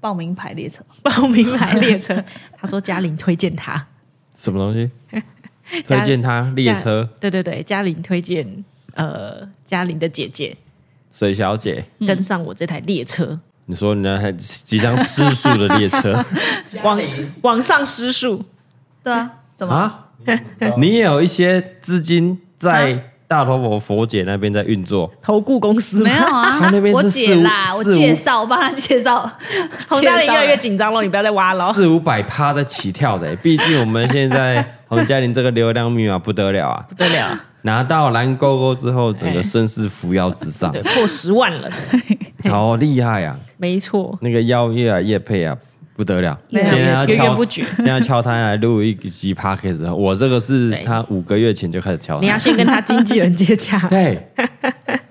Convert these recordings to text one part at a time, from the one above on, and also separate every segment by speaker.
Speaker 1: 报名牌列车，
Speaker 2: 报名牌列车。 他说嘉玲推荐他，
Speaker 3: 什么东 西？推荐他列车
Speaker 2: 对对对，嘉玲推荐呃嘉玲的姐姐
Speaker 3: 水小姐。
Speaker 2: 跟上我这台列车，
Speaker 3: 你说你那台即将失速的列 车
Speaker 2: 往往上失速。
Speaker 1: 对啊，怎么？
Speaker 3: 啊，你也有一些资金在大头佛佛姐那边在运作，
Speaker 2: 投顾公司
Speaker 1: 没有
Speaker 2: 吗？
Speaker 1: 啊，
Speaker 3: 他那边
Speaker 1: 我
Speaker 3: 是
Speaker 1: 姐
Speaker 3: 四五
Speaker 1: 啦，我
Speaker 3: 四五
Speaker 1: 介绍，我帮他介绍。
Speaker 2: 洪嘉
Speaker 1: 介
Speaker 2: 玲越
Speaker 1: 绍
Speaker 2: 来 越紧 张了，你不要再挖了。
Speaker 3: 四五百趴在起跳的、欸毕竟我们现在洪嘉玲这个流量密码不得了啊，哎不得了！拿到蓝勾勾之后，整个身世扶摇直上
Speaker 2: 对，，破十万了，
Speaker 3: 好厉害啊！
Speaker 2: 没错，
Speaker 3: 那个邀约啊，叶配啊，不得了，
Speaker 2: 越来
Speaker 3: 现
Speaker 2: 越
Speaker 3: 在要
Speaker 2: 源源
Speaker 3: 敲
Speaker 2: 不绝。
Speaker 3: 现在敲他来录一集 podcast，我这个是
Speaker 2: 对
Speaker 3: 他五个月前就开始敲
Speaker 2: 你要
Speaker 3: 了，，
Speaker 2: 先跟他经纪人接 洽
Speaker 3: 对，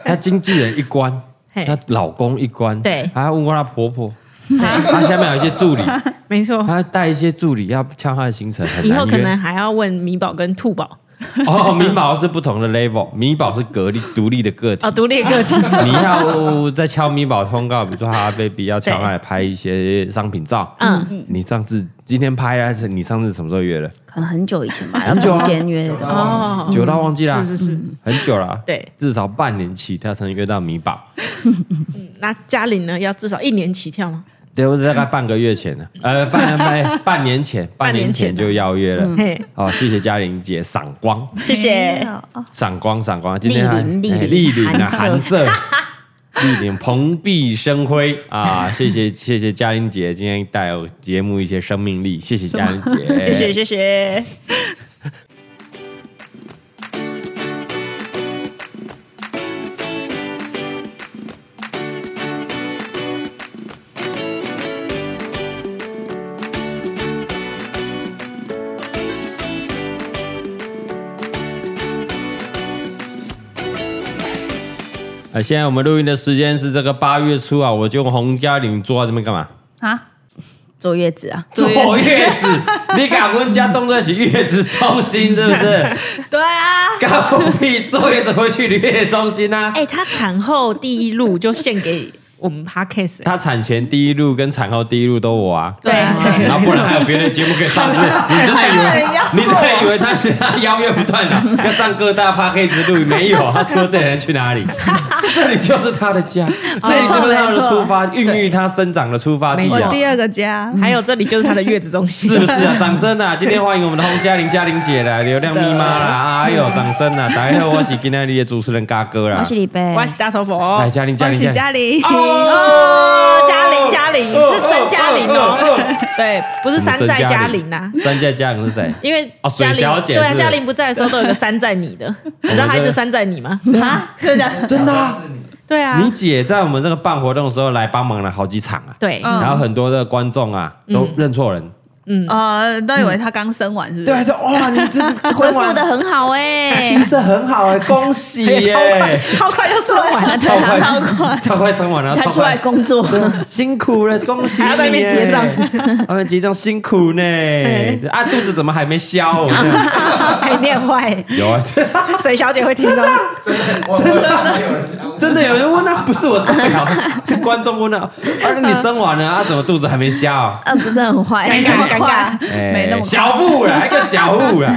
Speaker 3: 他经纪人一关，
Speaker 2: 嘿
Speaker 3: 她老公一关，
Speaker 2: 对啊
Speaker 3: 还问过她婆 婆，她下面有一些助理，
Speaker 2: 没错。
Speaker 3: 她带一些助理要敲她的行程，很
Speaker 2: 以后
Speaker 3: 难
Speaker 2: 可
Speaker 3: 约。
Speaker 2: 能还要问米宝跟兔宝
Speaker 3: 哦，米宝是不同的 level，米宝是隔离独立的个体
Speaker 2: 哦，。独立 个体。
Speaker 3: 你要在敲米宝通告，比如说哈哈 baby 要敲他来拍一些商品照。
Speaker 2: 嗯
Speaker 3: 嗯，你上次今天拍还是你上次什么时候约的？
Speaker 4: 可能很久 以前吧，要
Speaker 3: 很久啊
Speaker 4: 中间约的。
Speaker 2: 哦，
Speaker 3: 久到忘记啦，
Speaker 2: 是是是，
Speaker 3: 很久了。
Speaker 2: 对，
Speaker 3: 至少半年起，他才能约到米宝。
Speaker 2: 那嘉玲呢？要至少一年起跳吗？
Speaker 3: 对，我大概半个月前了，呃，半半半年前，半年前就邀约了。
Speaker 2: 嗯嘿，
Speaker 3: 好，谢谢嘉玲姐赏光，
Speaker 2: 谢
Speaker 1: 没
Speaker 2: 谢。
Speaker 1: 有哦
Speaker 3: 赏光，赏光。今天
Speaker 4: 莅
Speaker 3: 还
Speaker 4: 临
Speaker 3: 哎
Speaker 4: 莅临
Speaker 3: 莅临啊，寒
Speaker 4: 寒
Speaker 3: 舍，莅临蓬荜生辉啊！谢谢谢谢嘉玲姐，今天带有节目一些生命力，谢谢嘉玲 姐，
Speaker 2: 谢谢谢谢。
Speaker 3: 啊！现在我们录音的时间是这个八月初啊，我就洪嘉玲坐在这边干嘛？
Speaker 1: 啊，
Speaker 4: 坐月子啊，
Speaker 3: 坐月子，你敢问家动作起月子中心是不是？
Speaker 1: 对啊，
Speaker 3: 干我屁！坐月子回去月子中心啊！
Speaker 2: 哎，她产后第一路就献给我们哎 Parkes，
Speaker 3: 她产前第一路跟产后第一路都我啊，
Speaker 1: 对啊
Speaker 2: 对
Speaker 5: 哎
Speaker 3: 然后不然还有别的节目可以上是不是？你真的以
Speaker 1: 还有
Speaker 3: 为
Speaker 1: 人要我
Speaker 3: 你真的以为他是他邀约不断 啊？要上各大 p a r k a s 录没有？啊他除了这里人去哪 里？这里就是他的
Speaker 2: 哦
Speaker 3: 家，这里就是他的出发，孕育他生长的出发地
Speaker 2: 没
Speaker 1: 我
Speaker 2: 错
Speaker 3: 啊。
Speaker 1: 第二个家，
Speaker 2: 还有这里就是她的月子中心，
Speaker 3: 是不是 啊？掌声啊！今天欢迎我们的洪嘉玲、嘉玲姐啦，流量密妈啦！哎呦，掌声啊！大家好，我是今天的主持人嘎哥啦
Speaker 4: 我。是李贝，
Speaker 2: 我是大头佛
Speaker 3: 来，。嘉玲，嘉
Speaker 1: 恭
Speaker 3: 玲，
Speaker 1: 喜嘉玲，
Speaker 2: 哦，嘉玲，嘉玲是真嘉玲哦， 对，不是
Speaker 3: 什
Speaker 2: 山
Speaker 3: 么曾
Speaker 2: 寨嘉
Speaker 3: 嘉
Speaker 2: 玲啊呐，
Speaker 3: 三寨嘉玲是谁？
Speaker 2: 因为
Speaker 3: 哦
Speaker 2: 嘉
Speaker 3: 水
Speaker 2: 玲
Speaker 3: 小姐
Speaker 2: 对
Speaker 3: 是
Speaker 2: 啊，
Speaker 3: 不是
Speaker 2: 嘉玲不在的时候都有个山寨你的，你知道她一直山寨你吗？
Speaker 1: 啊，就这样，
Speaker 3: 真的啊、
Speaker 2: 对啊
Speaker 3: 你，姐在我们这个办活动的时候来帮忙了好几场啊，
Speaker 2: 对，
Speaker 1: 嗯
Speaker 3: 然后很多的观众啊都认错人，
Speaker 1: 呃，都以为她刚生完是不是？
Speaker 3: 对，还啊说哇，你这是
Speaker 4: 恢 复的很好哎、
Speaker 3: 气色很好哎、恭喜耶！
Speaker 2: 超快就说完了，
Speaker 3: 哎超快，超快生完了，
Speaker 4: 他
Speaker 3: 超
Speaker 4: 出来
Speaker 3: 快，
Speaker 4: 工作，
Speaker 3: 辛苦了，恭喜你
Speaker 2: 还
Speaker 3: 耶！
Speaker 2: 要在那边结 账，
Speaker 3: 他们结账辛苦呢。啊，肚子怎么还没消？我说
Speaker 2: 还念坏，
Speaker 3: 有啊，真的啊
Speaker 2: 水小姐会听到。
Speaker 3: 真的真的有人问啊，不是我自己好的，是观众问啊。而且你生完了啊，怎么肚子还没消？
Speaker 4: 啊，真的很坏，
Speaker 1: 没那么快，
Speaker 3: 哎
Speaker 1: 没那么快，
Speaker 3: 小富啦，还个小富啦，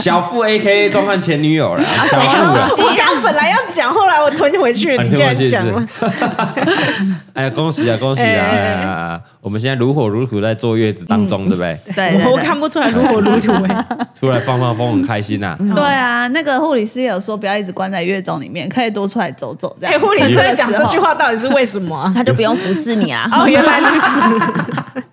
Speaker 3: 小富 A K A 钟汉前女友啦，小富啦，
Speaker 2: 我刚本来要讲，后来我吞回去，
Speaker 3: 哎啊
Speaker 2: 你竟然讲。
Speaker 3: 听
Speaker 2: 了
Speaker 3: 不。下去是哎呀，恭喜啊，恭喜啊！
Speaker 2: 哎
Speaker 3: 哎哎哎哎我们现在如火如荼在坐月子当中，对不对？
Speaker 1: 对对
Speaker 2: 我
Speaker 1: 对
Speaker 2: 看不出来如火如荼哎，
Speaker 3: 出来放放风，很开心呐。
Speaker 1: 对啊，那个护理师有说不要一直关在月中里面，可以多出来走走这样。
Speaker 2: 哎，护理师
Speaker 1: 趁这个
Speaker 2: 讲
Speaker 1: 时
Speaker 2: 这
Speaker 1: 候
Speaker 2: 句，话到底是为什么 啊？
Speaker 4: 他就不用服侍你 啊。
Speaker 2: 哦，原来如此。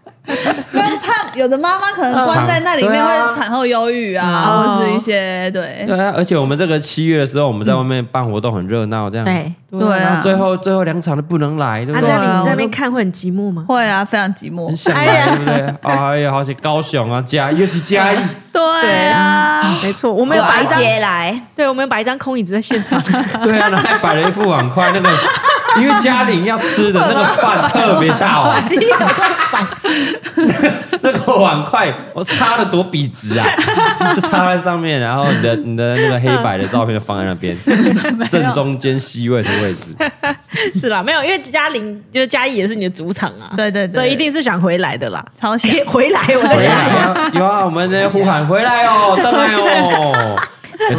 Speaker 1: 没有怕有的妈妈可能关在那里面
Speaker 3: 嗯
Speaker 1: 会产后忧郁
Speaker 2: 嗯
Speaker 1: 啊，或是一些对
Speaker 3: 对啊，而且我们这个七月的时候，我们在外面办活动很热闹，这样
Speaker 4: 对。
Speaker 1: 对
Speaker 3: 然后
Speaker 1: 啊，
Speaker 3: 最后最后两场都不能来，对不
Speaker 2: 阿
Speaker 3: 对
Speaker 1: 对？啊
Speaker 2: 嘉玲你在那边看会很寂寞吗？
Speaker 1: 会啊，非常寂寞
Speaker 3: 很。想
Speaker 2: 哎
Speaker 3: 来，
Speaker 2: 呀
Speaker 3: 对不对？哎呀，好想高雄啊，嘉义，尤其嘉义，
Speaker 1: 对啊，
Speaker 2: 没错，我们
Speaker 4: 有
Speaker 2: 有摆
Speaker 4: 白
Speaker 2: 一张，
Speaker 4: 哦接来，
Speaker 2: 对，我们有摆一张空椅子在现场。
Speaker 3: 对啊，然后还摆了一副碗筷，那个因为嘉玲要吃的那个饭特别大哦碗，那个碗筷我擦的多笔直啊， 就插在上面，然后你的你的那个黑白的照片就放在那 边，正中间 C 位的位置。
Speaker 2: 是啦，没有，因为嘉玲就是嘉义也是你的主场啊，
Speaker 1: 对对对
Speaker 2: 所以一定是想回来的啦，哎
Speaker 1: 超想
Speaker 2: 回来，我在
Speaker 3: 回
Speaker 2: 讲什么？
Speaker 3: 来啊有啊，我们呢呼喊回来哦，当然哦。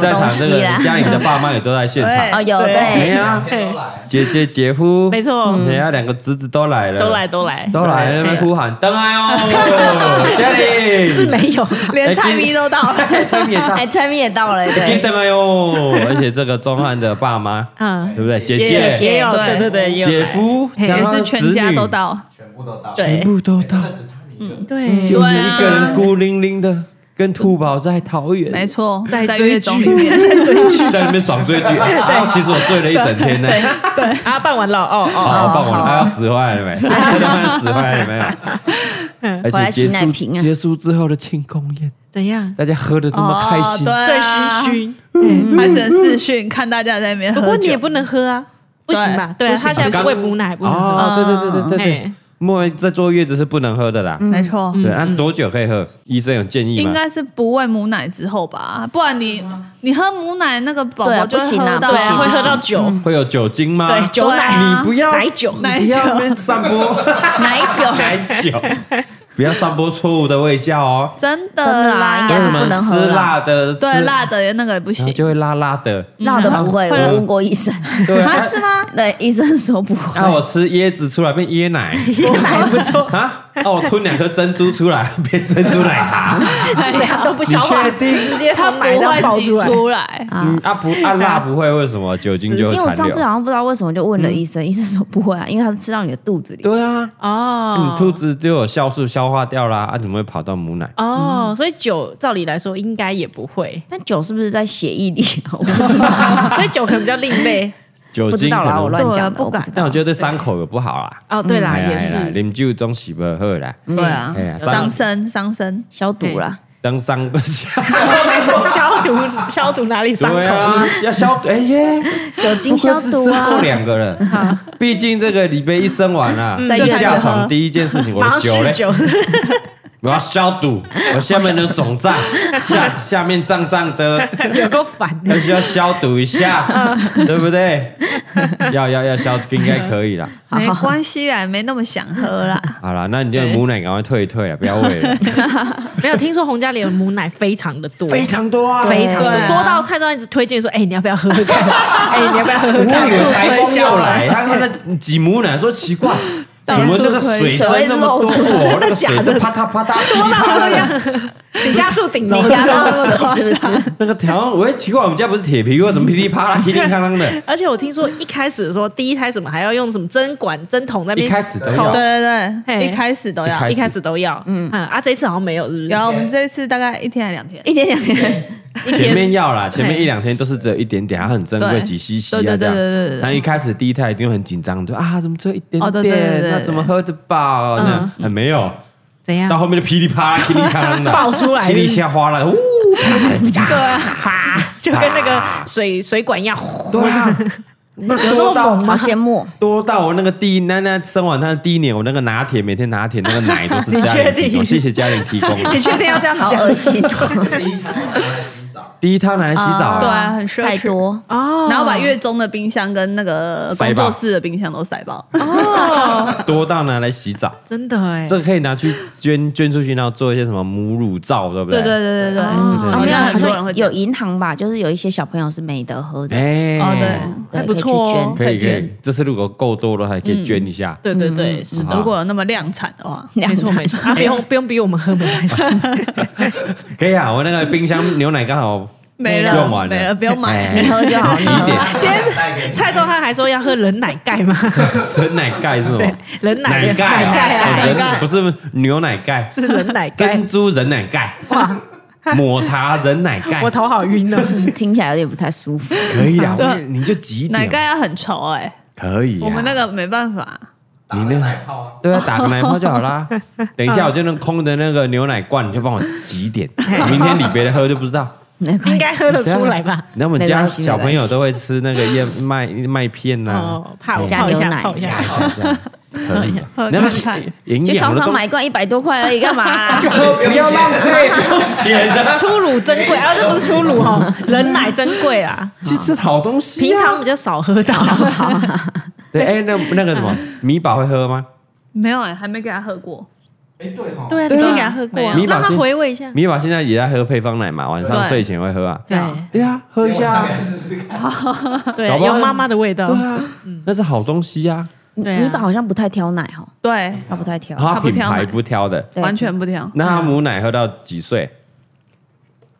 Speaker 3: 在场那
Speaker 4: 什么东西啊
Speaker 3: 个嘉玲的爸妈也都在现场，
Speaker 1: 对
Speaker 4: 哦，有
Speaker 2: 对
Speaker 3: 没
Speaker 4: 对，
Speaker 3: 啊，
Speaker 2: 嘿
Speaker 3: 姐姐姐夫，
Speaker 2: 没错，嗯
Speaker 3: 人家两个侄子都来了，
Speaker 2: 都来都来，
Speaker 3: 都来那边呼喊灯哎 哦，嘉玲
Speaker 2: 是没有啊，
Speaker 1: 连菜逼都到了。
Speaker 3: 蔡明也到，
Speaker 4: 哎，川米也到了，
Speaker 3: 给
Speaker 4: 对，
Speaker 3: 灯哎哦，而且这个钟汉的爸妈，
Speaker 2: 嗯，
Speaker 3: 对不对？姐
Speaker 2: 也
Speaker 3: 姐、
Speaker 2: 也有，对
Speaker 1: 对
Speaker 2: 对对，也有
Speaker 3: 姐
Speaker 2: 来
Speaker 3: 夫，
Speaker 1: 也
Speaker 3: 然后
Speaker 1: 是全家
Speaker 3: 子女
Speaker 1: 都，到，
Speaker 6: 全部都到，
Speaker 2: 对
Speaker 3: 全部都到，
Speaker 2: 对，
Speaker 3: 就
Speaker 1: 对
Speaker 3: 你
Speaker 1: 啊
Speaker 3: 一个人孤零零的跟兔宝在桃园，
Speaker 1: 没错，
Speaker 2: 在
Speaker 1: 在
Speaker 2: 追
Speaker 1: 月中
Speaker 2: 剧
Speaker 1: 里面，
Speaker 3: 在那边爽追剧。然后其实我睡了一整天呢，
Speaker 2: 啊，办完了，哦哦
Speaker 3: 好，啊傍晚
Speaker 2: 好
Speaker 3: 他哎要死坏了没？真的快死坏了没有？而
Speaker 4: 我
Speaker 3: 且
Speaker 4: 来
Speaker 3: 结
Speaker 4: 洗奶
Speaker 3: 束
Speaker 4: 瓶啊
Speaker 3: 结束之后的庆功宴，
Speaker 2: 怎样？
Speaker 3: 大家喝的这么开心，
Speaker 1: 哦
Speaker 2: 醉
Speaker 1: 对啊嗯
Speaker 2: 醺醺，
Speaker 1: 还只能视讯看大家在那边喝
Speaker 2: 不
Speaker 1: 酒。
Speaker 2: 过你也不能喝啊，不行吧？
Speaker 1: 对
Speaker 2: 对啊，
Speaker 1: 不行
Speaker 2: 他现在不喂母奶，不能喝，
Speaker 3: 哦，对对对对对对
Speaker 2: 嘿，
Speaker 3: 莫为在坐月子是不能喝的啦。
Speaker 1: 嗯
Speaker 5: 嗯
Speaker 1: 没错，
Speaker 3: 对，那多久可以喝？医生有建议吗
Speaker 1: 应？该是不喂母奶之后吧，不然你你喝母奶那个宝
Speaker 4: 对啊
Speaker 1: 宝就
Speaker 4: 不行啊
Speaker 1: 喝到
Speaker 2: 对啊，
Speaker 1: 啊
Speaker 2: 会喝到酒，
Speaker 3: 会有酒精吗？
Speaker 2: 对，酒
Speaker 1: 对
Speaker 2: 奶，
Speaker 1: 啊
Speaker 3: 你不要
Speaker 2: 奶酒，
Speaker 1: 奶
Speaker 3: 不
Speaker 1: 酒
Speaker 3: 要跟散播
Speaker 4: 奶酒，
Speaker 3: 奶酒，不要散播错误的味觉哦。
Speaker 1: 真的
Speaker 4: 真的啦
Speaker 1: 啦，
Speaker 5: 哎
Speaker 4: 应该
Speaker 3: 为
Speaker 4: 是
Speaker 3: 什
Speaker 4: 不
Speaker 3: 么
Speaker 4: 能喝
Speaker 3: 吃
Speaker 4: 啦
Speaker 3: 辣的，吃
Speaker 1: 对辣的那个也不
Speaker 3: 啊然后
Speaker 1: 行，
Speaker 3: 就会辣辣的。
Speaker 4: 那我都不会，
Speaker 1: 会
Speaker 4: 我问过医生，
Speaker 3: 嗯 对啊
Speaker 1: 啊是吗？
Speaker 4: 对，医生说不会
Speaker 3: 那，我吃椰子出来变椰奶
Speaker 2: 椰奶不错，
Speaker 3: 啊，那我吞两颗珍珠出来变珍珠奶茶。
Speaker 2: 是这样都不消化，
Speaker 3: 你确定
Speaker 2: 直接
Speaker 1: 它
Speaker 2: 从
Speaker 1: 不
Speaker 2: 奶上
Speaker 1: 会
Speaker 2: 跑
Speaker 1: 挤
Speaker 2: 出来。
Speaker 1: 出来。
Speaker 3: 嗯，啊不啊辣不会，为什么酒精嗯就会
Speaker 4: 因为我
Speaker 3: 残
Speaker 4: 上次
Speaker 3: 留？嗯
Speaker 4: 好像不知道为什么就问了医生，医生说不会啊，因为他是吃到你的肚子里，
Speaker 3: 对啊，
Speaker 2: 哦
Speaker 3: 你，兔子就有酵素消化掉啦，啊怎么会跑到母奶？
Speaker 2: 哦，所以酒照理来说应该也不会，
Speaker 4: 但酒是不是在血液里 啊？我不知道，
Speaker 2: 所以酒可能比较另类。
Speaker 3: 酒
Speaker 4: 不知
Speaker 3: 精
Speaker 4: 道
Speaker 3: 可
Speaker 4: 啦，我
Speaker 3: 能
Speaker 4: 乱讲的，
Speaker 1: 对啊不
Speaker 4: 我不
Speaker 1: 敢
Speaker 4: 知道
Speaker 3: 但我觉得对伤口也不好啦。
Speaker 2: 哦，对
Speaker 3: 哎
Speaker 2: 啦，也是，
Speaker 3: 啉酒总是不好啦，
Speaker 1: 对啊
Speaker 3: 哎呀，
Speaker 1: 伤身伤身，
Speaker 4: 嗯消毒啦，
Speaker 3: 当伤 不下。
Speaker 2: 消毒消毒哪里伤
Speaker 3: 对
Speaker 2: 口？
Speaker 3: 啊，要消毒哎耶，
Speaker 4: 酒精消
Speaker 3: 不
Speaker 4: 毒
Speaker 3: 愧是生过
Speaker 4: 啊，
Speaker 3: 两个人，毕竟这个李贝一生完了，
Speaker 1: 在
Speaker 3: 就
Speaker 1: 院子
Speaker 3: 下床
Speaker 1: 喝
Speaker 3: 第一件事情，我
Speaker 2: 马上
Speaker 3: 的酒嘞
Speaker 2: 酗，酒，
Speaker 3: 我要消毒，我下面的肿胀，下下面胀胀的，
Speaker 2: 有够烦的。
Speaker 3: 要需要消毒一下，对不对？要要要消，应该可以啦。
Speaker 1: 没关系啦，没那么想喝啦。
Speaker 3: 好啦，那你这个母奶赶快退一退啊，不要喂 了，
Speaker 2: 没有听说洪家里的母奶非常的多，
Speaker 3: 常多啊
Speaker 2: 非常多，
Speaker 1: 对啊
Speaker 2: 多到蔡庄一直推荐说：“哎，你要不要喝喝看？哎，你要不要喝喝
Speaker 3: 我
Speaker 2: 看
Speaker 3: 以为台风又来，
Speaker 1: 到
Speaker 3: 他们那挤母奶说奇怪，
Speaker 1: 到
Speaker 3: 怎
Speaker 1: 处
Speaker 3: 么那个
Speaker 1: 推
Speaker 3: 水
Speaker 1: 销哎
Speaker 3: 声那么多？
Speaker 4: 会漏出来
Speaker 3: 哦，那个
Speaker 2: 假
Speaker 3: 水
Speaker 2: 的
Speaker 3: 声啪嗒 啪嗒，噼里啪
Speaker 2: 到
Speaker 3: 啦
Speaker 2: 这
Speaker 3: 的。
Speaker 2: 样？你家住顶楼
Speaker 4: 你
Speaker 2: 是
Speaker 4: 家
Speaker 2: 吧
Speaker 4: 漏水是不是？
Speaker 3: 那个条，我也奇怪，我们家不是铁皮屋，怎么噼里啪啦、噼里 啪啦的？
Speaker 2: 而且我听说一开始说第一胎什么还要用什么针管、针筒在那边
Speaker 3: 一开始都
Speaker 2: 抽
Speaker 3: 要，
Speaker 1: 对对
Speaker 2: 嘿
Speaker 1: 对，一开始都
Speaker 3: 一
Speaker 1: 要
Speaker 3: 开。
Speaker 2: 一开始都要，嗯啊，这一次好像没有，是不是？
Speaker 1: 然后我们这次大概一天还两天，
Speaker 4: 一点两 点，
Speaker 2: 一
Speaker 3: 前面
Speaker 2: 天
Speaker 3: 要啦，前面一两天都是只有一点点，它很珍贵，
Speaker 1: 对
Speaker 3: 几 cc 啊
Speaker 1: 对对
Speaker 3: 这样
Speaker 1: 对对对对。
Speaker 3: 然后一开始第一胎一定会很紧张，就啊，怎么只有一点
Speaker 1: 哦对对对对嗯
Speaker 3: 点？
Speaker 1: 对
Speaker 3: 那怎么喝得饱呢？啊没有，
Speaker 2: 怎样
Speaker 3: 到后面就噼里啪啦、噼里啪啦的
Speaker 2: 爆出来
Speaker 3: 稀里下哗啦，呜，
Speaker 1: 对啊，
Speaker 2: 就跟那个水水管一样，
Speaker 3: 对啊，那多到
Speaker 4: 好羡慕，
Speaker 3: 多到我那个第一，那那生完他的第一年，我那个拿铁，每天拿铁那个奶都是家
Speaker 2: 你确
Speaker 3: 里
Speaker 2: 定
Speaker 3: 提供，谢谢家里提供的
Speaker 2: 你。确定要这样
Speaker 4: 好
Speaker 2: 讲？
Speaker 4: 恶心哦，
Speaker 6: 第一胎我拿来洗澡，
Speaker 3: 第一他拿来洗澡
Speaker 1: 对
Speaker 3: 啊，
Speaker 1: 啊，很奢
Speaker 4: 太
Speaker 1: 侈。
Speaker 4: 多，
Speaker 2: 哦
Speaker 1: 然后把月中的冰箱跟那个
Speaker 3: 塞
Speaker 1: 工
Speaker 3: 爆
Speaker 1: 作室的冰箱都塞爆，
Speaker 2: 哦，
Speaker 3: 多到拿来洗澡，
Speaker 2: 真的哎，
Speaker 3: 这个可以拿去捐捐出去，然后做一些什么母乳皂，对不
Speaker 1: 对对
Speaker 3: 对
Speaker 1: 对对对，
Speaker 2: 哦
Speaker 1: 好
Speaker 4: 没有
Speaker 1: 像很多人会这
Speaker 4: 好像
Speaker 1: 样
Speaker 4: 有银行吧，就是有一些小朋友是没得喝的，
Speaker 3: 哎，
Speaker 1: 哦对，
Speaker 4: 对
Speaker 2: 还不错哦
Speaker 4: 可以
Speaker 1: 可以
Speaker 3: 可以
Speaker 4: 去捐
Speaker 3: 可以
Speaker 1: 捐，
Speaker 3: 这次如果够多的还可以捐一下。
Speaker 2: 对对对，
Speaker 5: 嗯
Speaker 2: 是
Speaker 3: 好
Speaker 1: 如果有那么量产的话，
Speaker 4: 两
Speaker 2: 没错
Speaker 4: 场
Speaker 2: 没
Speaker 3: 哎
Speaker 2: 错，啊，不用不用逼我们喝没关系，
Speaker 3: 可以啊，我那个冰箱牛奶刚好
Speaker 1: 没
Speaker 3: 用
Speaker 1: 了
Speaker 3: 完了
Speaker 1: 没了，不用买
Speaker 3: 哎
Speaker 4: 你 喝就好，
Speaker 3: 挤一点
Speaker 6: 带
Speaker 2: 今天
Speaker 6: 带 给你
Speaker 2: 蔡宗汉还说要喝人奶盖吗？
Speaker 3: 人奶盖是吗？
Speaker 2: 人奶的
Speaker 3: 盖啊，
Speaker 2: 奶盖啊
Speaker 3: 哎人
Speaker 1: 奶盖
Speaker 3: 不是牛奶盖，
Speaker 2: 是人奶盖
Speaker 3: 珍，珠人奶盖，抹茶人奶盖
Speaker 2: 我，头好晕哦。
Speaker 4: 听起来有点不太舒服，
Speaker 3: 可以啦，我你就挤一点，
Speaker 1: 奶盖要很稠哎，
Speaker 3: 可以啊。
Speaker 1: 我们那个没办法，
Speaker 6: 打了奶泡啊，
Speaker 3: 对啊，打个奶泡就好啦。等一下我就能空的那个牛奶罐，你就帮我挤一点，明天李别的喝就不知道。
Speaker 4: 没 关系，
Speaker 2: 应该喝得出来吧？
Speaker 3: 那我们家
Speaker 4: 没关系
Speaker 3: 小朋友都会吃那个燕麦麦片呐
Speaker 2: 哦，，怕我
Speaker 4: 加
Speaker 2: 泡一
Speaker 4: 牛
Speaker 2: 下，
Speaker 4: 奶
Speaker 2: 泡一下
Speaker 3: 加一，下这样可以啊吧。
Speaker 5: 喝
Speaker 3: 你要不
Speaker 5: 看看
Speaker 3: 营
Speaker 4: 去
Speaker 3: 养
Speaker 4: 超
Speaker 3: 的
Speaker 4: 商
Speaker 3: 东
Speaker 4: 买一罐一百多块而已，干嘛 啊？
Speaker 3: 就喝， 不要浪费，不用钱 的，
Speaker 2: 初乳珍贵啊，这不是初乳哦，人奶珍贵啊，
Speaker 3: 这是好东西啊。
Speaker 2: 平常比较少喝到。
Speaker 3: 对，哎，那那个什
Speaker 5: 啊
Speaker 3: 么，米宝会喝吗？
Speaker 5: 没有哎、还没给他喝过。
Speaker 7: 哎，对哈，
Speaker 2: 对啊，
Speaker 3: 对啊
Speaker 2: 你就给他喝过啊
Speaker 3: 没，有
Speaker 2: 让他回味一下。
Speaker 3: 米宝现在也在喝配方奶嘛，晚上
Speaker 5: 对
Speaker 3: 睡前会喝啊。
Speaker 4: 对，
Speaker 3: 对啊，喝一下啊，
Speaker 7: 试试看。
Speaker 2: 对，
Speaker 3: 搞不好
Speaker 2: 有妈妈的味道
Speaker 3: 对。啊，那是好东西呀。
Speaker 2: 对
Speaker 4: 你
Speaker 2: 啊
Speaker 4: 你爸好像不太挑奶哦哈，
Speaker 5: 对，啊
Speaker 4: 他不太挑
Speaker 3: 然，后它
Speaker 5: 他不
Speaker 3: 品
Speaker 5: 挑啊
Speaker 3: 牌
Speaker 5: 奶
Speaker 3: 不挑的。
Speaker 4: 对
Speaker 5: 完全不挑。
Speaker 3: 那他母奶喝到几岁？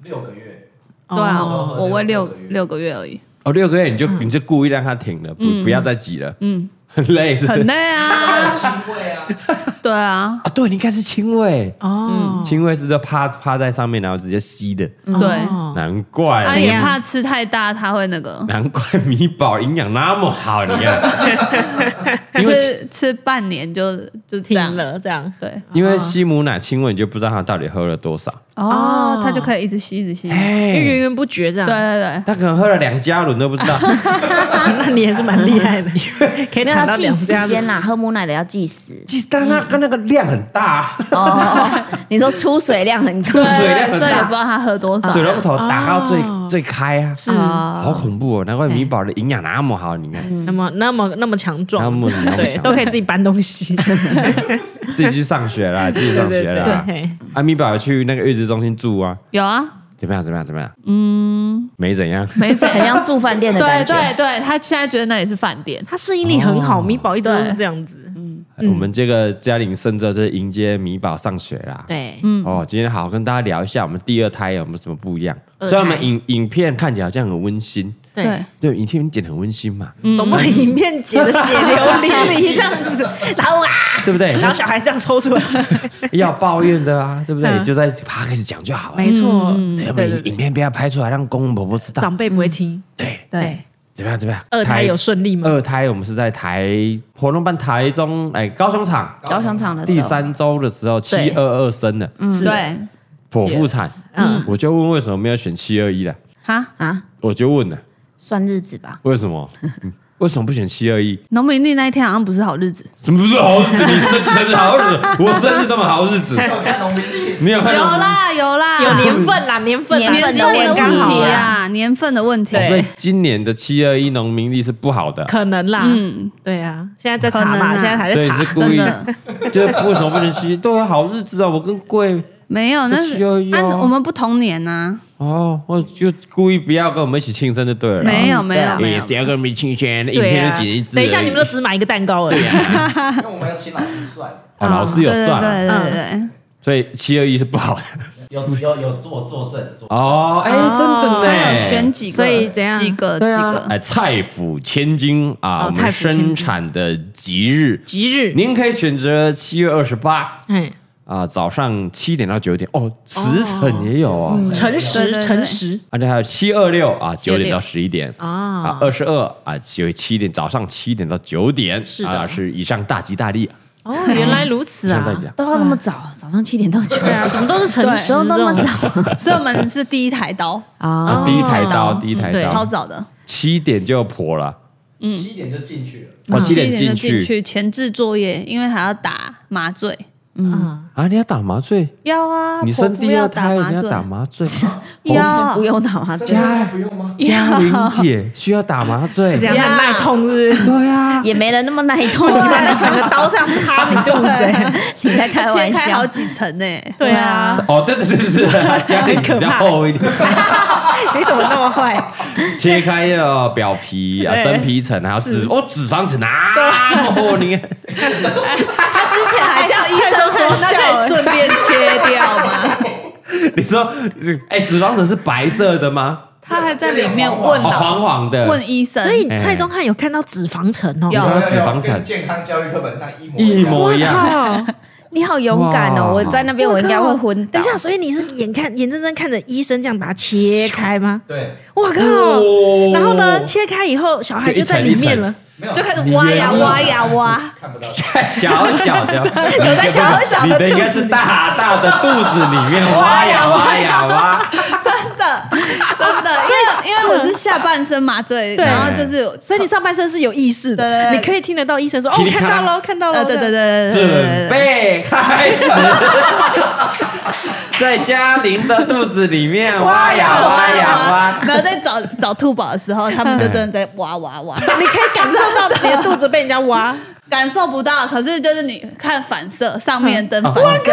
Speaker 7: 六个月，
Speaker 5: 对啊，
Speaker 2: 哦
Speaker 5: 我我喂六六个月而已，
Speaker 3: 哦，六个月你就
Speaker 5: 嗯
Speaker 3: 你就故意让他停了，不不要再挤了，嗯，很累是不是
Speaker 5: 很累啊。
Speaker 7: 腥味 啊，
Speaker 5: 对啊，
Speaker 3: 啊，对，你应该是亲喂，
Speaker 2: 哦，
Speaker 3: 亲喂是就趴趴在上面，然后直接吸的，
Speaker 5: 对，
Speaker 2: 哦
Speaker 3: 难怪
Speaker 5: 他
Speaker 3: 啊
Speaker 5: 也怕吃太大，他会那个
Speaker 3: 难怪米宝营养那么好，你看，因为
Speaker 5: 吃吃半年就就这样
Speaker 2: 停。了这样。
Speaker 5: 对，
Speaker 3: 因为吸母奶亲喂，你就不知道他到底喝了多少，
Speaker 5: 哦，他就可以一直吸，一直吸。对
Speaker 2: 就
Speaker 3: 哎，
Speaker 2: 源源不绝这样，
Speaker 5: 对啊对，
Speaker 3: 他可能喝了两加仑都不知道，。
Speaker 2: 那你也是蛮厉害的，可以
Speaker 4: 没有
Speaker 2: 产
Speaker 4: 要
Speaker 2: 到
Speaker 4: 计
Speaker 2: 两
Speaker 4: 时
Speaker 2: 家子。
Speaker 4: 间啦，喝母奶的要计时
Speaker 3: 其实但他他那个量很大，啊
Speaker 4: 哦， 你说出水量很重
Speaker 5: 对
Speaker 3: 水量
Speaker 5: 对
Speaker 3: 很
Speaker 5: 对，
Speaker 3: 大
Speaker 5: 所以也不知道他喝多少。
Speaker 3: 水龙头打到最
Speaker 2: 嗯哦
Speaker 3: 最开啊，是好恐怖哦，难怪米宝的营养那么好，你看。
Speaker 2: 那么那么那么强壮，
Speaker 3: 那么那么
Speaker 2: 对，
Speaker 3: 强
Speaker 2: 都可以自己搬东 西，
Speaker 3: 自己去上学 啦，自己上学啦。
Speaker 2: 对对对
Speaker 3: 阿米宝去那个月子中心住啊，
Speaker 5: 有啊，
Speaker 3: 怎么样？怎么样？怎么样？嗯，没怎样。
Speaker 5: 没怎
Speaker 4: 很
Speaker 5: 样。
Speaker 4: 像住饭店的
Speaker 5: 对
Speaker 4: 感觉。
Speaker 5: 对对，他现在觉得那里是饭店。
Speaker 2: 他适应力很好，米宝一直都是这样子，嗯
Speaker 3: 我们这个嘉玲甚至就是迎接米宝上学啦。
Speaker 2: 对，
Speaker 3: 哦，今天好好跟大家聊一下我们第二胎有没有什么不一样。
Speaker 2: 二胎
Speaker 3: 虽然我们影影片看起来好像很温馨，
Speaker 5: 对，
Speaker 3: 对，影片剪得很温馨嘛，
Speaker 2: 总不能影片剪的血流淋漓这样子，然后啊，
Speaker 3: 对不对？
Speaker 2: 然后小孩这样抽出来，
Speaker 3: 要抱怨的啊，对不对？
Speaker 2: 嗯
Speaker 3: 就在 p 开始讲就好了。
Speaker 2: 没错，
Speaker 3: 对，
Speaker 2: 嗯对
Speaker 3: 我们
Speaker 2: 对
Speaker 3: 影
Speaker 2: 对，
Speaker 3: 影片不要拍出来，让公公婆婆知道。
Speaker 2: 长辈不会听。
Speaker 3: 对，
Speaker 4: 对，
Speaker 3: 怎么样？怎么样？
Speaker 2: 二胎有顺利吗？
Speaker 3: 二胎，我们是在台活动办台中哎高雄场
Speaker 4: 高雄场的时候
Speaker 3: 第三周的时候七
Speaker 4: 对
Speaker 3: 二二生的
Speaker 5: 嗯，对，
Speaker 3: 剖腹产，
Speaker 2: 嗯
Speaker 3: 我就问为什么没有选七二一了，
Speaker 5: 哈，
Speaker 4: 啊，
Speaker 3: 我就问了
Speaker 4: 算日子吧。
Speaker 3: 为什么，嗯为什么不选七二一？
Speaker 5: 农民历那一天好像不是好日子。
Speaker 3: 什么不是好日子？你生日好 日子，我生日都没好日子，
Speaker 7: 我看农民历，
Speaker 3: 你有看
Speaker 5: 有
Speaker 3: 到吗？
Speaker 5: 啦有啦，
Speaker 2: 有年份啦，年份啦
Speaker 5: 年
Speaker 4: 年
Speaker 5: 份
Speaker 4: 份
Speaker 5: 的
Speaker 4: 的
Speaker 5: 问
Speaker 2: 刚好
Speaker 5: 题
Speaker 2: 啦，
Speaker 5: 啊，年份的问题
Speaker 3: 哦。所以今年的七二一农民历是不好的啊，
Speaker 2: 可能啦，
Speaker 5: 嗯，
Speaker 2: 对啊，现在在查
Speaker 5: 可能
Speaker 2: 嘛，
Speaker 5: 啊
Speaker 2: 现在还
Speaker 3: 所
Speaker 2: 在
Speaker 3: 以
Speaker 2: 查
Speaker 3: 是，故意
Speaker 5: 真的
Speaker 3: 就是为什么不选七？对啊，好日子啊，我跟贵
Speaker 5: 没有，那是
Speaker 3: 不需要
Speaker 5: 啊，我们不同年啊呐，
Speaker 3: 哦，我就故意不要跟我们一起庆生就对了啊。
Speaker 5: 没有没
Speaker 4: 对
Speaker 5: 有
Speaker 4: 啊
Speaker 5: 没有
Speaker 3: 不，要跟我们一起庆生，影
Speaker 2: 对
Speaker 3: 片
Speaker 2: 啊
Speaker 3: 就剪一，支而已。啊
Speaker 2: 等一下你们都只买一个蛋糕而已，
Speaker 7: 因为我们要请老师算，
Speaker 3: 哦，老师有
Speaker 5: 对嗯对
Speaker 3: 算啊，
Speaker 5: 对对
Speaker 2: 嗯
Speaker 5: 对，
Speaker 3: 所以七二一是不好的。
Speaker 7: 有
Speaker 3: 嗯
Speaker 7: 有有做作证，做
Speaker 3: 哦，哎，
Speaker 2: 哦
Speaker 5: 他
Speaker 3: 真的
Speaker 5: 有
Speaker 3: 呢，
Speaker 5: 选几个，
Speaker 2: 所以怎样
Speaker 5: 几个几
Speaker 3: 对啊
Speaker 5: 个，
Speaker 3: 哎，菜府千金啊，
Speaker 2: 哦
Speaker 3: 我们
Speaker 2: 菜府千金
Speaker 3: 生产的吉日，
Speaker 2: 吉日，
Speaker 3: 您可以选择七月二十八
Speaker 2: 哎，
Speaker 3: 啊，早上七点到九点哦，时辰也有
Speaker 5: 哦嗯
Speaker 3: 啊，
Speaker 5: 对
Speaker 2: 诚
Speaker 5: 对
Speaker 2: 实
Speaker 5: 对
Speaker 2: 诚实
Speaker 3: 而且还有七二六啊，九点
Speaker 2: 726
Speaker 3: 到十一点。啊
Speaker 2: 啊，，
Speaker 3: 二十二啊，有七点早上七点到九点，
Speaker 2: 是的
Speaker 3: 啊，是以上大吉大利，
Speaker 2: 哦，原来如此
Speaker 3: 以
Speaker 2: 啊
Speaker 3: 上，大吉大利。
Speaker 4: 都要那么早，早上七点到九
Speaker 2: 对
Speaker 4: 点，
Speaker 2: 啊，怎么都是诚实，
Speaker 4: 都那么
Speaker 2: 这种
Speaker 4: 早
Speaker 5: 所以我们是第一台刀，
Speaker 4: 啊？
Speaker 3: 啊，第一台刀，
Speaker 5: 嗯
Speaker 3: 第一台
Speaker 2: 对
Speaker 5: 超
Speaker 3: 刀，
Speaker 5: 早的，
Speaker 3: 七点就破了，
Speaker 7: 七点就进去了。
Speaker 3: 我七点
Speaker 5: 哦点就
Speaker 3: 进
Speaker 5: 进
Speaker 3: 去
Speaker 5: 去前置作业，因为还要打麻醉，
Speaker 2: 嗯，
Speaker 3: 啊！你要打麻醉，
Speaker 5: 要啊，
Speaker 3: 你
Speaker 5: 婆
Speaker 3: 生
Speaker 5: 婆
Speaker 3: 第二
Speaker 5: 要
Speaker 3: 胎，
Speaker 5: 打麻
Speaker 3: 你要
Speaker 5: 醉，
Speaker 3: 打麻醉。
Speaker 5: 要
Speaker 4: 不用打啊麻
Speaker 7: 生
Speaker 4: 将，
Speaker 7: 小孩不用 吗？
Speaker 3: 嘉玲姐需要打麻醉
Speaker 2: 是这，样很耐痛，是不是？
Speaker 3: 对 啊，
Speaker 4: 也没人那么耐痛。
Speaker 2: 喜欢你整个刀上插你肚子，
Speaker 4: 你在开
Speaker 5: 哎切
Speaker 4: 玩
Speaker 5: 开好
Speaker 4: 笑？
Speaker 5: 几层呢，
Speaker 2: 对 啊，
Speaker 3: 哦，对对对对对，嘉玲比较厚一点，
Speaker 2: 你怎么那么坏？
Speaker 3: 切开要表皮啊，
Speaker 2: 对
Speaker 3: 真皮层，还有脂哦脂肪层啊，哦，你看
Speaker 5: 他之前还叫医生 说，那可以顺便切掉吗？
Speaker 3: 你说，哎，脂肪层是白色的吗？
Speaker 5: 他还在 里面问
Speaker 3: 哦，
Speaker 5: 老
Speaker 3: 黄黄的，
Speaker 5: 问医生，
Speaker 2: 所以蔡宗翰有看到脂肪层哦，
Speaker 5: 有
Speaker 3: 哎有脂肪层
Speaker 7: 跟健康教育课本上一模
Speaker 3: 一
Speaker 7: 样。
Speaker 3: 模一样。
Speaker 2: 靠！
Speaker 4: 你好勇敢
Speaker 3: 哇
Speaker 4: 哦！我在那边，我应该会昏倒
Speaker 2: 等一。下，所以你是眼看眼睁睁看着医生这样把它切开吗？
Speaker 7: 对，
Speaker 2: 我靠！
Speaker 3: 哦
Speaker 2: 然后呢，切开以后，小孩就在里面啊了，
Speaker 7: 没有
Speaker 5: 就开始挖呀挖呀挖，
Speaker 7: 看不到。
Speaker 3: 小小的，有
Speaker 5: 在小小的
Speaker 3: 你的应该是大大的肚子里面挖呀挖呀挖，
Speaker 5: 真的
Speaker 1: 的，真的，因为因为我是下半身麻醉，
Speaker 2: 对
Speaker 1: 然后就是，
Speaker 2: 所以你上半身是有意识的，
Speaker 1: 对
Speaker 2: 你可以听得到医生说：“哦，
Speaker 3: 噼里
Speaker 2: 看
Speaker 3: 咔啦
Speaker 2: 到喽，看到喽。”
Speaker 1: 呃，对对对
Speaker 2: 这
Speaker 1: 对对
Speaker 2: 样。
Speaker 1: 对对对，
Speaker 3: 准备开始，在嘉玲的肚子里面挖呀挖呀挖。
Speaker 1: 然后在找找兔宝的时候，他们就真的在挖挖挖，
Speaker 2: 你可以感受到你的肚子被人家 挖，
Speaker 1: 感受不到，可是就是你看反射上面灯反射，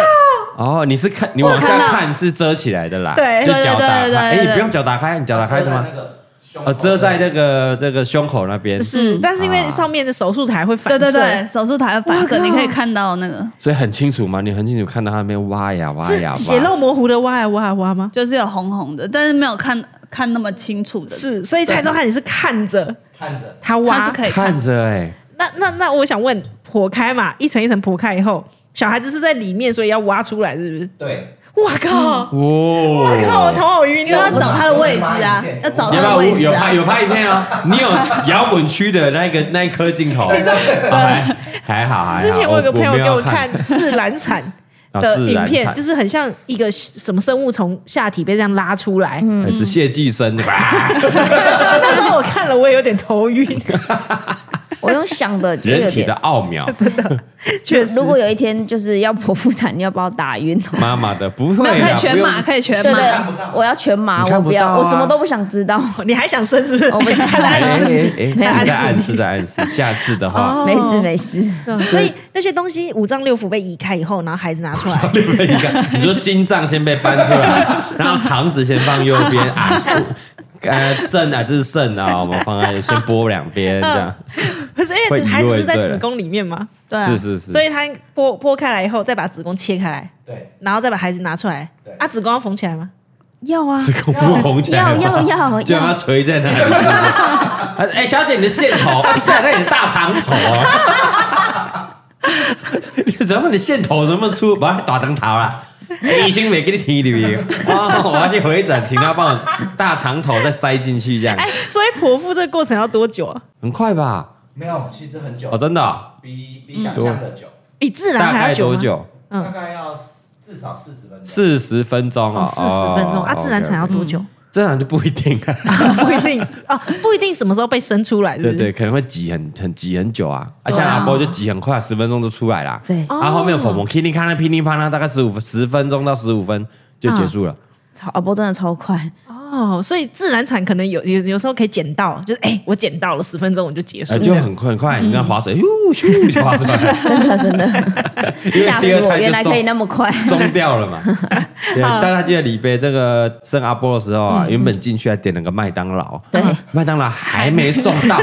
Speaker 3: 哦，你是看你
Speaker 1: 我
Speaker 3: 往下
Speaker 1: 看到
Speaker 3: 看是遮起来的啦，
Speaker 2: 对
Speaker 3: 就脚打
Speaker 1: 对对对
Speaker 3: 开，
Speaker 1: 对
Speaker 3: 哎，
Speaker 1: 对
Speaker 3: 你不用脚打开，你脚打开的吗
Speaker 6: 那？个胸口
Speaker 3: 哦，遮在那个这个胸口那边，
Speaker 2: 是，但是因为上面的手术台会反
Speaker 1: 对
Speaker 2: 射，
Speaker 1: 对对，手术台会反
Speaker 2: 哇
Speaker 1: 射，
Speaker 2: 靠
Speaker 1: 你可以看到那个，
Speaker 3: 所以很清楚嘛，你很清楚看到他那边挖呀挖呀
Speaker 2: 是血
Speaker 3: 挖。
Speaker 2: 肉模糊的挖呀挖呀挖吗？
Speaker 1: 就是有红红的，但是没有看看那么清楚的，
Speaker 2: 是，所以蔡宗翰你是看着
Speaker 6: 看着，
Speaker 2: 他
Speaker 1: 它
Speaker 2: 挖
Speaker 1: 是，可以看
Speaker 3: 看。着哎、
Speaker 2: 那那那我想问，剖开嘛，一层一层剖开以后，小孩子是在里面，所以要挖出来，是不是？
Speaker 6: 对，
Speaker 2: 我靠！
Speaker 3: 哇、哦！
Speaker 2: 我靠！我头好晕
Speaker 1: 因为要
Speaker 2: 哦。
Speaker 1: 找他的位置啊，要找
Speaker 3: 有
Speaker 1: 他的
Speaker 3: 没有
Speaker 1: 位置
Speaker 3: 有
Speaker 1: 啊
Speaker 3: 拍。有拍影片哦？你有摇滚区的那个那一颗镜头，还还好还好。
Speaker 2: 之前我有个朋友
Speaker 3: 没
Speaker 2: 给
Speaker 3: 有
Speaker 2: 我看自然产
Speaker 3: 啊
Speaker 2: 的
Speaker 3: 自
Speaker 2: 影
Speaker 3: 然
Speaker 2: 片，
Speaker 3: 产
Speaker 2: 就是很像一个什么生物从下体被这样拉出来。
Speaker 3: 还是谢寄 生的吧？
Speaker 2: 那时候我看了，我也有点头 晕，
Speaker 4: 我用想的就
Speaker 3: 人
Speaker 4: 有
Speaker 3: 体的
Speaker 4: 点。
Speaker 3: 奥妙，
Speaker 2: 确实
Speaker 4: 如。果有一天就是要剖腹产，你要把我打晕哦。
Speaker 3: 妈妈的不
Speaker 1: 没
Speaker 3: 会
Speaker 1: 有可以
Speaker 3: 啦，
Speaker 1: 全
Speaker 3: 不用
Speaker 1: 麻，可以全
Speaker 4: 对
Speaker 1: 麻。
Speaker 4: 对
Speaker 6: 看不到，
Speaker 4: 我要全麻，
Speaker 3: 你看
Speaker 4: 我
Speaker 3: 不
Speaker 4: 不
Speaker 3: 到啊
Speaker 4: 要，我什么都不想知道。
Speaker 2: 你还想生是不是？
Speaker 4: 我不想
Speaker 2: 他在暗 示
Speaker 3: 哎
Speaker 2: 你
Speaker 3: 哎哎，你在暗示在暗示，下次的话
Speaker 2: 哦
Speaker 4: 没事没事，
Speaker 2: 嗯所以那些东西五脏六腑被移开以后，然后孩子拿出来，
Speaker 3: 另外一个，你说心脏先被搬 出来，然后肠子先放右边啊，呃，肾啊，这是肾啊，我们放在先拨两边这样，
Speaker 2: 嗯不是因
Speaker 3: 会
Speaker 2: 为
Speaker 3: 移
Speaker 2: 孩子不是在
Speaker 3: 位对
Speaker 2: 子宫里面吗？
Speaker 1: 对啊
Speaker 3: 是是
Speaker 2: 所
Speaker 3: 是，
Speaker 2: 以他剥剥开来以后，再把子宫切开来，
Speaker 6: 对，
Speaker 2: 然后再把孩子拿出来
Speaker 6: 对。
Speaker 2: 啊，子宫要缝起来吗？
Speaker 4: 要 啊，
Speaker 3: 子宫不红起来吗，
Speaker 4: 要要要
Speaker 3: 就让它垂在那里。啊哎，小姐，你的线 头啊不是啊，那你的大肠头啊。你怎么你线头这么粗，把它打灯头啦？哎医生没给你提的啊！我要去回诊，请他帮我大肠头再塞进去，这样
Speaker 2: 哎，所以剖腹这个过程要多久啊？
Speaker 3: 很快吧？
Speaker 6: 没有，其实很久
Speaker 3: 哦，，嗯真的哦、
Speaker 6: 比比想象的久，
Speaker 2: 比自然
Speaker 3: 大
Speaker 2: 还
Speaker 3: 概
Speaker 2: 要久
Speaker 3: 多
Speaker 2: 吗？
Speaker 3: 久？啊
Speaker 2: 嗯
Speaker 6: 大概要至少四十分钟。
Speaker 3: 四十分钟
Speaker 2: 哦，
Speaker 3: 哦，
Speaker 2: 四十分钟啊，自然产要
Speaker 3: OK，OK
Speaker 2: 多久？
Speaker 3: 自然就不一定啊。
Speaker 4: 嗯
Speaker 2: 不一定哦，不一定什么时候被生出来，是不
Speaker 3: 对
Speaker 2: 是？
Speaker 3: 对，可能会挤很很挤很久啊，啊，
Speaker 1: 对啊
Speaker 3: 像阿波就挤很快，十分钟就出来啦。
Speaker 4: 对
Speaker 2: 哦
Speaker 3: 然后后面有粉红噼里啪啦噼里啪啦，大概十五十分钟到十五分就结束
Speaker 4: 啊
Speaker 3: 了。
Speaker 4: 超阿波真的超快，
Speaker 2: 哦，所以自然产可能有有有时候可以捡到，就是哎，我捡到了，十分钟我就结束
Speaker 3: 呃，
Speaker 2: 了，
Speaker 3: 就很快很
Speaker 4: 嗯
Speaker 3: 快，你看划水，咻咻就 划出来了，
Speaker 4: 真的真的
Speaker 3: 因为
Speaker 4: 吓死
Speaker 3: 第二
Speaker 4: 我！
Speaker 3: 胎就
Speaker 4: 原来可以
Speaker 3: 松
Speaker 4: 那么快，
Speaker 3: 松掉 了嘛。对，但他记得李贝这个生阿波的时候啊，原本进去还点了个麦当劳，
Speaker 4: 嗯对
Speaker 3: 麦当劳还没送到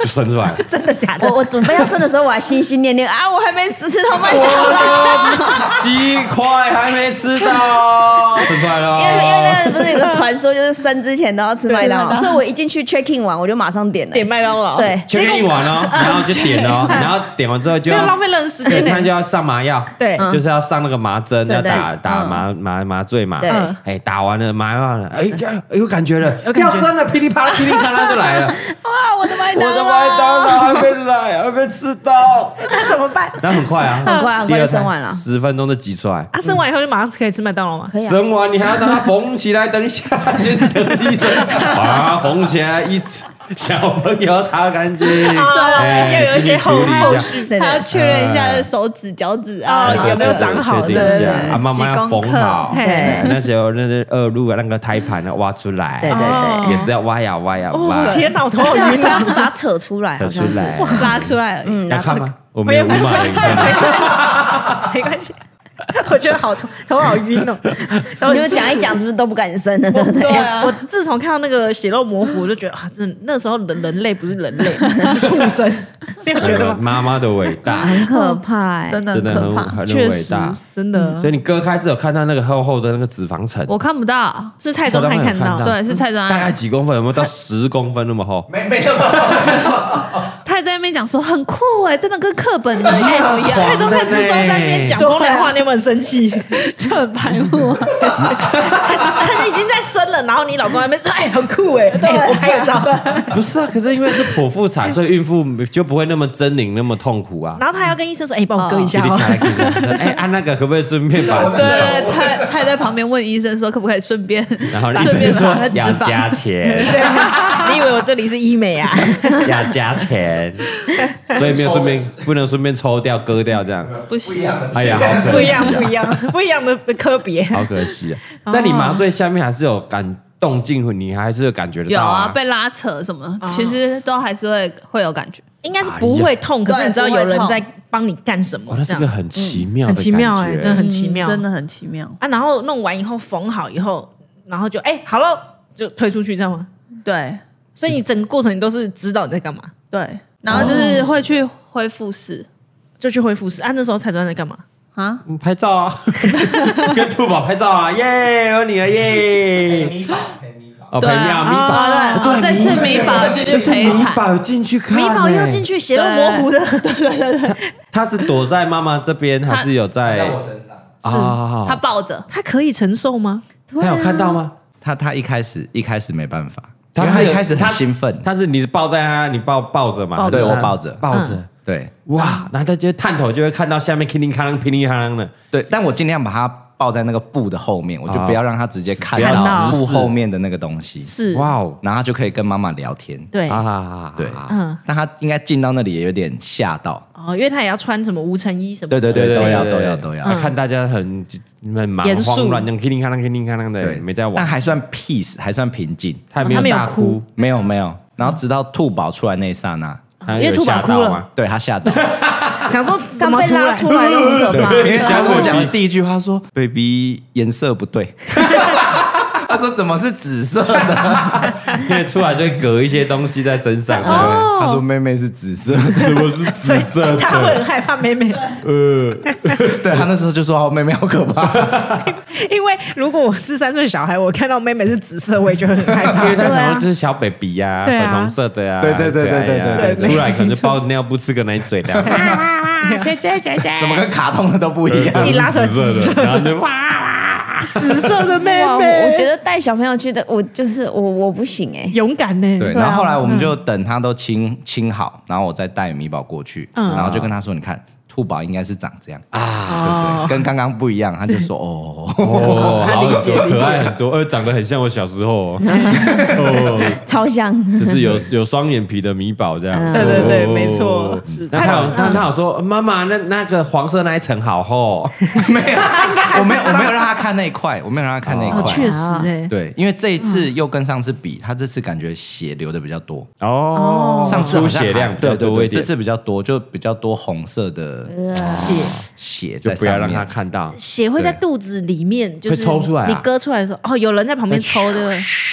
Speaker 3: 就生出来了。
Speaker 2: 真的假的
Speaker 4: 我？我准备要生的时候，我还心心念念啊，我还没死到麦当劳。
Speaker 3: 我的鸡块还没吃 到，吃出来了。
Speaker 4: 因为因为那个不是有个传说，就是生之前都要吃 麦当劳，所以我一进去 check in 完，我就马上点了。
Speaker 2: 点麦当劳，
Speaker 4: 对，
Speaker 3: 前面一碗哦，然后就点 哦，然后点完之后就
Speaker 2: 没有
Speaker 3: 要
Speaker 2: 浪费任何时
Speaker 3: 对
Speaker 2: 间
Speaker 3: 他
Speaker 2: 呢。
Speaker 3: 就要上麻药，
Speaker 2: 对嗯
Speaker 3: 就是要上那个麻针，
Speaker 4: 对
Speaker 3: 要
Speaker 4: 对嗯
Speaker 3: 打打麻麻麻醉嘛。
Speaker 4: 对
Speaker 2: 嗯
Speaker 3: 哎，打完了麻药了，哎呀，有感觉了，
Speaker 2: 感觉
Speaker 3: 要生了，噼里啪啦，噼里啪啦就来 了，
Speaker 4: 哇，我的麦
Speaker 3: 我
Speaker 4: 当劳，
Speaker 3: 的麦当劳还没来，还没吃到，
Speaker 2: 那怎么办？
Speaker 3: 那很快啊，
Speaker 4: 嗯很快很快就生完了
Speaker 3: 十分钟就挤出来。
Speaker 2: 啊，生完以后就马上可以吃麦当劳吗？
Speaker 4: 可以啊，
Speaker 3: 生完你还要让它缝起来，等一下先等医 生把它缝起来，一小朋友擦干净，
Speaker 4: 哦
Speaker 2: 啊
Speaker 3: 哎
Speaker 2: 要有一些 后
Speaker 3: 继续处理一下
Speaker 2: 后续。
Speaker 4: 对
Speaker 1: 还要
Speaker 4: 对，
Speaker 1: 确认一下手指、脚趾啊
Speaker 2: 哦，有没有
Speaker 3: 对对对
Speaker 2: 长好
Speaker 3: 确定
Speaker 2: 对
Speaker 3: 一
Speaker 1: 对
Speaker 3: 下
Speaker 1: 对
Speaker 3: 啊，慢慢要缝好。
Speaker 2: 嘿
Speaker 3: 哎那时候那是二路啊，那个胎盘要挖出来，
Speaker 4: 对对对
Speaker 2: 哦
Speaker 3: 也是要挖呀挖呀挖
Speaker 2: 哦，，天哪，我头好
Speaker 4: 对啊
Speaker 2: 晕
Speaker 4: 他
Speaker 2: 啊
Speaker 4: 要！是把它扯出来，
Speaker 3: 扯
Speaker 4: 好
Speaker 3: 出
Speaker 4: 像是。
Speaker 3: 来。
Speaker 1: 拉出来而已。
Speaker 4: 嗯，
Speaker 3: 要
Speaker 4: 拿出
Speaker 3: 看
Speaker 4: 来
Speaker 3: 吗？我们有五马啊的影片，
Speaker 2: 没关系， 我觉得好头头好晕 哦。然后
Speaker 4: 你们讲一讲，是不是都不敢生了，对不对？
Speaker 5: 哎
Speaker 1: 对啊
Speaker 2: 我，自从看到那个血肉模糊，我就觉得啊，真的那时候人人类不是人 类，是畜生，你有觉得吗？
Speaker 3: 妈妈的伟 大，
Speaker 4: 很可怕哎，
Speaker 1: 真的
Speaker 3: 真
Speaker 1: 很
Speaker 3: 的
Speaker 1: 可
Speaker 3: 很
Speaker 1: 怕。
Speaker 3: 很
Speaker 2: 确
Speaker 3: 伟
Speaker 2: 实
Speaker 3: 大。，嗯
Speaker 2: 真的
Speaker 3: 所以你哥开始有看到那个厚厚的那个脂肪
Speaker 2: 哦
Speaker 3: 层，
Speaker 1: 我看不到，
Speaker 2: 是蔡宗汉看
Speaker 3: 看到
Speaker 2: 到，
Speaker 1: 对，是蔡宗
Speaker 3: 大概
Speaker 1: 翰。
Speaker 3: 几公分？有没有到十公分那么厚？
Speaker 6: 没没那么
Speaker 1: 蔡
Speaker 5: 在那边讲说很酷哎，真的跟课本 的一模一样，
Speaker 2: 蔡宗汉这时候在那边讲
Speaker 5: 对啊
Speaker 2: 风凉话，你有没有很生 气？
Speaker 5: 就很白目啊。
Speaker 2: 他已经在生了，然后你老公在那边说：“哎，很酷哎，哎，我拍个照。”
Speaker 3: 不是啊，可是因为是剖腹产，所以孕妇就不会那么狰狞，那么痛苦 啊。
Speaker 2: 然后他还要跟医生说：“哎，帮我割一
Speaker 3: 叽
Speaker 2: 下
Speaker 3: 里
Speaker 2: 哦。
Speaker 3: 咔啦叽里咔啦哎，按那个可不可以顺便把脂
Speaker 5: 对
Speaker 3: 肪？
Speaker 5: 他他还在旁边问医生说可不可以顺便
Speaker 3: 然后
Speaker 5: 把
Speaker 3: 医
Speaker 5: 顺
Speaker 3: 生
Speaker 5: 便
Speaker 3: 说
Speaker 5: 把他脂
Speaker 3: 要加
Speaker 5: 肪。
Speaker 3: 钱，
Speaker 2: 你以为我这里是医美 啊？
Speaker 3: 要加钱，所以没有顺便不能顺便抽掉割掉这样。
Speaker 5: 不
Speaker 6: 不一
Speaker 5: 行，
Speaker 6: 样的，
Speaker 3: 哎呀，好可 惜、啊，
Speaker 2: 不一样，不一样，不一样的科别。
Speaker 3: 好可 惜啊！
Speaker 5: 哦
Speaker 3: 但你麻醉下面还是有感动静，你还是有感觉得
Speaker 5: 有
Speaker 3: 到
Speaker 5: 啊，
Speaker 3: 啊。
Speaker 5: 被拉扯什么，其实都还是会会有感觉。
Speaker 2: 应该是不会痛，可是你知道有人在帮你干什么
Speaker 3: 哦哇，那，
Speaker 2: 这
Speaker 3: 是
Speaker 2: 样
Speaker 3: 个很奇妙
Speaker 2: 很
Speaker 3: 的感觉，
Speaker 2: 奇妙
Speaker 5: 欸
Speaker 2: 哎，真的很奇妙，
Speaker 5: 嗯真的很奇妙。
Speaker 2: 啊。然后弄完以后缝好以后，然后就哎好了，就推出去，这样吗？
Speaker 5: 对
Speaker 2: 所以你整个过程你都是知道你在干嘛，
Speaker 5: 对，哦然后就是会去恢复室
Speaker 2: 就去恢复室啊。那时候蔡卓安在干嘛？
Speaker 5: 啊，
Speaker 3: 嗯拍照 啊，跟兔宝拍照啊，耶！我女儿
Speaker 6: 陪
Speaker 3: 耶！
Speaker 6: 米宝，陪米宝。
Speaker 3: 哦，陪妙米宝，
Speaker 5: 啊对，哦，这次米宝就
Speaker 3: 这
Speaker 5: 去
Speaker 3: 是
Speaker 5: 陪
Speaker 3: 米
Speaker 5: 产，
Speaker 3: 宝进去看，
Speaker 2: 米宝要进
Speaker 3: 去，
Speaker 2: 去，血肉模糊的，
Speaker 3: 他是躲在妈妈这边，还是有
Speaker 6: 在
Speaker 3: 在
Speaker 6: 我身
Speaker 7: 哎
Speaker 6: 上，
Speaker 3: 啊
Speaker 5: 他？抱 着，
Speaker 2: 他可以承受吗？
Speaker 3: 他有看到吗？
Speaker 7: 他他一开始一开始没办法，
Speaker 3: 他
Speaker 7: 他
Speaker 3: 是
Speaker 7: 他一开始
Speaker 3: 他
Speaker 7: 很兴奋，
Speaker 3: 他是你抱在他，你抱抱着嘛？
Speaker 2: 抱
Speaker 7: 着
Speaker 3: 还是他
Speaker 7: 对我抱着
Speaker 3: 抱
Speaker 2: 嗯
Speaker 3: 着。
Speaker 7: 对
Speaker 3: 哇，然后他就探头就会看到下面叮叮哐啷、叮叮哐啷的，
Speaker 7: 对，但我尽量把他抱在那个布的后面，我就
Speaker 3: 啊
Speaker 7: 不要让他直接看
Speaker 3: 不要
Speaker 2: 直
Speaker 7: 布
Speaker 3: 视
Speaker 7: 后面的那个东西，
Speaker 2: 是，
Speaker 3: 哇哦，
Speaker 7: 然后他就可以跟妈妈聊天。
Speaker 2: 对，
Speaker 3: 啊，
Speaker 7: 对
Speaker 2: 嗯，
Speaker 7: 但他应该进到那里也有点吓到，
Speaker 2: 哦，因为他也要穿什么无尘衣什么的，
Speaker 7: 对对对，都要都要都要，
Speaker 3: 看大家很很忙
Speaker 2: 严肃
Speaker 3: 慌乱，这样叮叮哐啷、叮叮哐啷的，
Speaker 7: 对，
Speaker 3: 没在
Speaker 7: 但
Speaker 3: 玩，
Speaker 7: 还算 peace，还算平静，
Speaker 3: 他也没有大哭，
Speaker 7: 没有没有。然后直到兔宝出来那一刹那，
Speaker 3: 他
Speaker 2: 因为
Speaker 3: 有
Speaker 2: 兔宝
Speaker 3: 吓
Speaker 2: 哭
Speaker 3: 到啊
Speaker 2: 了
Speaker 3: 吗？
Speaker 7: 对他吓到，
Speaker 2: 想说怎么
Speaker 4: 刚被
Speaker 2: 突然
Speaker 4: 拉出来又很可怕。
Speaker 7: 因为
Speaker 3: 小
Speaker 7: 他
Speaker 3: 狗
Speaker 7: 跟我讲的
Speaker 3: 逼
Speaker 7: 第一句话说：“baby，颜色不 对。”他说：“怎么是紫色的
Speaker 3: 因为出来就会隔一些东西在身上，？”啊
Speaker 2: 哦
Speaker 3: 对
Speaker 7: 他说：“妹妹是紫色。
Speaker 3: 不对 怎么是紫 色
Speaker 2: 他会很害怕妹妹，
Speaker 3: 呃，”
Speaker 7: 对他那时候就说：“哦，妹妹好可 怕。
Speaker 2: 因为如果我是三岁小孩，我看到妹妹是紫色，我也就很害
Speaker 3: 因为
Speaker 2: 怕。
Speaker 3: 他想说这是小 baby 呀，
Speaker 2: 对啊
Speaker 3: 粉红色的呀，
Speaker 7: 对对对对对对
Speaker 3: 对
Speaker 7: 对
Speaker 3: 对，出来可能就抱尿布吃个奶嘴的，啊
Speaker 7: 怎么跟卡通的都不一样
Speaker 2: 一拉扯
Speaker 3: 紫色的，然后就哇，
Speaker 2: 紫色的妹
Speaker 4: 哇，我
Speaker 2: 妹，
Speaker 4: 我觉得带小朋友去的，我就是我我不行哎、
Speaker 2: 勇敢呢？”
Speaker 7: 对，然后后来我们就等他都清清好，然后我再带米宝过去，
Speaker 2: 嗯
Speaker 7: 然后就跟他说：“你看，兔宝应该是长这样啊，对不对？跟刚刚不一样。”他就说：“哦，
Speaker 3: 哦，好可爱很多，呃，长得很像我小时 候哦，哦
Speaker 4: 超像。
Speaker 3: 就是有有双眼皮的米宝这样。
Speaker 2: 嗯对对对
Speaker 3: 哦
Speaker 2: 没错嗯是
Speaker 3: 那他有他他有说呃妈妈，那那个黄色那一层好厚，
Speaker 7: 没有，我没有，我没有让他看那一块，我没有让他看那一
Speaker 2: 哦，
Speaker 7: 块。
Speaker 2: 确实哎，
Speaker 7: 对，因为这一次
Speaker 3: 嗯
Speaker 7: 又跟上次比，他这次感觉血流的比较多，
Speaker 3: 哦
Speaker 7: 上次
Speaker 3: 出
Speaker 7: 好像
Speaker 3: 血量
Speaker 7: 还
Speaker 3: 比较
Speaker 7: 对对
Speaker 3: 多一
Speaker 7: 对，这
Speaker 3: 点，啊
Speaker 7: 次比较多，就比较多红色的
Speaker 2: 血
Speaker 7: 血
Speaker 3: 就
Speaker 7: 在
Speaker 3: 不要让
Speaker 7: 上
Speaker 3: 他
Speaker 7: 面。
Speaker 3: 看到。
Speaker 2: 血会在肚子里面，就是
Speaker 3: 会抽出来啊
Speaker 2: 你割出来的时候，哦，有人在旁边抽的，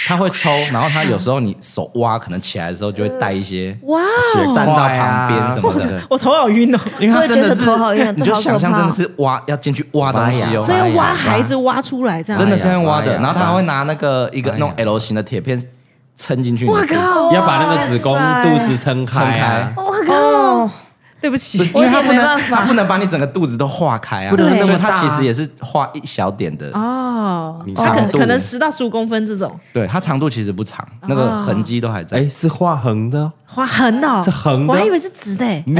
Speaker 7: 他会抽，然后他有时候你手挖，可能起来的时候就会带一些
Speaker 2: 哇
Speaker 3: 血
Speaker 2: 哦，
Speaker 7: 沾到旁边什么的，
Speaker 2: 我头好晕哦，
Speaker 3: 哎
Speaker 7: 因为他真的
Speaker 4: 我也觉得头好
Speaker 7: 是，
Speaker 4: 晕
Speaker 7: 你就想象真的是挖要进去挖东西
Speaker 2: 所
Speaker 7: 哦。
Speaker 2: 以挖孩子挖出来这样，
Speaker 7: 真的是用挖的，
Speaker 3: 哎呀
Speaker 7: 然后他还会拿那个一个
Speaker 3: 哎呀
Speaker 7: 那种 L 型的铁片撑进去。
Speaker 4: 我！靠！
Speaker 3: 要把那个子宫肚子撑
Speaker 7: 撑
Speaker 3: 开啊
Speaker 7: 开，，
Speaker 4: 我靠！
Speaker 2: 哦对不起，
Speaker 7: 因为它不
Speaker 4: 我也没办
Speaker 7: 能，
Speaker 4: 法
Speaker 7: 它不能把你整个肚子都化开啊，
Speaker 3: 不能
Speaker 7: 对
Speaker 3: 那么
Speaker 7: 所以它
Speaker 3: 大啊
Speaker 7: 其实也是化一小点的，
Speaker 2: 哦，
Speaker 3: 你
Speaker 2: 它可
Speaker 7: 长度
Speaker 2: 可能十到十五公分这种，
Speaker 7: 对，它长度其实不长，那个
Speaker 2: 哦
Speaker 7: 痕迹都还在
Speaker 3: 哎，。是画横的哦，
Speaker 2: 划痕哦，
Speaker 3: 是横的
Speaker 2: 我还以为是直的欸。
Speaker 4: 以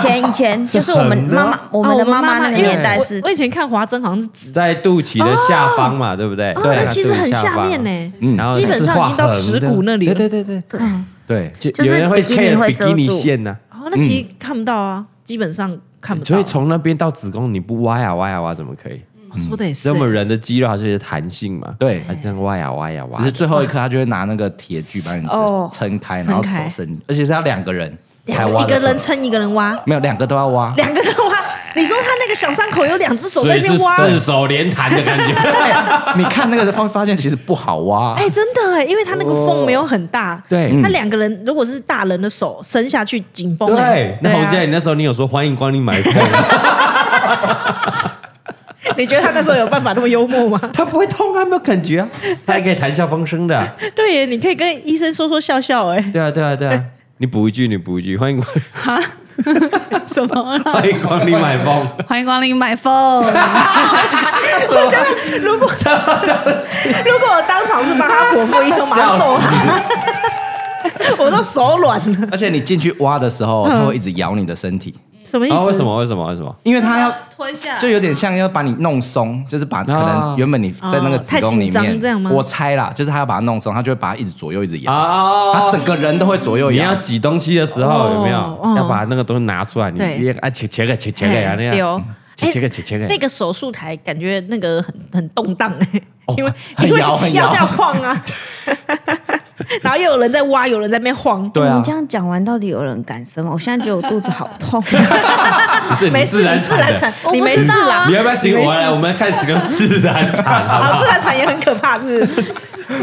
Speaker 4: 前以前 就是我们
Speaker 3: 是横的
Speaker 4: 妈妈，我们
Speaker 2: 哦
Speaker 4: 的啊妈妈那个
Speaker 2: 因为
Speaker 4: 年代
Speaker 2: 我
Speaker 4: 是
Speaker 2: 我以前看华筝好像是直的，
Speaker 3: 在肚脐的下方嘛，对不对？
Speaker 2: 哦，那其实很
Speaker 3: 方啊
Speaker 2: 下面，呢，
Speaker 7: 嗯
Speaker 3: 然后
Speaker 2: 基本
Speaker 3: 是
Speaker 2: 上
Speaker 3: 画
Speaker 2: 已经到
Speaker 3: 横
Speaker 2: 耻
Speaker 3: 的
Speaker 2: 骨那里了。
Speaker 3: 对对对对，
Speaker 7: 对，
Speaker 3: 就
Speaker 4: 就是
Speaker 3: 有人会
Speaker 4: 比基尼
Speaker 3: care
Speaker 4: 会
Speaker 3: 比
Speaker 4: 遮
Speaker 3: 基尼
Speaker 4: 住
Speaker 3: 线呢，
Speaker 2: 哦，那其实看不到啊，基本上看不到。
Speaker 3: 嗯所以从那边到子宫，你不挖呀挖呀挖怎么可以？
Speaker 2: 哦说的也是
Speaker 3: 所以我们人的肌肉还是有弹性嘛，
Speaker 7: 对
Speaker 3: 还这样挖呀挖呀挖
Speaker 7: 只。是最后一刻，他就会拿那个铁锯把你
Speaker 4: 哦
Speaker 7: 撑开，
Speaker 2: 撑开
Speaker 7: 然后手伸进去，而且是要两个人才挖
Speaker 2: 一
Speaker 7: 得
Speaker 2: 个
Speaker 7: 出来
Speaker 2: 人撑一个人挖，
Speaker 7: 没有两个都要挖，
Speaker 2: 两个人挖。 你说他那个小伤口有两只手在
Speaker 3: 所以
Speaker 2: 那
Speaker 3: 是
Speaker 2: 边挖，
Speaker 3: 四手连弹的感 觉，啊
Speaker 7: 你看那个发发现其实不好 挖
Speaker 2: 哎，，真的哎，因为他那个缝没有很大，
Speaker 3: 哦对嗯
Speaker 2: 他两个人如果是大人的手伸下去紧绷哎，
Speaker 3: 对。那洪
Speaker 2: 啊
Speaker 3: 嘉颖那时候你有说欢迎光临 买房，
Speaker 2: 你觉得他那时候有办法那么幽默吗？
Speaker 3: 他不会痛啊，没有感 觉啊，他还可以谈笑风生的啊，
Speaker 2: 对耶，你可以跟医生说说笑笑哎。
Speaker 3: 对啊对啊对啊。你补一句，你补一句，欢迎光，
Speaker 1: 什
Speaker 2: 啊
Speaker 1: 么啦
Speaker 3: 欢？迎光临买 风，
Speaker 1: 欢迎光临买风。
Speaker 2: 如果我当场是帮他果腹一胸，马上揍他， 我都手软了。
Speaker 7: 而且你进去挖的时
Speaker 2: 嗯
Speaker 7: 候，它会一直咬你的身体，
Speaker 2: 什么意
Speaker 3: 然后
Speaker 2: 思？
Speaker 3: 啊为什么？为什么？为什么？
Speaker 7: 因为它要
Speaker 1: 吞 下
Speaker 7: 就有点像要把你弄松，就是把可能原本你在
Speaker 2: 哦
Speaker 7: 那个子宫
Speaker 5: 太紧
Speaker 7: 里
Speaker 5: 张
Speaker 7: 面，
Speaker 5: 这样吗
Speaker 7: 我猜啦，就是他要把它弄松，他就会把它一直左右一直摇，他
Speaker 3: 啊！
Speaker 7: 整个人都会左右
Speaker 3: 你要
Speaker 7: 摇。
Speaker 3: 挤东西的时候有没
Speaker 2: 哦
Speaker 3: 有
Speaker 2: 嗯
Speaker 3: 要把那个东西拿出来？你
Speaker 5: 对
Speaker 3: 你啊切切个切
Speaker 2: 哎
Speaker 3: 切个啊那样，
Speaker 2: 丢。
Speaker 3: 切切个切切个
Speaker 2: 哦哎那。个手术台感觉那个很很动荡哎、
Speaker 7: 哦
Speaker 2: 因为
Speaker 7: 很
Speaker 2: 因为
Speaker 7: 摇很摇
Speaker 2: 要这样晃啊，然后又有人在挖，有人在那边晃，
Speaker 7: 对
Speaker 5: 你
Speaker 7: 啊
Speaker 5: 们这，样讲完，到底有人敢生吗？我现在觉得我肚子好 痛。
Speaker 3: 不是
Speaker 2: 没
Speaker 3: 你
Speaker 2: 事，
Speaker 3: 自
Speaker 2: 你
Speaker 3: 然
Speaker 2: 自
Speaker 3: 产
Speaker 2: 然
Speaker 3: 的
Speaker 2: 产。，你没事啦
Speaker 3: 你。要不要形容？我
Speaker 2: 没
Speaker 3: 来，我们来看形容自然产，好不
Speaker 2: 啊，
Speaker 3: 啊好
Speaker 2: 自？然产也很可怕，是不是？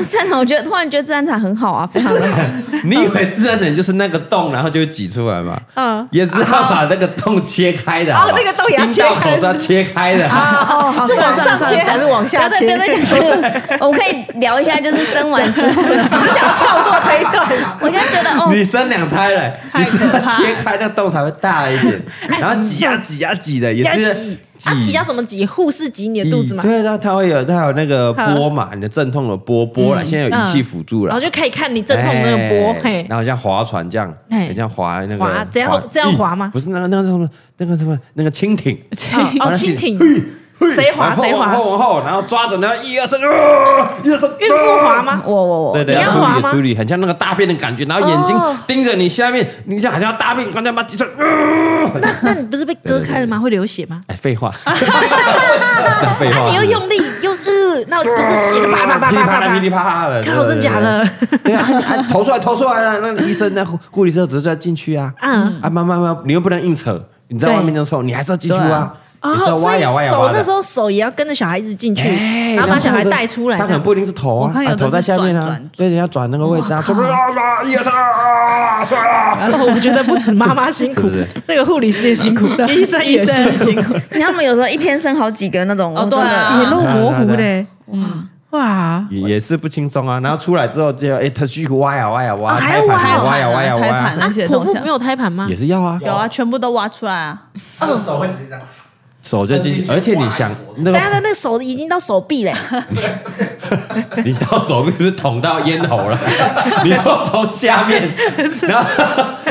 Speaker 4: 自然产，我觉得突然觉得自然产很好啊，非常的好。
Speaker 3: 你以为自然产就是那个洞，然后就会挤出来吗？嗯，也是要把那个洞切开的，
Speaker 2: 哦
Speaker 3: 好不好
Speaker 2: 那个洞也要
Speaker 3: 阴道
Speaker 2: 切开啊
Speaker 3: 口是要切开的。
Speaker 4: 哦，好，
Speaker 2: 是
Speaker 4: 算
Speaker 2: 往
Speaker 4: 了算
Speaker 2: 上
Speaker 4: 了算
Speaker 2: 切
Speaker 4: 了，
Speaker 2: 还是往
Speaker 4: 不要
Speaker 2: 下
Speaker 4: 再不
Speaker 2: 切
Speaker 4: 要？再讲这个，我们可以聊一下，就是生完之 后的方向。
Speaker 2: 跳过这一段，
Speaker 4: 我刚觉得哦，
Speaker 3: 你生两胎了，你是要切开那洞才会大 一点，然后挤啊挤啊挤的，也
Speaker 2: 要
Speaker 3: 是
Speaker 2: 挤啊挤要怎么挤？护士挤你的肚子嘛，
Speaker 3: 对，它它会有它有那个波嘛，你的阵痛的波
Speaker 2: 嗯
Speaker 3: 波了，现在有仪器辅助了，
Speaker 2: 然后就可以看你阵痛的那个波，
Speaker 3: 哎
Speaker 2: 嘿，
Speaker 3: 然后像划船这样，
Speaker 5: 嘿
Speaker 3: 很像划那个
Speaker 2: 划怎样这样划吗
Speaker 3: 不是那个那个什么那个什么那个蜻蜓，
Speaker 2: 哦
Speaker 3: 然
Speaker 2: 哦，
Speaker 3: 后
Speaker 2: 蜻蜓，
Speaker 3: 嘿
Speaker 2: 谁划
Speaker 3: 然后
Speaker 2: 谁划
Speaker 3: 往后往后，然后抓着，然后一二三，啊一二三，
Speaker 2: 孕妇划吗？
Speaker 4: 我我我，
Speaker 3: 对对，
Speaker 2: 你要
Speaker 3: 处
Speaker 2: 滑
Speaker 3: 理
Speaker 2: 吗哦
Speaker 3: 处理，很像那个大便的感觉，然后眼睛盯着你下面，你想好像要大便，刚才把挤出来，呃
Speaker 2: 那你不是被割开了吗？会流血吗？
Speaker 3: 哎，废话， 是啊废话，
Speaker 2: 你又用力又呃，那不是血啪啪啪
Speaker 3: 噼
Speaker 2: 啪
Speaker 3: 里啪
Speaker 2: 啪
Speaker 3: 啦噼里
Speaker 2: 啪，
Speaker 3: 啪啦的，
Speaker 2: 靠，真假的？
Speaker 3: 对？对对对啊，啊投出来投出来了，那医生那护护理师都是要进去啊，
Speaker 2: 嗯
Speaker 3: 啊，慢慢慢，你又不能硬扯，你在外面就臭，你还是要进去啊，
Speaker 2: 哦
Speaker 3: 你是要，
Speaker 2: 所
Speaker 3: 挖
Speaker 2: 以
Speaker 3: 呀挖呀
Speaker 2: 手
Speaker 3: 挖
Speaker 2: 那
Speaker 3: 的
Speaker 2: 时。候手也要跟着小孩一直进去
Speaker 3: 哎，
Speaker 2: 然后把小孩带出来
Speaker 3: 他可
Speaker 2: 这
Speaker 3: 能
Speaker 2: 样。
Speaker 3: 不一定是头
Speaker 5: 我，
Speaker 3: 啊
Speaker 5: 看有
Speaker 3: 啊
Speaker 5: 的是
Speaker 3: 头在下面
Speaker 5: 转
Speaker 3: 啊
Speaker 5: 转，
Speaker 3: 所以你要转那个位置啊，
Speaker 5: 哇靠
Speaker 3: 转不啊，一二三啊，出来啊！
Speaker 2: 我觉得不止妈妈辛苦，
Speaker 3: 是不是
Speaker 2: 这个护理师也 辛苦，医生也
Speaker 5: 医生
Speaker 2: 是
Speaker 5: 很辛苦，
Speaker 4: 你他们有时候一天生好几个那种，
Speaker 5: 哦
Speaker 4: 我真的
Speaker 5: 对啊
Speaker 2: 血肉模糊
Speaker 3: 对
Speaker 2: 嘞，哇
Speaker 3: 也也是不轻松啊。然后出来之后就要，哎、他去挖呀挖呀挖，
Speaker 2: 啊哦还
Speaker 3: 胎
Speaker 2: 要
Speaker 3: 盘
Speaker 2: 挖
Speaker 3: 呀挖呀挖呀
Speaker 5: 胎
Speaker 3: 挖
Speaker 5: 盘
Speaker 3: 呀，
Speaker 5: 那些
Speaker 2: 哇！剖
Speaker 5: 东
Speaker 2: 腹
Speaker 5: 西
Speaker 2: 没有胎盘吗
Speaker 3: 也？是要啊，
Speaker 5: 有啊，全部都挖出来啊，
Speaker 6: 他的手会直接这样，
Speaker 3: 手就进去，而且你想那
Speaker 2: 大家的
Speaker 3: 个，
Speaker 2: 那手已经到手臂嘞，
Speaker 3: 你到手臂不是捅到咽喉了？ 你说从下面，然后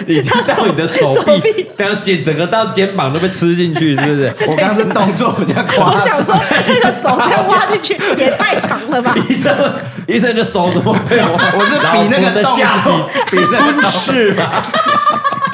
Speaker 3: 已经到你的手
Speaker 2: 手
Speaker 3: 臂
Speaker 2: 臂，
Speaker 3: 然后肩整个到肩膀都被吃进去，是不 是？
Speaker 7: 我刚刚是动作比较
Speaker 3: 啊
Speaker 7: 夸
Speaker 2: 我想
Speaker 7: 张，
Speaker 2: 说那个手再挖进去也太长了吧？
Speaker 3: 医生，医生的手怎么被我？
Speaker 7: 我是比那个
Speaker 3: 的下
Speaker 7: 动作
Speaker 3: 体比吞噬吧。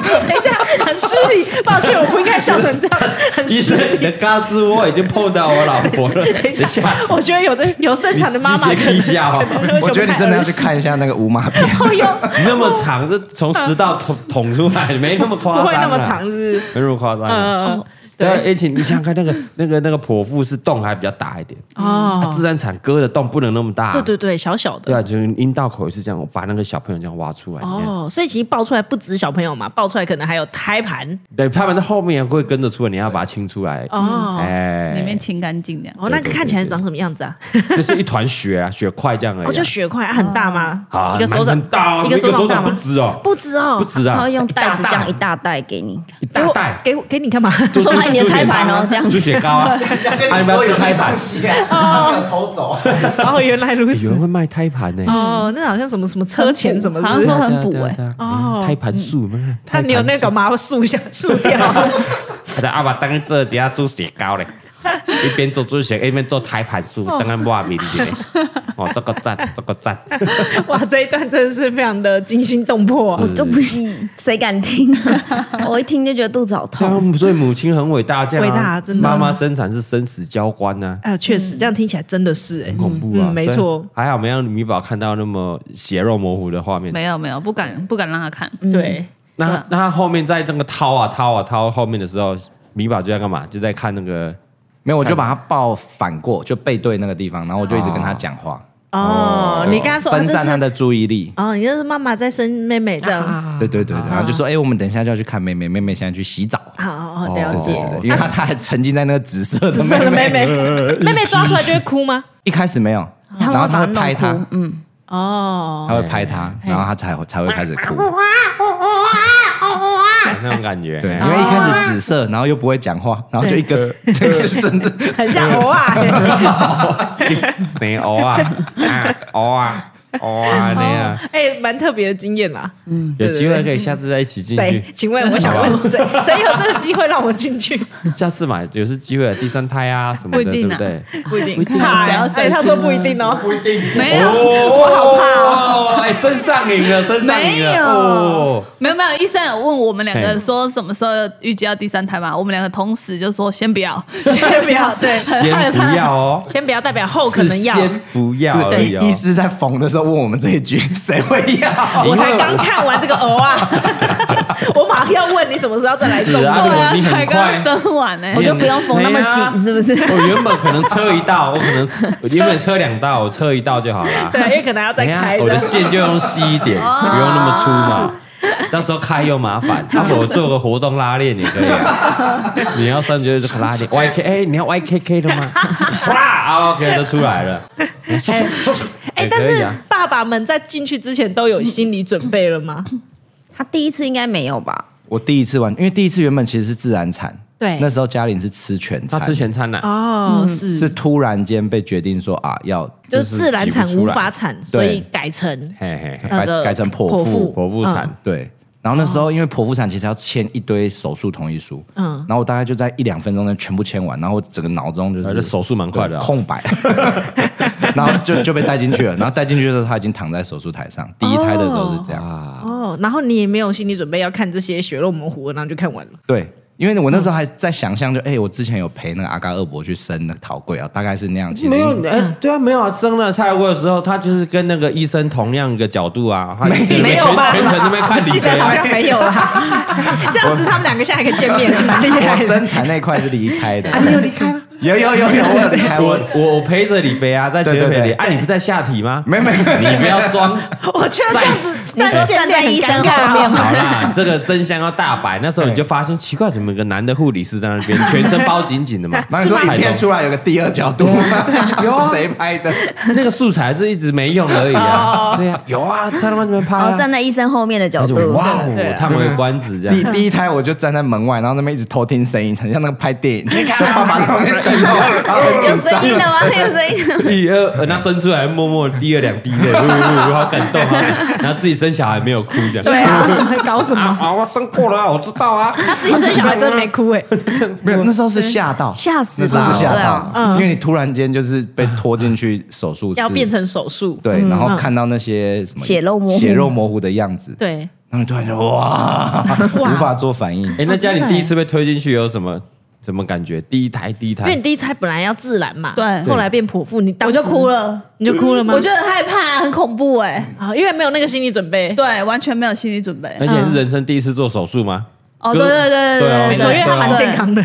Speaker 2: 等一下，很失礼，抱歉，我不应该笑成这样，很
Speaker 3: 医
Speaker 2: 失
Speaker 3: 生，你
Speaker 2: 礼。
Speaker 3: 的嘎吱窝已经碰到我老婆了，
Speaker 2: 等一
Speaker 3: 等一
Speaker 2: 下
Speaker 3: 下，，
Speaker 2: 我觉得有的有生
Speaker 3: 你
Speaker 2: 产的妈妈可
Speaker 3: 斜劈一
Speaker 2: 能
Speaker 3: 下哦哈。
Speaker 7: 我觉得你真的要去
Speaker 2: 看。
Speaker 7: 看一下那个无码片，
Speaker 2: 哦哟，
Speaker 3: 那么长，这从食道捅捅出来，没那么夸
Speaker 2: 不
Speaker 3: 张，
Speaker 2: 会
Speaker 3: 啊
Speaker 2: 那么长，， 是
Speaker 3: 没那么夸张
Speaker 2: 嗯
Speaker 3: 啊。
Speaker 2: 嗯嗯，
Speaker 3: 对，而且你想想看，那个那个那个剖腹是洞还比较大一点，啊，
Speaker 2: 哦，
Speaker 3: 自然产割的洞不能那么大，
Speaker 2: 对对对，小小
Speaker 3: 对
Speaker 2: 的。
Speaker 3: 啊，就是阴道口也是这样，我把那个小朋友这样挖出来，哦，
Speaker 2: 哦，所以其实爆出来不止小朋友嘛，爆出来可能还有胎盘
Speaker 3: 对，他们在后面也会跟着出来，你要把它清出来，
Speaker 2: 哦。
Speaker 3: 哎，
Speaker 5: 里面清干净的。
Speaker 2: 哦，那个
Speaker 3: 对对
Speaker 2: 看起来
Speaker 3: 对对
Speaker 2: 长什么样子啊？
Speaker 3: 就是一团血啊，血块这样而已啊，
Speaker 2: 哦，就血块啊很大吗？
Speaker 3: 啊，
Speaker 2: 一个手
Speaker 3: 蛮
Speaker 2: 掌
Speaker 3: 很大哦，
Speaker 2: 一个手
Speaker 3: 手
Speaker 2: 掌大
Speaker 3: 掌不
Speaker 2: 吗？
Speaker 3: 止哦，
Speaker 2: 不止
Speaker 3: 不
Speaker 2: 哦，
Speaker 3: 止啊，
Speaker 4: 他会用袋子这样一
Speaker 3: 大
Speaker 4: 大袋给你，
Speaker 3: 一
Speaker 2: 给
Speaker 3: 大
Speaker 2: 我
Speaker 3: 袋，
Speaker 2: 给我给你干嘛？
Speaker 3: 就
Speaker 4: 说
Speaker 3: 就是
Speaker 4: 你的
Speaker 3: 猪血
Speaker 4: 胎盘
Speaker 3: 汤啊
Speaker 4: 哦这样
Speaker 3: 猪血糕啊，
Speaker 6: 要跟
Speaker 3: 啊
Speaker 6: 你
Speaker 3: 你不要
Speaker 6: 说
Speaker 3: 吃
Speaker 6: 有
Speaker 3: 胎
Speaker 6: 这
Speaker 3: 盘
Speaker 6: 东西啊，他没有偷走。
Speaker 2: 哦，原来如
Speaker 3: 哎有
Speaker 2: 此
Speaker 3: 人。会卖胎盘呢、
Speaker 2: 哦，那好像什么什么车前什么
Speaker 5: 好
Speaker 2: 是
Speaker 5: 像
Speaker 2: 不是
Speaker 5: 说很补哎，
Speaker 3: 哎
Speaker 2: 哦
Speaker 3: 胎盘素嘛，
Speaker 2: 那你有那个吗？竖一下，竖掉。
Speaker 3: 他在阿爸啊当这家做雪糕 嘞，一边做猪血，一边做胎盘素，当然哇名 字嘞，哦，这个赞，这个赞，
Speaker 2: 哇，这一段真的是非常的惊心动魄啊！
Speaker 4: 都不是谁敢听 啊？我一听就觉得肚子好
Speaker 3: 对
Speaker 4: 痛。
Speaker 3: 啊所以母亲很伟大，这样啊
Speaker 2: 哦伟大真的
Speaker 3: 妈妈生产是生死交关呢、
Speaker 2: 哎，确实，这样听起来真的是哎，
Speaker 3: 很恐怖啊，
Speaker 2: 嗯没
Speaker 3: 所以
Speaker 2: 错，
Speaker 3: 还好没让米宝看到那么血肉模糊的画面。
Speaker 5: 没有没有，不敢不敢让他看，
Speaker 2: 对，
Speaker 5: 对
Speaker 2: 嗯
Speaker 3: 那
Speaker 5: 啊
Speaker 3: 那他后面在这个掏啊掏啊掏后面的时候，米宝就在干嘛？就在看那个
Speaker 7: 没有，我就把它抱反过，就背对那个地方，然后我就一直跟他讲话，
Speaker 2: 哦，你跟他说哦
Speaker 7: 分
Speaker 2: 这
Speaker 7: 散他
Speaker 2: 是
Speaker 7: 的注意力。
Speaker 2: 哦，你这是妈妈在生妹妹这样，
Speaker 7: 对对对，对然后就
Speaker 2: 啊
Speaker 7: 说，哎，我们等一下就要去看妹妹，妹妹现在去洗澡。
Speaker 2: 好好好了
Speaker 7: 哦对
Speaker 2: 解啊
Speaker 7: 对。对对因为他他还沉浸在那个紫色
Speaker 2: 紫色
Speaker 7: 的
Speaker 2: 的
Speaker 7: 妹
Speaker 2: 妹妹，妹妹抓出来就会哭吗？
Speaker 7: 一开始没有，
Speaker 4: 他们
Speaker 7: 然后
Speaker 4: 会
Speaker 7: 他
Speaker 4: 把
Speaker 7: 会拍
Speaker 4: 它弄
Speaker 7: 他
Speaker 4: 哭，，嗯，
Speaker 2: 哦，
Speaker 7: 他会拍他，然后他才才会开始哭。
Speaker 3: 那种感 觉。
Speaker 7: 对，因为一开始紫色，然后又不会讲话，然后 就一个，这个是真的。
Speaker 2: 很像偶 尔。啊
Speaker 3: 谁哦啊 啊哦啊哦啊那样，
Speaker 2: 哎，蛮特别的经验啦。
Speaker 3: 有机会可以下次再一起进
Speaker 2: 谁
Speaker 3: 去？，
Speaker 2: 请问我想问 谁？谁有这个机会让我进 去？
Speaker 3: 下次嘛，有是机会第三胎啊什么
Speaker 5: 不
Speaker 3: 的，
Speaker 5: 一
Speaker 3: 对
Speaker 5: 定
Speaker 3: 不
Speaker 5: 啊
Speaker 3: 对？
Speaker 5: 不一定，看谁要
Speaker 2: 哎，
Speaker 5: 生
Speaker 2: 哎他说不一定哦。
Speaker 6: 不一定。
Speaker 5: 没有。
Speaker 3: 我好怕哦！哎，身上赢了，身上赢
Speaker 5: 没有
Speaker 3: 了哦！
Speaker 5: 没有没有，医生有问我们两
Speaker 3: 嘿
Speaker 5: 个说什么时候预计要第三胎嘛？我们两个同时就说先不要，
Speaker 2: 先不 要
Speaker 5: 对，
Speaker 3: 先不要哦，
Speaker 2: 先不要代表后可
Speaker 3: 是
Speaker 2: 能要，
Speaker 3: 先不要而已哦
Speaker 7: 医。师在缝的时候问我们这一句，谁会要？
Speaker 2: 我才刚看完这个鹅啊，我马上要问你什么时候再来
Speaker 3: 是
Speaker 2: 中。
Speaker 3: 啊
Speaker 5: 对啊
Speaker 3: 你，很
Speaker 5: 才刚
Speaker 3: 快
Speaker 5: 生完欸呢、
Speaker 4: 我就不用缝那么
Speaker 3: 啊
Speaker 4: 紧，是不是？
Speaker 3: 我哦原本可能车一道，我可 能车我原本车两道，我车一道就好啦。
Speaker 2: 对，因为可能要再
Speaker 3: 等一下
Speaker 2: 开
Speaker 3: 哎我
Speaker 2: 的。哎
Speaker 3: 的
Speaker 2: 哦
Speaker 3: 线就用细一点，不用那么粗嘛。到时候开又 麻烦，那我做个活动拉链也可以啊。你要上就是拉链，YK，哎，你要 YKK 的吗？ 唰啊，OK 都出 来了。
Speaker 2: 哎，但
Speaker 3: 啊
Speaker 2: 是爸爸们在进去之前都有心理准备了吗？
Speaker 4: 他第一次应该没有吧？
Speaker 7: 我第一次玩，因为第一次原本其实是自然产，
Speaker 2: 对
Speaker 7: 那时候嘉玲是吃全
Speaker 3: 他
Speaker 7: 产，
Speaker 3: 吃全餐啊呐，
Speaker 2: 哦，是
Speaker 7: 是突然间被决定说啊，要
Speaker 2: 就是是自然产
Speaker 7: 挤不
Speaker 2: 无
Speaker 7: 出来
Speaker 2: 法产，所以改成
Speaker 3: 嘿嘿嘿，
Speaker 2: 那
Speaker 7: 改
Speaker 2: 个
Speaker 7: 改成剖腹，
Speaker 3: 剖腹产。
Speaker 7: 对。然后那时候因为剖腹产其实要签一堆手术同意书，
Speaker 2: 嗯
Speaker 7: 嗯，然后我大概就在一两分钟内全部签完，然后我整个脑中就
Speaker 3: 呃这
Speaker 7: 是
Speaker 3: 手术蛮快的哦
Speaker 7: 空白， 然后就就被带进去了。然后带进去的时候他已经躺在手术台上，
Speaker 3: 哦
Speaker 7: 第一胎的时候是这样，
Speaker 2: 哦，然后你也没有心理准备要看这些血肉模糊，然后就看完了。
Speaker 7: 对。因为我那时候还在想象，就
Speaker 3: 嗯
Speaker 7: 哎、我之前有陪那个阿嘎二伯去生那个陶贵啊，大概是那样。其实
Speaker 3: 没有，
Speaker 2: 嗯
Speaker 3: 哎、对啊，没有啊。生了蔡国的时候，他就是跟那个医生同样一个角度啊，他就是
Speaker 2: 没有
Speaker 3: 全
Speaker 2: 吧
Speaker 3: 全程那边看李
Speaker 2: 记得好
Speaker 3: 飞。啊
Speaker 2: 像没有啦，这样子他们两个现在还可以见面，是蛮厉害
Speaker 7: 我
Speaker 2: 的。
Speaker 7: 生产那一块是离 开的。啊，你有离开吗？有有有有，我有离开。
Speaker 3: 我
Speaker 7: 我
Speaker 3: 我我陪着李飞啊，在前面陪
Speaker 7: 对对
Speaker 3: 你。
Speaker 7: 对
Speaker 3: 啊，你不在下体吗？
Speaker 7: 没没，
Speaker 3: 你不要装，
Speaker 2: 我觉得这样子，
Speaker 4: 你说站在医生后面 吗？
Speaker 3: 好啦，这个真相要大白。那时
Speaker 7: 哎
Speaker 3: 候你就发现奇怪，怎么有个男的护理师在那边，全身包紧紧的嘛？
Speaker 7: 那你说
Speaker 3: 是吧啊
Speaker 7: 影片出来有个第二角 度吗？有谁拍的？
Speaker 3: 那个素材是一直没用而已
Speaker 7: 哦
Speaker 3: 啊。对啊，有啊，在那边边拍、
Speaker 4: 然
Speaker 5: 哦
Speaker 4: 后
Speaker 3: 啊。
Speaker 4: 哦站在医生后面的角
Speaker 3: 他就
Speaker 4: 度，
Speaker 3: 哇
Speaker 2: 对
Speaker 3: 哦
Speaker 2: 啊，
Speaker 3: 叹为观止这样
Speaker 7: 第。第一胎我就站在门外，然后那边一直偷听声音，很像那个拍电影，就爸爸在旁边等我，然后很
Speaker 4: 啊有
Speaker 7: 紧张
Speaker 4: 声音啊了吗？
Speaker 3: 啊
Speaker 4: 有声音 了吗。
Speaker 3: 一二，呃那生出来默默地滴了两滴泪，呜呜呜，好感动啊！然后自己生小孩没有哭这样。
Speaker 2: 对啊，还搞什
Speaker 3: 啊
Speaker 2: 么？
Speaker 3: 啊，我生过了啊，我知道啊。
Speaker 2: 他自己生小孩真的没哭哎，
Speaker 7: 没有，那时候是吓到，
Speaker 4: 嗯吓死
Speaker 7: 那
Speaker 4: 吧
Speaker 7: 时候是吓
Speaker 4: 对
Speaker 7: 到
Speaker 4: 啊，
Speaker 7: 因为你突然间就是被拖进去手术 室，
Speaker 2: 要变成手术。嗯
Speaker 7: 对，然后看到那些什么
Speaker 4: 嗯血肉模糊
Speaker 7: 血肉模糊的样子，
Speaker 2: 对，
Speaker 7: 然后你突然就哇，无法做反应。
Speaker 3: 哎，那家里第一次被推进去有什么什么感觉？第一胎，第一
Speaker 2: 因为
Speaker 3: 胎
Speaker 5: 嗯
Speaker 2: 你，第一胎本来要自然嘛，
Speaker 5: 对
Speaker 2: 后来变剖腹，你当
Speaker 5: 我
Speaker 2: 时
Speaker 5: 就哭，了，
Speaker 2: 你就哭了吗？
Speaker 5: 我就很害怕，很恐怖哎、
Speaker 2: 啊，因为没有那个心理准备。
Speaker 5: 对，完全没有心理准备。
Speaker 3: 而且是人生第一次做手术吗？
Speaker 5: 嗯哦，
Speaker 3: 哥
Speaker 5: 对对对
Speaker 3: 对啊
Speaker 5: 对
Speaker 2: 没
Speaker 5: 对
Speaker 2: 错，因为他蛮
Speaker 5: 对
Speaker 2: 健康的，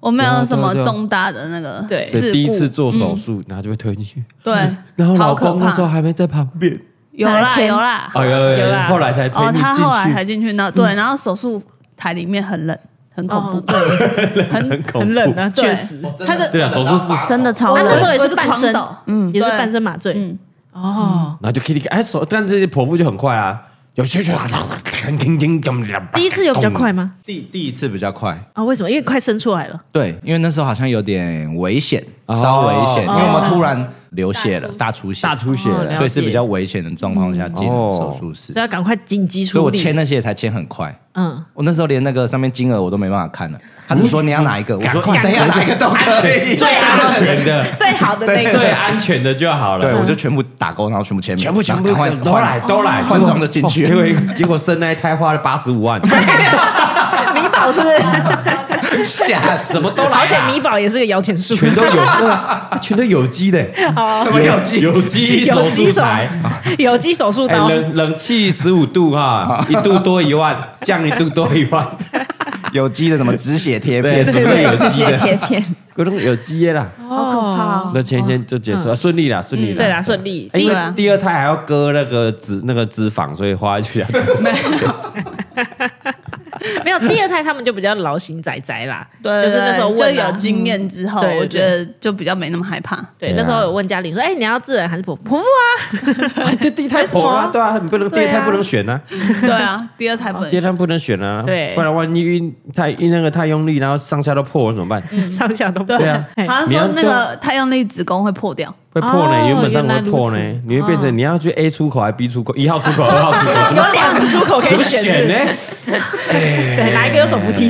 Speaker 5: 我没有什么
Speaker 3: 对啊对啊对啊
Speaker 5: 重大的那个
Speaker 2: 对
Speaker 5: 事故嗯
Speaker 3: 对，第一次做手术，然后就被推进去，
Speaker 5: 对，
Speaker 3: 然后老
Speaker 5: 好可
Speaker 3: 公那时候
Speaker 5: 怕，
Speaker 3: 还没在旁边。
Speaker 5: 有
Speaker 2: 拿
Speaker 5: 啦
Speaker 2: 钱
Speaker 5: 有啦，
Speaker 3: 哦，有
Speaker 2: 有
Speaker 3: 有，
Speaker 2: 啦
Speaker 3: 后来才陪
Speaker 5: 哦，
Speaker 3: 你
Speaker 5: 他后来才
Speaker 3: 进去，
Speaker 5: 进去那，对，然后手术台里面很冷，很恐怖，对，很
Speaker 3: 恐
Speaker 2: 很
Speaker 3: 怖
Speaker 2: 冷啊，
Speaker 5: 对
Speaker 2: 确实。
Speaker 5: 他的
Speaker 3: 对啊，手术室，
Speaker 4: 真的超
Speaker 5: 我
Speaker 2: 他
Speaker 5: 是
Speaker 2: 那时候
Speaker 4: 冷，
Speaker 2: 也是半
Speaker 5: 我是
Speaker 2: 身
Speaker 5: 狂抖，
Speaker 2: 嗯，也是
Speaker 5: 对
Speaker 2: 半身麻醉，
Speaker 5: 嗯
Speaker 2: 哦。
Speaker 3: 然后就 K T K，哎，手，但这些剖腹就很快啊，有去去，
Speaker 2: 第一次有比较快吗？
Speaker 7: 第第一次比较快，
Speaker 2: 啊，为什么？因为快生出来了，
Speaker 7: 对，因为那时候好像有点危险，
Speaker 3: 哦
Speaker 7: 稍危险，因
Speaker 3: 哦
Speaker 7: 为我们突然流血了，大出血，
Speaker 3: 大出血
Speaker 2: 哦了
Speaker 3: 了
Speaker 2: 解。
Speaker 7: 所以是比较危险的状况下进
Speaker 3: 嗯
Speaker 7: 手术室
Speaker 2: 所以，要赶快紧急
Speaker 7: 所以
Speaker 2: 处
Speaker 7: 我
Speaker 2: 理。
Speaker 7: 签那些也才签很快。
Speaker 2: 嗯，
Speaker 7: 我那时候连那个上面金额我都没办法看了，他只说你要哪一个，我
Speaker 3: 赶
Speaker 7: 说
Speaker 3: 快
Speaker 7: 医生要哪一个都可以，
Speaker 2: 最
Speaker 3: 安全的，
Speaker 2: 最好的那
Speaker 7: 对
Speaker 3: 最
Speaker 2: 个，
Speaker 3: 安全的就好了。
Speaker 7: 对我就全部打勾，然后全部签名，
Speaker 3: 全部全部
Speaker 7: 然后赶快
Speaker 3: 都来都来，
Speaker 7: 换装就进去
Speaker 3: 哦结果结果生那一胎花了八十五 万，
Speaker 2: 米宝是不是？
Speaker 7: 吓死，
Speaker 3: 什么都来啊，
Speaker 2: 而且米宝也是个摇钱树，
Speaker 3: 全都有， 哇全都有机的，
Speaker 7: 哦什么有机哦
Speaker 3: 有机 手
Speaker 2: 有
Speaker 3: 术
Speaker 2: 机手
Speaker 3: 台，，
Speaker 2: 有机手术
Speaker 3: 哎，
Speaker 2: 刀，
Speaker 3: 冷冷气十五度哈，一度多一万，降一度多一万，
Speaker 7: 有机的什么止血贴
Speaker 3: 对，啊
Speaker 7: 片
Speaker 3: 什，么都有
Speaker 4: 对，止
Speaker 3: 机
Speaker 4: 血
Speaker 3: 的，
Speaker 4: 贴 片，
Speaker 3: 各种有机的啦。
Speaker 4: 好可怕哦。
Speaker 3: 那前一天就结束了，啊顺利啦，顺利啦。
Speaker 7: 嗯
Speaker 2: 对啦，顺利。
Speaker 3: 哎。因
Speaker 5: 对
Speaker 3: 为
Speaker 5: 啊
Speaker 3: 第二胎 还要割那个脂那个脂肪，所以花去啊。
Speaker 2: 没有第二胎，他们就比较劳心仔仔啦，
Speaker 5: 对，
Speaker 2: 就是那时候
Speaker 5: 就
Speaker 2: 问啊
Speaker 5: 有经验之后，
Speaker 2: 嗯对
Speaker 5: 我觉得就比较没那么害怕。
Speaker 2: 对，
Speaker 3: 对啊
Speaker 2: 那时候有问家里说，哎、你要自然还是剖腹？剖腹啊，
Speaker 3: 这第一胎
Speaker 2: 什么
Speaker 3: 婆啊，对啊，你不能第
Speaker 2: 哦对啊
Speaker 3: 一胎不能选啊，
Speaker 5: 对啊，第二胎不能
Speaker 3: 第二胎不能选啊，
Speaker 2: 对
Speaker 3: 不然万一晕太晕那个太用力，然后上下都破了怎么办？
Speaker 2: 上下都不
Speaker 5: 对
Speaker 3: 啊
Speaker 5: 好像
Speaker 3: 你要
Speaker 5: 说那个太阳力子宫会破掉，
Speaker 3: 会破呢，
Speaker 2: 哦
Speaker 3: 原本上会破
Speaker 2: 原来如
Speaker 3: 呢
Speaker 2: 此，哦
Speaker 3: 你会变成你要去 A 出口还是 B 出口，一号出口、二号出口，怎么
Speaker 2: 有两个出口可以
Speaker 3: 怎么
Speaker 2: 选
Speaker 3: 选呢？
Speaker 2: 对，哪一个有手扶梯？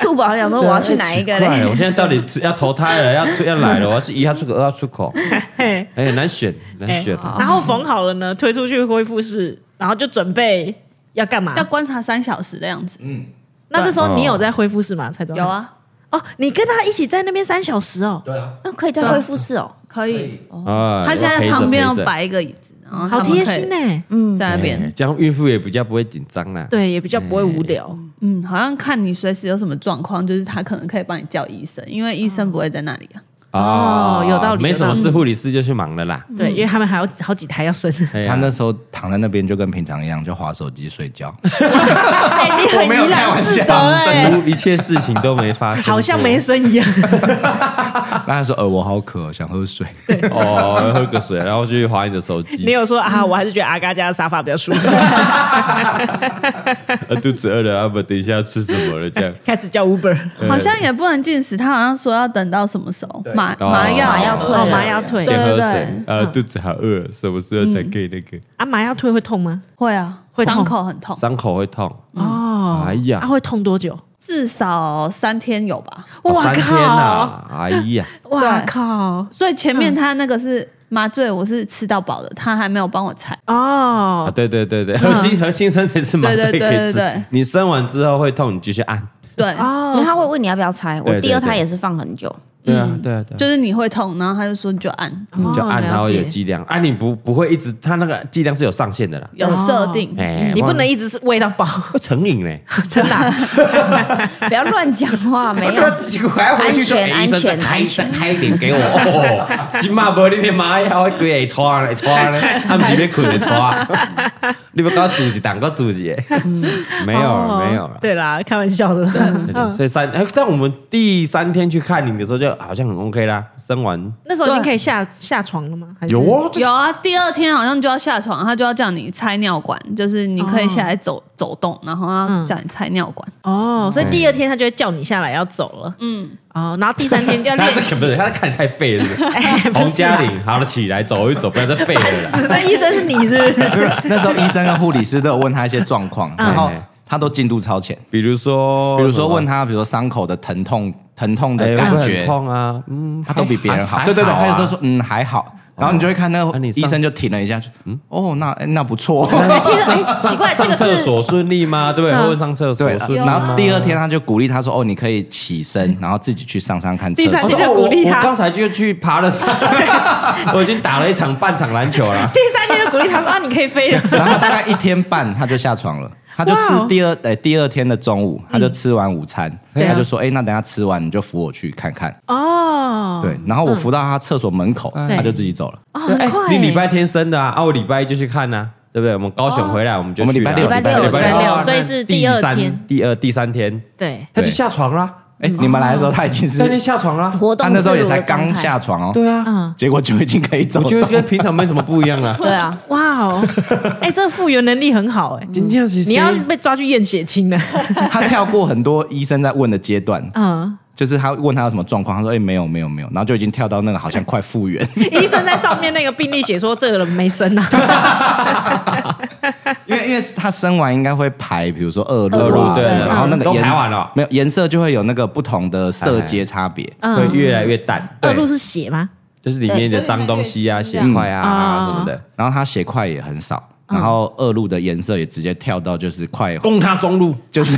Speaker 4: 兔宝想说我要去哪一个
Speaker 3: 奇怪哦
Speaker 4: 嘞？
Speaker 3: 哎我现在到底要投胎了，要出要来了，我要是一号出口、二号出 口，
Speaker 2: 嘿
Speaker 3: 哎，难选，难选。啊
Speaker 2: 然后缝哎好了呢，推出去恢复室，然后就准备要干嘛
Speaker 5: 要？观察三小时的样子。
Speaker 2: 那这时候你有在恢复室吗？蔡总
Speaker 5: 有，啊，
Speaker 2: 哦，你跟他一起在那边三小时哦，
Speaker 6: 对啊，
Speaker 4: 那嗯可以再恢复室哦，
Speaker 5: 可
Speaker 6: 所
Speaker 5: 以。
Speaker 6: 以
Speaker 3: 啊，
Speaker 5: 他现在
Speaker 3: 陪着
Speaker 5: 旁边
Speaker 3: 陪
Speaker 5: 要
Speaker 3: 着
Speaker 5: 摆一个椅子，然后他
Speaker 2: 好
Speaker 5: 们
Speaker 2: 贴
Speaker 5: 可以
Speaker 2: 心呢、
Speaker 5: 在那
Speaker 3: 哎
Speaker 5: 边。
Speaker 3: 这样孕妇也比较不会紧张啦。
Speaker 2: 对，也比较不会无聊。
Speaker 5: 嗯，好像看你随时有什么状况，就是他可能可以帮你叫医生，因为医生不会在那里啊。
Speaker 2: 哦有道理
Speaker 3: 没什
Speaker 2: 有
Speaker 3: 么
Speaker 2: 道理
Speaker 3: 事，护理师就去忙了啦。
Speaker 2: 对，因为他们还有好几台要生，
Speaker 3: 哎呀
Speaker 7: 他那时候躺在那边就跟平常一样，就划手机睡觉。
Speaker 2: 哎、你
Speaker 7: 我没有
Speaker 2: 很怡
Speaker 7: 开
Speaker 2: 然
Speaker 7: 玩
Speaker 2: 自
Speaker 7: 笑
Speaker 2: 得哎、
Speaker 3: 如一切事情都没发生过，
Speaker 2: 好像没生一样。
Speaker 7: 那他说：“呃，我好渴，想喝 水。
Speaker 3: 哦，喝个水，然后去划你的手
Speaker 2: 你
Speaker 3: 机，
Speaker 2: 有说啊，我还是觉得阿嘎家的沙发比较舒服，
Speaker 3: 呃，肚子饿了，啊不，等一下要吃什么了？这样，
Speaker 2: 开始叫 Uber，
Speaker 5: 好像也不能进食，他好像说要等到什么时候
Speaker 6: 对
Speaker 5: 麻
Speaker 3: 哦
Speaker 5: 麻药
Speaker 3: 麻
Speaker 4: 药退
Speaker 2: 哦，麻要退
Speaker 3: 先喝
Speaker 5: 对对，
Speaker 3: 水
Speaker 2: 嗯
Speaker 3: 呃，肚子好饿，什么时候才可以那个？
Speaker 2: 啊，麻要退会痛吗？
Speaker 5: 会啊，
Speaker 2: 会痛
Speaker 5: 伤口很痛，
Speaker 3: 伤口会痛，
Speaker 2: 哦，
Speaker 3: 哎呀
Speaker 2: 啊，会痛多久？
Speaker 5: 至少三天有吧。
Speaker 3: 哦
Speaker 2: 哇
Speaker 3: 三天
Speaker 2: 靠！
Speaker 3: 呐，哎呀，
Speaker 2: 哇
Speaker 5: 对
Speaker 2: 靠！
Speaker 5: 所以前面他那个是麻醉，我是吃到饱的，他还没有帮我采。
Speaker 3: 啊，
Speaker 2: 哦，
Speaker 3: 对对对对，核心核心身体是麻醉
Speaker 5: 对对
Speaker 3: 可
Speaker 5: 对
Speaker 3: 以
Speaker 5: 对
Speaker 3: 吃
Speaker 5: 对，
Speaker 3: 你生完之后会痛，你继续按。
Speaker 5: 对，
Speaker 3: 啊
Speaker 4: 因为他
Speaker 2: 哦，
Speaker 4: 会问你要不要拆。我
Speaker 3: 对对
Speaker 4: 第二胎
Speaker 3: 对
Speaker 4: 也是放很久，
Speaker 3: 对啊，对啊，对啊。
Speaker 5: 就是你会痛，然后他就说你就按，
Speaker 3: 你就
Speaker 2: 嗯哦了
Speaker 3: 按，
Speaker 2: 解
Speaker 3: 然后有剂量，啊按你不不会一直，它那个剂量是有上限的啦。
Speaker 5: 有设定。
Speaker 3: 哎，
Speaker 2: 嗯你不能
Speaker 3: 哇
Speaker 2: 一直是喂到饱，
Speaker 3: 会成瘾嘞，
Speaker 2: 真的啊。
Speaker 4: 不要乱讲话，没有
Speaker 6: 那。自己还要回去说，
Speaker 4: 安全
Speaker 6: 哎医生再
Speaker 4: 安全
Speaker 6: 开
Speaker 4: 安
Speaker 6: 再
Speaker 4: 全
Speaker 6: 开一点给
Speaker 3: 给我 哦，起码无你的妈呀，我规会穿嘞穿嘞，他们是要困的穿， 你不搞煮一档，搞煮一个，
Speaker 7: 嗯
Speaker 3: 没有
Speaker 2: 哦
Speaker 3: 了没有了。
Speaker 2: 对啦，开玩笑的。
Speaker 3: 对对所以三，哎，但我们第三天去看你的时候，就好像很 OK 啦，生完
Speaker 2: 那时候已经可以下下床了吗？还是
Speaker 3: 有啊，这
Speaker 5: 有啊，第二天好像就要下床，他就要叫你拆尿管，就是你可以下来走、走动，然后
Speaker 2: 嗯
Speaker 5: 要叫你拆尿管。
Speaker 2: 哦，
Speaker 3: 哎
Speaker 2: 所以第二天他就会叫你下来要走了。
Speaker 5: 嗯，
Speaker 2: 哦，然后第 三天
Speaker 5: 要
Speaker 3: 他
Speaker 5: 练
Speaker 3: 这可
Speaker 5: 习。
Speaker 3: 不是，他看你太 废了是不是。
Speaker 2: 哎不
Speaker 3: 洪
Speaker 2: 是啊
Speaker 3: 嘉玲，好了，起来走一走，不要再废了啦。
Speaker 2: 那医生是你是 不是？”
Speaker 7: 那时候医生跟护理师都有问他一些状况，
Speaker 2: 嗯
Speaker 7: 然后
Speaker 3: 哎
Speaker 7: 他都进度超前。
Speaker 3: 比如说，
Speaker 7: 比如说问他，比如说伤口的疼痛、疼痛
Speaker 3: 哦哎
Speaker 7: 的
Speaker 3: 会
Speaker 7: 感
Speaker 3: 不会
Speaker 7: 觉
Speaker 3: 很，痛啊，嗯，
Speaker 7: 他都比别人
Speaker 3: 还
Speaker 7: 好。
Speaker 3: 还
Speaker 7: 对对
Speaker 3: 还
Speaker 7: 对，他
Speaker 3: 好啊
Speaker 7: 有时候说嗯还好，然后你就会看那
Speaker 3: 啊
Speaker 7: 个
Speaker 3: 你上
Speaker 7: 医生就停了一下，就嗯哦那哎那 不错。
Speaker 4: 听着，哎，奇怪，这
Speaker 3: 上
Speaker 4: 个
Speaker 3: 厕
Speaker 4: 是
Speaker 3: 所顺利吗？对不对？会问上厕所
Speaker 7: 对，啊
Speaker 3: 顺利
Speaker 7: 然
Speaker 3: 吗？
Speaker 7: 后
Speaker 3: 嗯
Speaker 7: 第二天他就鼓励他说：“哦，你可以起身，然后自己去上上看厕
Speaker 2: 第三
Speaker 7: 所。
Speaker 2: 天
Speaker 3: 哦
Speaker 2: 就鼓励
Speaker 3: 我我
Speaker 2: 他
Speaker 3: 刚，才就去爬了山， 我已经打了一场半场篮球了。
Speaker 2: 第三天就鼓励他说啊，你可以飞了。”
Speaker 7: 然后他大概一天半他就下床了，他就
Speaker 2: 哇哦嗯
Speaker 7: 吃第二哎第二天的中午，他就吃完午餐，
Speaker 2: 对啊
Speaker 7: 他就说：“哎，那等下吃完你就扶我去看看。
Speaker 2: 哦”，
Speaker 7: 对，然后我扶到他厕所门口，
Speaker 2: 对
Speaker 7: 他就自己走了。
Speaker 2: 哦，很
Speaker 3: 哎
Speaker 2: 快欸。
Speaker 3: 你礼拜天生的啊，啊，我礼拜一就去看呐，对不对？我们高雄回来我们就
Speaker 7: 我们
Speaker 3: 去
Speaker 7: 礼
Speaker 3: 了
Speaker 7: 拜六
Speaker 4: 礼拜六
Speaker 3: 礼拜
Speaker 4: 礼拜
Speaker 3: 六
Speaker 4: 六，
Speaker 2: 所以是第二
Speaker 3: 三
Speaker 2: 天，
Speaker 3: 第二第三天
Speaker 2: 对，
Speaker 3: 他就
Speaker 7: 对
Speaker 3: 下床啦，
Speaker 7: 哎，你们来的时候他已经是
Speaker 3: 三天下床啦。
Speaker 4: 活
Speaker 7: 他
Speaker 4: 动
Speaker 7: 那时
Speaker 4: 自
Speaker 7: 候也
Speaker 4: 如
Speaker 7: 才
Speaker 4: 的状
Speaker 7: 刚
Speaker 4: 态。。
Speaker 7: 下床哦，
Speaker 3: 对啊，
Speaker 2: 嗯，
Speaker 7: 结果就已经可以走
Speaker 3: 我
Speaker 7: 动。
Speaker 3: 觉得跟平常没什么不一样啊
Speaker 4: 对啊，
Speaker 2: 哇哦， 哎，这个复原能力很好哎。
Speaker 3: 今天是
Speaker 2: 你要被抓去验血清 了。
Speaker 7: 他跳过很多医生在问的阶 段，
Speaker 2: 嗯，
Speaker 7: 就是他问他有什么状况，他说：“哎、没有，没有，没有。”然后就已经跳到那个好像快复原，
Speaker 2: 医生在上面那个病历写说这个人没生 啊。
Speaker 7: 因为因为他生完应该会排，比如说恶露
Speaker 3: 恶露
Speaker 7: 啊
Speaker 3: 对
Speaker 7: 什么的
Speaker 3: 嗯
Speaker 7: 然后那个
Speaker 3: 都
Speaker 7: 颜
Speaker 3: 排完了
Speaker 7: 没有颜色就会有那个不同的色阶差别。
Speaker 3: 会越来越淡，
Speaker 2: 恶露是血吗？
Speaker 3: 就是里面的脏东西啊、血块啊
Speaker 2: 嗯
Speaker 3: 什么的，
Speaker 7: 然后他血块也很少，然后恶露的颜色也直接跳到就是快，
Speaker 3: 供他中路。
Speaker 7: 就是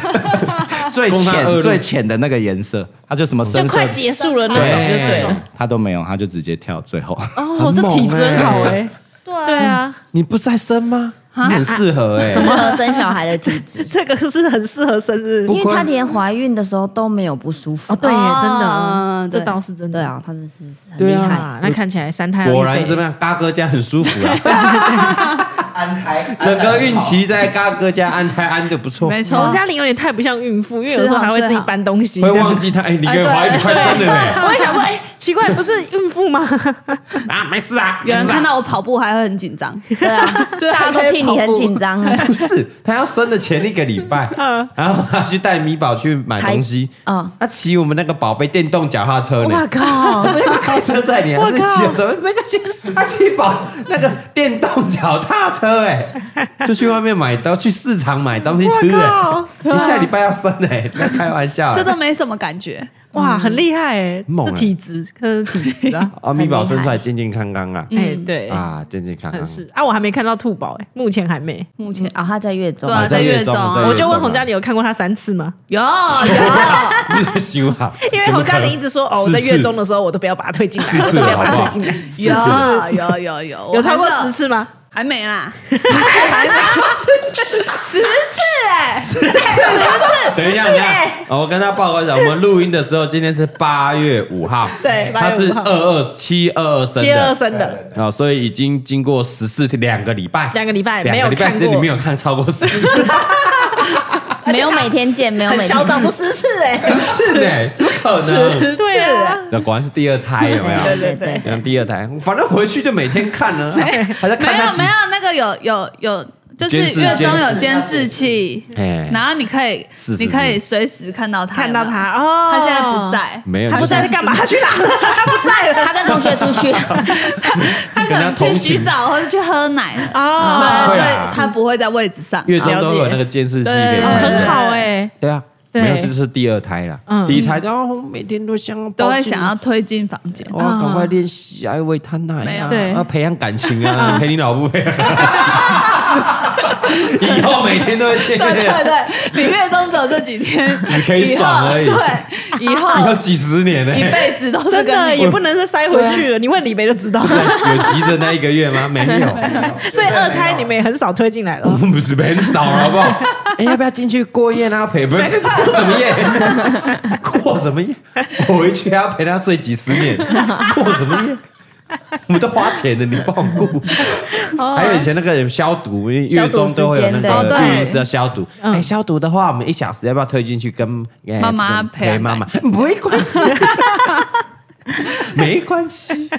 Speaker 7: 最
Speaker 3: 供他恶露
Speaker 7: 浅最浅的那个颜色，他就什么
Speaker 2: 就
Speaker 7: 深色
Speaker 2: 快。结束了那种，
Speaker 3: 对
Speaker 2: 就对了。
Speaker 7: 他都没有，他就直接跳最后。
Speaker 2: 哦，这体质很
Speaker 3: 欸
Speaker 2: 好哎。
Speaker 5: 对啊
Speaker 2: 对啊，
Speaker 3: 你不是在生吗？你
Speaker 5: 啊
Speaker 3: 很适合哎、
Speaker 4: 适合生小孩的体 质，
Speaker 2: 这个是很适合生日。
Speaker 4: 因为她连怀孕的时候都没有不舒服。啊
Speaker 2: 哦，对耶，真的，
Speaker 5: 嗯
Speaker 2: 这
Speaker 5: 对
Speaker 2: 倒是真的
Speaker 4: 对。啊，她真是很
Speaker 3: 对
Speaker 4: 厉
Speaker 3: 啊
Speaker 4: 害。
Speaker 2: 啊，那看起来三胎要
Speaker 3: 果
Speaker 2: 预
Speaker 3: 然
Speaker 2: 备
Speaker 3: 怎么样？嘎哥家很舒服啊，
Speaker 6: 安胎，安胎
Speaker 3: 整个孕期在嘎哥家安胎安的不错，
Speaker 5: 没错
Speaker 2: 洪，嘉哦玲有点太不像孕妇，因为有时候还会自己搬东西，
Speaker 3: 会
Speaker 2: 这样
Speaker 3: 忘。记他。哎，你给我怀你快生 了呢。
Speaker 2: 我会想说，哎、 奇怪，不是孕妇 吗？
Speaker 3: 啊，没事啊，
Speaker 5: 有人看
Speaker 3: 到
Speaker 5: 到我跑步还会很紧张，
Speaker 4: 对啊，
Speaker 5: 就是
Speaker 4: 大家都替你很紧
Speaker 5: 张。
Speaker 4: 张。啊
Speaker 3: 不是他要生的前一个礼 拜，
Speaker 5: 嗯
Speaker 3: 然后他去带米宝去买东西，
Speaker 4: 嗯
Speaker 3: 他骑我们那个宝贝电动脚踏车呢。
Speaker 2: 靠！
Speaker 3: 所以 他开车载你啊还是骑？怎么没关系？他骑宝那个电动脚踏车，哎， 就去外面买东，去市场买东西吃，哎，
Speaker 2: 靠！
Speaker 3: 你下礼拜要生哎，那开玩笑。
Speaker 5: 这都没什么感觉，
Speaker 2: 哇，很厉害哎、
Speaker 3: 嗯猛
Speaker 2: 这
Speaker 3: 欸
Speaker 2: 体质，可是体质 啊！
Speaker 3: 啊，米宝生出来健健康康啊，
Speaker 2: 哎、
Speaker 5: 嗯
Speaker 2: 对，
Speaker 3: 啊，健健康
Speaker 2: 很
Speaker 3: 康。
Speaker 2: 是啊，我还没看到兔宝哎、目前还没。
Speaker 5: 目前
Speaker 4: 啊，他在月中
Speaker 5: 对，啊，
Speaker 3: 在
Speaker 5: 在
Speaker 3: 月
Speaker 5: 月中
Speaker 3: 中
Speaker 5: 啊
Speaker 3: 在
Speaker 2: 我
Speaker 3: 月
Speaker 2: 就问
Speaker 3: 中啊
Speaker 2: 洪嘉玲有看过他三次吗？
Speaker 5: 有有，
Speaker 3: 你在修啊？
Speaker 2: 因为
Speaker 3: 怎么
Speaker 2: 洪
Speaker 3: 可
Speaker 2: 嘉
Speaker 3: 能
Speaker 2: 玲一直说哦，我
Speaker 3: 四
Speaker 2: 在月
Speaker 3: 次
Speaker 2: 中的时候我都不要把他推进来，
Speaker 3: 四
Speaker 2: 我
Speaker 3: 次
Speaker 2: 都不要把
Speaker 3: 好不
Speaker 2: 他推
Speaker 3: 好
Speaker 2: 进来。
Speaker 3: 四次
Speaker 5: 有有有
Speaker 2: 有超过十，次吗？
Speaker 5: 我还没啦，
Speaker 4: 十次哎，
Speaker 3: 等一下，等一下，哦我跟他报告一下，我们录音的时候今天是八月五号，
Speaker 2: 对
Speaker 3: 他
Speaker 2: 8
Speaker 3: 是
Speaker 2: 月5
Speaker 3: 二
Speaker 2: 号
Speaker 3: 二七二二生
Speaker 2: 接二
Speaker 3: 的。
Speaker 2: 生
Speaker 6: 对
Speaker 2: 的，
Speaker 6: 对对
Speaker 3: 啊、所以已经经过十四天，两个礼拜，
Speaker 2: 两个礼拜
Speaker 3: 两
Speaker 2: 没
Speaker 3: 个
Speaker 2: 有
Speaker 3: 礼拜
Speaker 2: 看
Speaker 3: 时间你
Speaker 2: 过
Speaker 3: 没，有看超过十次
Speaker 4: 没有每天见，没有
Speaker 2: 很
Speaker 4: 每
Speaker 2: 嚣
Speaker 4: 天
Speaker 2: 张，说十次哎、
Speaker 5: 欸
Speaker 3: 次呢？怎么可能？
Speaker 2: 对啊，
Speaker 3: 那果然是第二胎，有没有？
Speaker 2: 对对对，
Speaker 3: 像第二胎，反正回去就每天看呢、还在看
Speaker 5: 没
Speaker 3: 他
Speaker 5: 有
Speaker 3: 几
Speaker 5: 没有，那个有有有，就是
Speaker 3: 监视
Speaker 5: 月中有
Speaker 6: 监
Speaker 5: 监
Speaker 6: 视
Speaker 5: 视器，
Speaker 3: 哎
Speaker 5: 然后你可以
Speaker 3: 是是
Speaker 5: 你可以随时看到他，
Speaker 2: 看
Speaker 5: 有
Speaker 2: 到
Speaker 5: 没有，
Speaker 2: 他哦，
Speaker 5: 他现在不，在，
Speaker 3: 没有
Speaker 5: 他
Speaker 3: 你
Speaker 2: 不
Speaker 3: 就
Speaker 2: 在是干嘛？他去哪了？他不在了
Speaker 4: 他跟同学出去，
Speaker 5: 他可能去洗澡或者去喝奶了，
Speaker 2: 哦，
Speaker 3: 会
Speaker 5: 对，所啊
Speaker 3: 啊
Speaker 5: 以他不会在位置上。
Speaker 3: 月中都有那个监视器给
Speaker 5: 对
Speaker 3: 看
Speaker 5: 对对
Speaker 2: 很好哎、
Speaker 3: 对啊，
Speaker 2: 对
Speaker 3: 没有，这就是第二胎啦。
Speaker 2: 嗯
Speaker 3: 第一胎，然后每天都想要
Speaker 5: 都
Speaker 3: 抱
Speaker 5: 会
Speaker 3: 紧
Speaker 5: 想要推进房间，
Speaker 3: 我要赶快练习爱喂他奶
Speaker 5: 没
Speaker 3: 啊
Speaker 5: 有，
Speaker 2: 对
Speaker 3: 要培养感情啊，陪你老婆培养感情。以后每天都会见
Speaker 5: 对对
Speaker 3: 面，
Speaker 5: 对，你月中走这几天，
Speaker 3: 只可以爽而已
Speaker 5: 以后对，以
Speaker 3: 以后
Speaker 5: 后
Speaker 3: 几十年呢、
Speaker 5: 一辈子都是
Speaker 2: 真
Speaker 5: 跟
Speaker 2: 的
Speaker 5: 你
Speaker 2: 也不能是塞回去了，你问李梅就知道。
Speaker 3: 有急着那一个月 吗？没有，
Speaker 2: 所以二胎你们也很少推进来
Speaker 3: 我
Speaker 2: 了。
Speaker 3: 们不是很少，好不 好？哎、要不要进去过夜啊？陪不是过什么夜？ 过什么夜？我回去还要陪他睡几十 年，过什么夜？我们都花钱了，你帮我顾。还有以前那个消毒，因为月中都会有那
Speaker 4: 哦消毒时间哦
Speaker 3: 个
Speaker 5: 对
Speaker 3: 浴室要消毒。
Speaker 4: 嗯
Speaker 3: 哎、消毒的话，我们一小时要不要推进去跟哎
Speaker 5: 妈妈
Speaker 3: 跟
Speaker 5: 培养
Speaker 3: 陪妈妈？没关 系，没关系。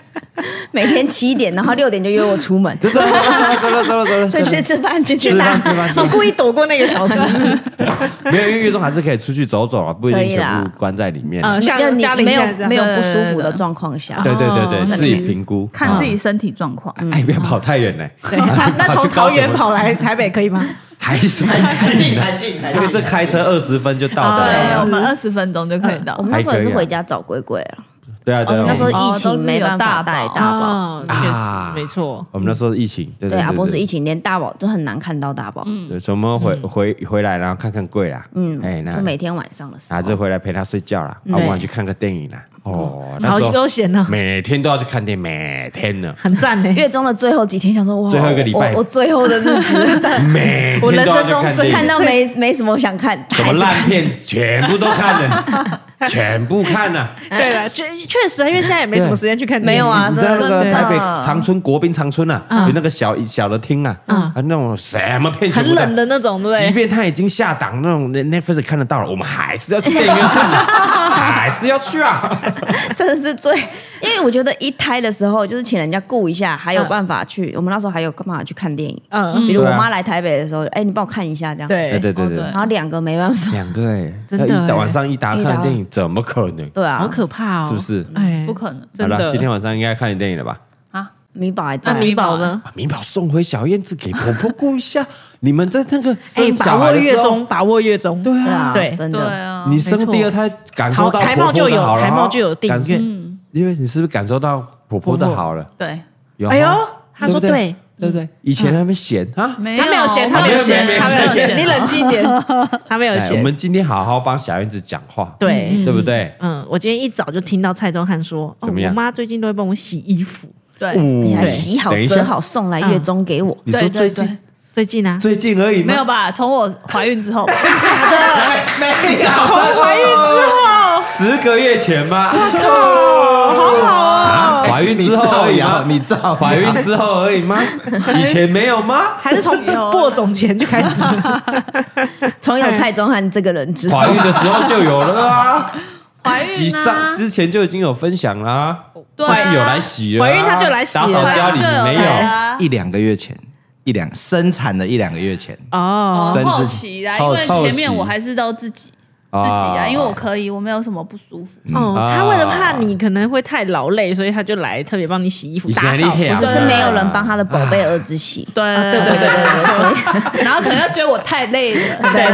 Speaker 4: 每天七点，然后六点就约我出门，
Speaker 3: 走走走走走走走
Speaker 4: 再去
Speaker 3: 走。
Speaker 4: 吃饭，去
Speaker 3: 吃
Speaker 4: 去打
Speaker 3: 饭。吃饭 吃
Speaker 2: 我
Speaker 3: 饭，
Speaker 2: 啊故意躲过那个 小时，
Speaker 3: 没有，因为月中还是可以出去走走啊，不一
Speaker 4: 可
Speaker 3: 定
Speaker 4: 以
Speaker 3: 全部
Speaker 4: 啦
Speaker 3: 关在里面。
Speaker 2: 呃，像
Speaker 4: 要你
Speaker 2: 嘉玲
Speaker 4: 没
Speaker 2: 现
Speaker 4: 有
Speaker 2: 在这样
Speaker 4: 没有
Speaker 5: 对
Speaker 4: 不
Speaker 5: 对
Speaker 4: 舒服
Speaker 5: 对
Speaker 4: 的
Speaker 5: 对
Speaker 4: 状况下，
Speaker 3: 对对对对，
Speaker 2: 那
Speaker 3: 自己
Speaker 2: 你
Speaker 3: 评估，
Speaker 5: 看自己
Speaker 3: 啊。
Speaker 5: 身体状况。
Speaker 3: 哎，不要跑太远嘞，
Speaker 2: 那
Speaker 3: 跑
Speaker 2: 从
Speaker 3: 去高
Speaker 2: 桃
Speaker 3: 雄
Speaker 2: 园跑 来台北可以吗？
Speaker 3: 还是
Speaker 6: 还
Speaker 3: 蛮近
Speaker 6: 近
Speaker 3: 的，
Speaker 6: 还近还
Speaker 3: 因为
Speaker 6: 近，
Speaker 3: 这开车二十分就到的
Speaker 5: 对
Speaker 3: 了。
Speaker 5: 我们二十分钟就可以到
Speaker 4: 我。们那时候
Speaker 3: 还可以
Speaker 4: 也是
Speaker 3: 啊
Speaker 4: 回家找鬼鬼啊，
Speaker 3: 对啊，对啊，
Speaker 4: 哦那时候
Speaker 3: 我们
Speaker 4: 疫
Speaker 5: 哦都
Speaker 4: 情
Speaker 5: 是
Speaker 4: 没
Speaker 5: 有
Speaker 4: 办
Speaker 5: 大
Speaker 4: 法带
Speaker 5: 宝
Speaker 4: 大宝，
Speaker 2: 哦，确
Speaker 3: 啊
Speaker 2: 实没错。
Speaker 3: 我们那时候疫情，对
Speaker 4: 对，阿波是疫
Speaker 3: 情，
Speaker 4: 情，连大宝都很难看到大宝，嗯
Speaker 3: 对，所以我们回回回来，然后看看贵啦，嗯，哎，那
Speaker 4: 就每天晚上的时候
Speaker 3: 还，是回来陪他睡觉啦，啊，晚上去看个电影啦。哦，那
Speaker 2: 好
Speaker 3: 时候
Speaker 2: 悠闲呢，
Speaker 3: 每天都要去看电影，每天呢，
Speaker 2: 很赞呢。
Speaker 4: 月中的最后几天，想说哇，
Speaker 3: 最后一个礼拜
Speaker 4: 我我最后的日 子，
Speaker 3: 每
Speaker 2: 我人
Speaker 3: 天都
Speaker 2: 生
Speaker 3: 要
Speaker 2: 中
Speaker 3: 去看电
Speaker 2: 最
Speaker 3: 影
Speaker 4: 看。到没 没什么想看，
Speaker 3: 什么
Speaker 4: 还是看
Speaker 3: 烂片全部都看 了，全部看了。
Speaker 2: 对了，确确实啊，因为现在也没什么时间去看电影。
Speaker 4: 没有啊
Speaker 3: 你知道那个
Speaker 4: 真的
Speaker 3: 台北长春国宾长春啊，
Speaker 2: 嗯
Speaker 3: 有那个小小的厅啊，啊那种什么片全
Speaker 2: 很
Speaker 3: 部
Speaker 2: 冷
Speaker 3: 看。
Speaker 2: 的那种，对不
Speaker 3: 即
Speaker 2: 对？
Speaker 3: 便他已经下档那种 Netflix 看得到了，我们还是要去电影院看的， 还是要去啊！
Speaker 4: 真的是最， 因为我觉得一胎的时候，就是请人家顾一下，还有办法去。我们那时候还有办法去看电影，
Speaker 2: 嗯，
Speaker 4: 比如我
Speaker 3: 对啊
Speaker 4: 妈来台北的时候，哎、你帮我看一下这样。。
Speaker 3: 对
Speaker 2: 对，
Speaker 3: 对对对
Speaker 5: 哦，
Speaker 4: 然后两个没办法，
Speaker 3: 两个哎，
Speaker 2: 真的
Speaker 3: 要一打
Speaker 2: 哎
Speaker 3: 晚上一打
Speaker 4: 一打
Speaker 3: 看电影怎么可能？
Speaker 4: 对啊
Speaker 2: 好，可怕哦，
Speaker 3: 是不？是？
Speaker 2: 哎，
Speaker 5: 不可能
Speaker 3: 好
Speaker 2: 真
Speaker 3: 了，
Speaker 2: 的。
Speaker 3: 今天晚上应该看电影了吧？
Speaker 5: 啊！
Speaker 4: 米宝还在
Speaker 2: 那。米宝呢？
Speaker 3: 把米宝送回小燕子给婆婆顾 一下。你们在那个
Speaker 2: 哎
Speaker 3: 生，
Speaker 2: 把
Speaker 3: 小孩
Speaker 2: 握
Speaker 3: 的
Speaker 2: 月
Speaker 3: 时候
Speaker 2: 中，，把握月中。
Speaker 3: 对
Speaker 4: 对
Speaker 3: 啊
Speaker 4: 啊，，
Speaker 2: 对
Speaker 4: 真
Speaker 5: 对
Speaker 4: 的，
Speaker 5: 啊，
Speaker 3: 你生第二胎感受到
Speaker 2: 好台
Speaker 3: 婆
Speaker 2: 茂
Speaker 3: 婆
Speaker 2: 就
Speaker 3: 的
Speaker 2: 有
Speaker 3: 好了
Speaker 2: 台茂就有
Speaker 3: 感受
Speaker 2: 订阅
Speaker 4: 嗯
Speaker 3: 因为你是不是感受到婆婆的好了？
Speaker 5: 对，
Speaker 3: 有吗
Speaker 2: 哎呦，他说
Speaker 3: 对不对
Speaker 2: 对，
Speaker 3: 对不对？以前他们闲啊，
Speaker 5: 没
Speaker 2: 他没有嫌，他没有嫌，他没有嫌，你冷静一点，他没有
Speaker 3: 哎
Speaker 2: 嫌。
Speaker 3: 我们今天好好帮小燕子讲话，
Speaker 2: 对，
Speaker 3: 对不对？
Speaker 2: 嗯，我今天一早就听到蔡宗翰说，哦
Speaker 3: 怎么样
Speaker 2: 我妈最近都会帮我洗衣服。
Speaker 5: 对，
Speaker 4: 你还
Speaker 3: 对
Speaker 4: 哎洗好
Speaker 3: 等一下
Speaker 4: 折好送来月中给我，
Speaker 3: 哦你说
Speaker 5: 对
Speaker 3: 最
Speaker 5: 对
Speaker 3: 近
Speaker 2: 最近啊，
Speaker 3: 最近而已吗
Speaker 5: 没有吧？从我怀孕之后 吧，
Speaker 3: 没有，从怀孕之后十个月前吗？
Speaker 2: 好好哦，
Speaker 3: 啊，怀孕之后而
Speaker 7: 造
Speaker 3: 已
Speaker 7: 谣，
Speaker 3: 吗？
Speaker 7: 你造
Speaker 3: 怀孕之后而已吗？以前没 有吗？
Speaker 2: 还是从啊播种前就开 始了？
Speaker 4: 从有蔡宗翰这个人之后，
Speaker 3: 怀孕的时候就有了啊，
Speaker 5: 怀
Speaker 3: 几
Speaker 5: 孕
Speaker 3: 上
Speaker 5: 啊，
Speaker 3: 之前就已经有分享啦，就
Speaker 5: 对啊
Speaker 3: 是有来洗了啊，
Speaker 2: 怀孕他就来洗了
Speaker 3: 打扫家
Speaker 5: 怀孕
Speaker 3: 里
Speaker 5: 就有
Speaker 3: 没有？
Speaker 5: 来啊
Speaker 7: 一两个月前，一两生产的一两个月前，
Speaker 2: 哦，
Speaker 7: 生
Speaker 5: 好
Speaker 7: 之
Speaker 5: 奇啦，因
Speaker 7: 好
Speaker 5: 为
Speaker 7: 好
Speaker 5: 前面
Speaker 7: 奇
Speaker 5: 我还是都自己
Speaker 3: 啊
Speaker 5: 自己啊，因为我可以，我没有什么不舒服。
Speaker 3: 嗯
Speaker 2: 哦，他为了怕你可能会太劳累，所以他就来特别帮你洗衣服、
Speaker 3: 你
Speaker 2: 打扫
Speaker 3: 看。你
Speaker 4: 不是
Speaker 3: 啊
Speaker 4: 是没有人帮他的宝贝儿子洗，
Speaker 5: 对对
Speaker 2: 对对对
Speaker 5: 对， 然后可能要觉得我太累了，对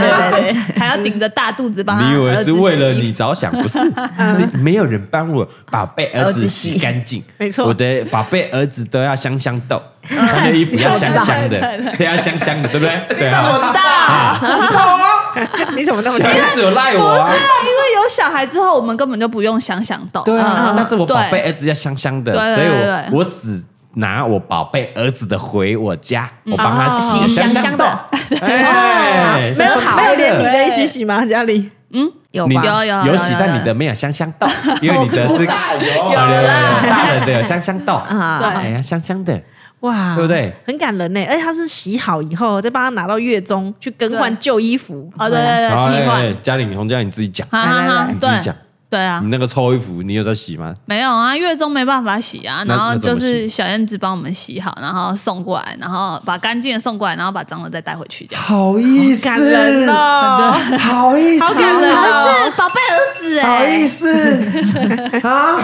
Speaker 2: 对对
Speaker 5: 还要顶着大肚子帮他。呃
Speaker 3: 你以为是为了你？着想，不是？是没有人帮我把被儿子洗干净，
Speaker 2: 没错
Speaker 3: 我的宝贝儿子都要香香豆，穿的衣服要香香的， 对，要香香的，对不对？对啊，
Speaker 5: 知道，
Speaker 2: 你怎么那么厉
Speaker 3: 小
Speaker 2: 害？
Speaker 3: 燕子有赖我啊，
Speaker 5: 因为有小孩之后，我们根本就不用想想到。
Speaker 3: 对啊，但是我
Speaker 5: 对
Speaker 3: 宝贝儿子要香香的，
Speaker 5: 对对
Speaker 3: 所以
Speaker 5: 对
Speaker 3: 我
Speaker 5: 对
Speaker 3: 我只。拿我宝贝儿子的回我家，
Speaker 5: 嗯
Speaker 3: 我帮他洗
Speaker 4: 哦
Speaker 3: 香豆，
Speaker 5: 哦
Speaker 3: 哎，
Speaker 2: 没有
Speaker 3: 好
Speaker 2: 没有连你的一起洗吗？家里
Speaker 4: 有
Speaker 3: 你
Speaker 4: 吧？
Speaker 5: 有有
Speaker 3: 有
Speaker 5: 有
Speaker 3: 洗
Speaker 5: 有，
Speaker 3: 但
Speaker 5: 有
Speaker 3: 你的没有香香豆，因为你的是有
Speaker 6: 啦
Speaker 3: 大人的有香香豆啊，
Speaker 5: 对
Speaker 3: 哎呀香香的，
Speaker 2: 哇，
Speaker 3: 对不对？
Speaker 2: 很感人呢，而且哎他是洗好以后再帮他拿到月中去更换
Speaker 5: 对
Speaker 2: 旧衣服。
Speaker 3: 啊
Speaker 5: 哦，对对
Speaker 3: 好
Speaker 5: 对，替
Speaker 3: 哎哎
Speaker 5: 换，
Speaker 3: 嘉玲，洪嘉玲你自己讲，
Speaker 5: 哈
Speaker 2: 来
Speaker 5: 哈
Speaker 2: 来
Speaker 5: 哈
Speaker 2: 来，
Speaker 3: 你自己
Speaker 5: 对
Speaker 3: 讲，
Speaker 5: 对啊
Speaker 3: 你，那个臭衣服你有在洗吗？
Speaker 5: 没有啊，月中没办法洗啊，
Speaker 3: 那
Speaker 5: 然后
Speaker 3: 那怎
Speaker 5: 就
Speaker 3: 么洗
Speaker 5: 是小燕子帮我们洗好，然后送过来，然后把干净的送过来，然后把脏的再带回去，这样。
Speaker 3: 好意
Speaker 2: 感人哦，
Speaker 3: 好意
Speaker 2: 好感人哦！
Speaker 5: 是啊宝贝儿子欸
Speaker 3: 好意思啊，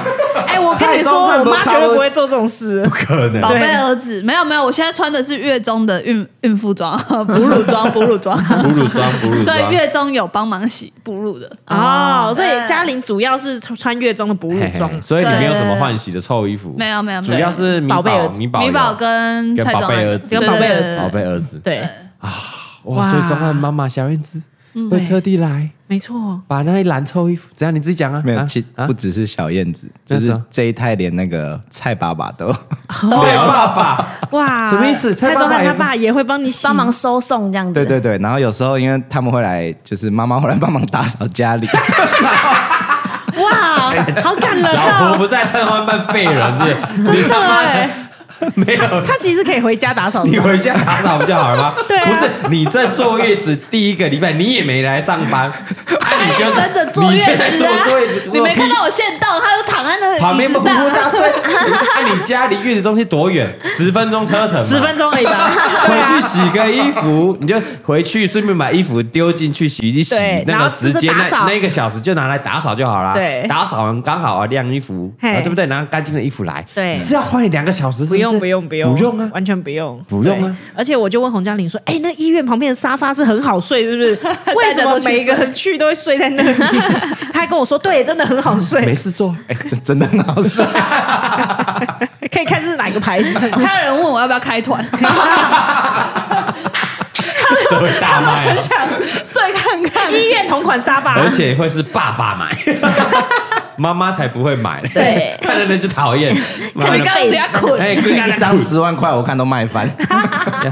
Speaker 2: 哎，我跟你
Speaker 3: 蔡
Speaker 2: 说，
Speaker 3: 宗翰
Speaker 2: 我
Speaker 3: 不
Speaker 2: 妈绝对不会做这种事。
Speaker 3: 可能
Speaker 5: 宝贝儿子，没有没有，我现在穿的是月中的孕孕妇装、啊哺乳装、哺乳装，
Speaker 3: 哺乳装，哺乳
Speaker 5: 所以
Speaker 3: 装，
Speaker 5: 月中有帮忙洗哺乳的，
Speaker 2: 哦，所以嘉玲主要是穿月中的哺乳
Speaker 3: 嘿嘿
Speaker 2: 装
Speaker 3: 嘿，所以你没有什么换洗的臭衣服，
Speaker 5: 没有没有，
Speaker 3: 主要是米
Speaker 2: 宝贝儿
Speaker 3: 宝、
Speaker 2: 子
Speaker 3: 米宝、
Speaker 5: 米宝跟
Speaker 3: 跟
Speaker 5: 蔡
Speaker 3: 宝
Speaker 5: 总
Speaker 3: 贝儿子
Speaker 5: 对对
Speaker 2: 跟宝贝儿
Speaker 5: 对对
Speaker 2: 子
Speaker 5: 对
Speaker 3: 宝贝儿子，
Speaker 2: 对，
Speaker 3: 哇，
Speaker 2: 哇
Speaker 3: 所以钟汉妈妈小燕子会
Speaker 2: 对
Speaker 3: 特地来
Speaker 2: 没错。
Speaker 3: 把那一篮臭衣服，怎样你自己讲啊，
Speaker 7: 没有，
Speaker 3: 啊
Speaker 7: 其
Speaker 3: 啊
Speaker 7: 不只是小燕子，
Speaker 3: 那
Speaker 7: 就是是
Speaker 3: 什么
Speaker 7: 这一代连那个蔡爸爸都
Speaker 3: 蔡爸爸，
Speaker 2: 哇，
Speaker 3: 什么意思
Speaker 2: 蔡
Speaker 3: 蔡
Speaker 2: 宗
Speaker 3: 爸爸
Speaker 2: 翰
Speaker 3: 也
Speaker 2: 他爸也会帮你洗
Speaker 4: 帮 忙收送这样子，
Speaker 7: 对对对，然后有时候因为他们会来，就是妈妈会来帮忙打扫家 里，
Speaker 2: 哇，好感人
Speaker 3: 哎 老婆
Speaker 2: 哦！
Speaker 3: 不在，蔡老板废人是不是，你他妈的
Speaker 2: 对，
Speaker 3: 没有。
Speaker 2: 哎他其实可以回家打扫的。
Speaker 3: 你回家打扫不就好了 吗？
Speaker 2: 对啊
Speaker 3: 不是你在坐月子第一个礼拜你也没来上 班，啊，你就
Speaker 5: 真的坐
Speaker 3: 你
Speaker 5: 月
Speaker 3: 就在
Speaker 5: 子
Speaker 3: 坐
Speaker 5: 啊
Speaker 3: 坐月子，
Speaker 5: 你没看
Speaker 3: 屁
Speaker 5: 到我现到，他就躺在那个
Speaker 3: 旁边
Speaker 5: 椅
Speaker 3: 不
Speaker 5: 子
Speaker 3: 呼
Speaker 5: 上
Speaker 3: 呼
Speaker 5: 啊，
Speaker 3: 大睡？ 啊，你家离月子中心多远？ 十分钟车程嘛，
Speaker 2: 十分钟而已 吧，
Speaker 3: 回
Speaker 2: 啊
Speaker 3: 去洗个衣服，你就回去顺便把衣服丢进去洗衣机洗
Speaker 2: 对，
Speaker 3: 那
Speaker 2: 然
Speaker 3: 个
Speaker 2: 后
Speaker 3: 时
Speaker 2: 就是
Speaker 3: 间
Speaker 2: 打
Speaker 3: 那
Speaker 2: 扫
Speaker 3: 那一个小时就拿来打扫就好啦。
Speaker 2: 对
Speaker 3: 打扫完刚好啊晾衣服，
Speaker 2: 嘿
Speaker 3: 然后对不对？拿干净的衣服来，
Speaker 4: 对
Speaker 3: 是要花你两个小时，是
Speaker 2: 不
Speaker 3: 是
Speaker 2: 用不用不用，
Speaker 3: 不用啊。
Speaker 2: 完全不用，
Speaker 3: 不用啊
Speaker 2: 对。而且我就问洪嘉玲说：“哎，那医院旁边的沙发是很好睡，是不 是？为什么每个人去都会睡在那里？”他还跟我说：“对，真的很好
Speaker 3: 没
Speaker 2: 睡，
Speaker 3: 事做，
Speaker 7: 哎、这真的很好 笑。
Speaker 2: 可以看是哪个牌 子。
Speaker 5: 还有人问我要不要开团，
Speaker 3: 这会 大卖哦，
Speaker 5: 睡看看。
Speaker 2: 医院同款沙发，
Speaker 3: 而且会是爸爸 买，妈妈才不会买。
Speaker 4: 对
Speaker 3: 看了人就讨厌。
Speaker 4: 看
Speaker 5: 你
Speaker 4: 你
Speaker 5: 刚刚
Speaker 4: 被
Speaker 5: 等下捆，
Speaker 3: 哎，
Speaker 7: 一张十万块，我看都卖翻。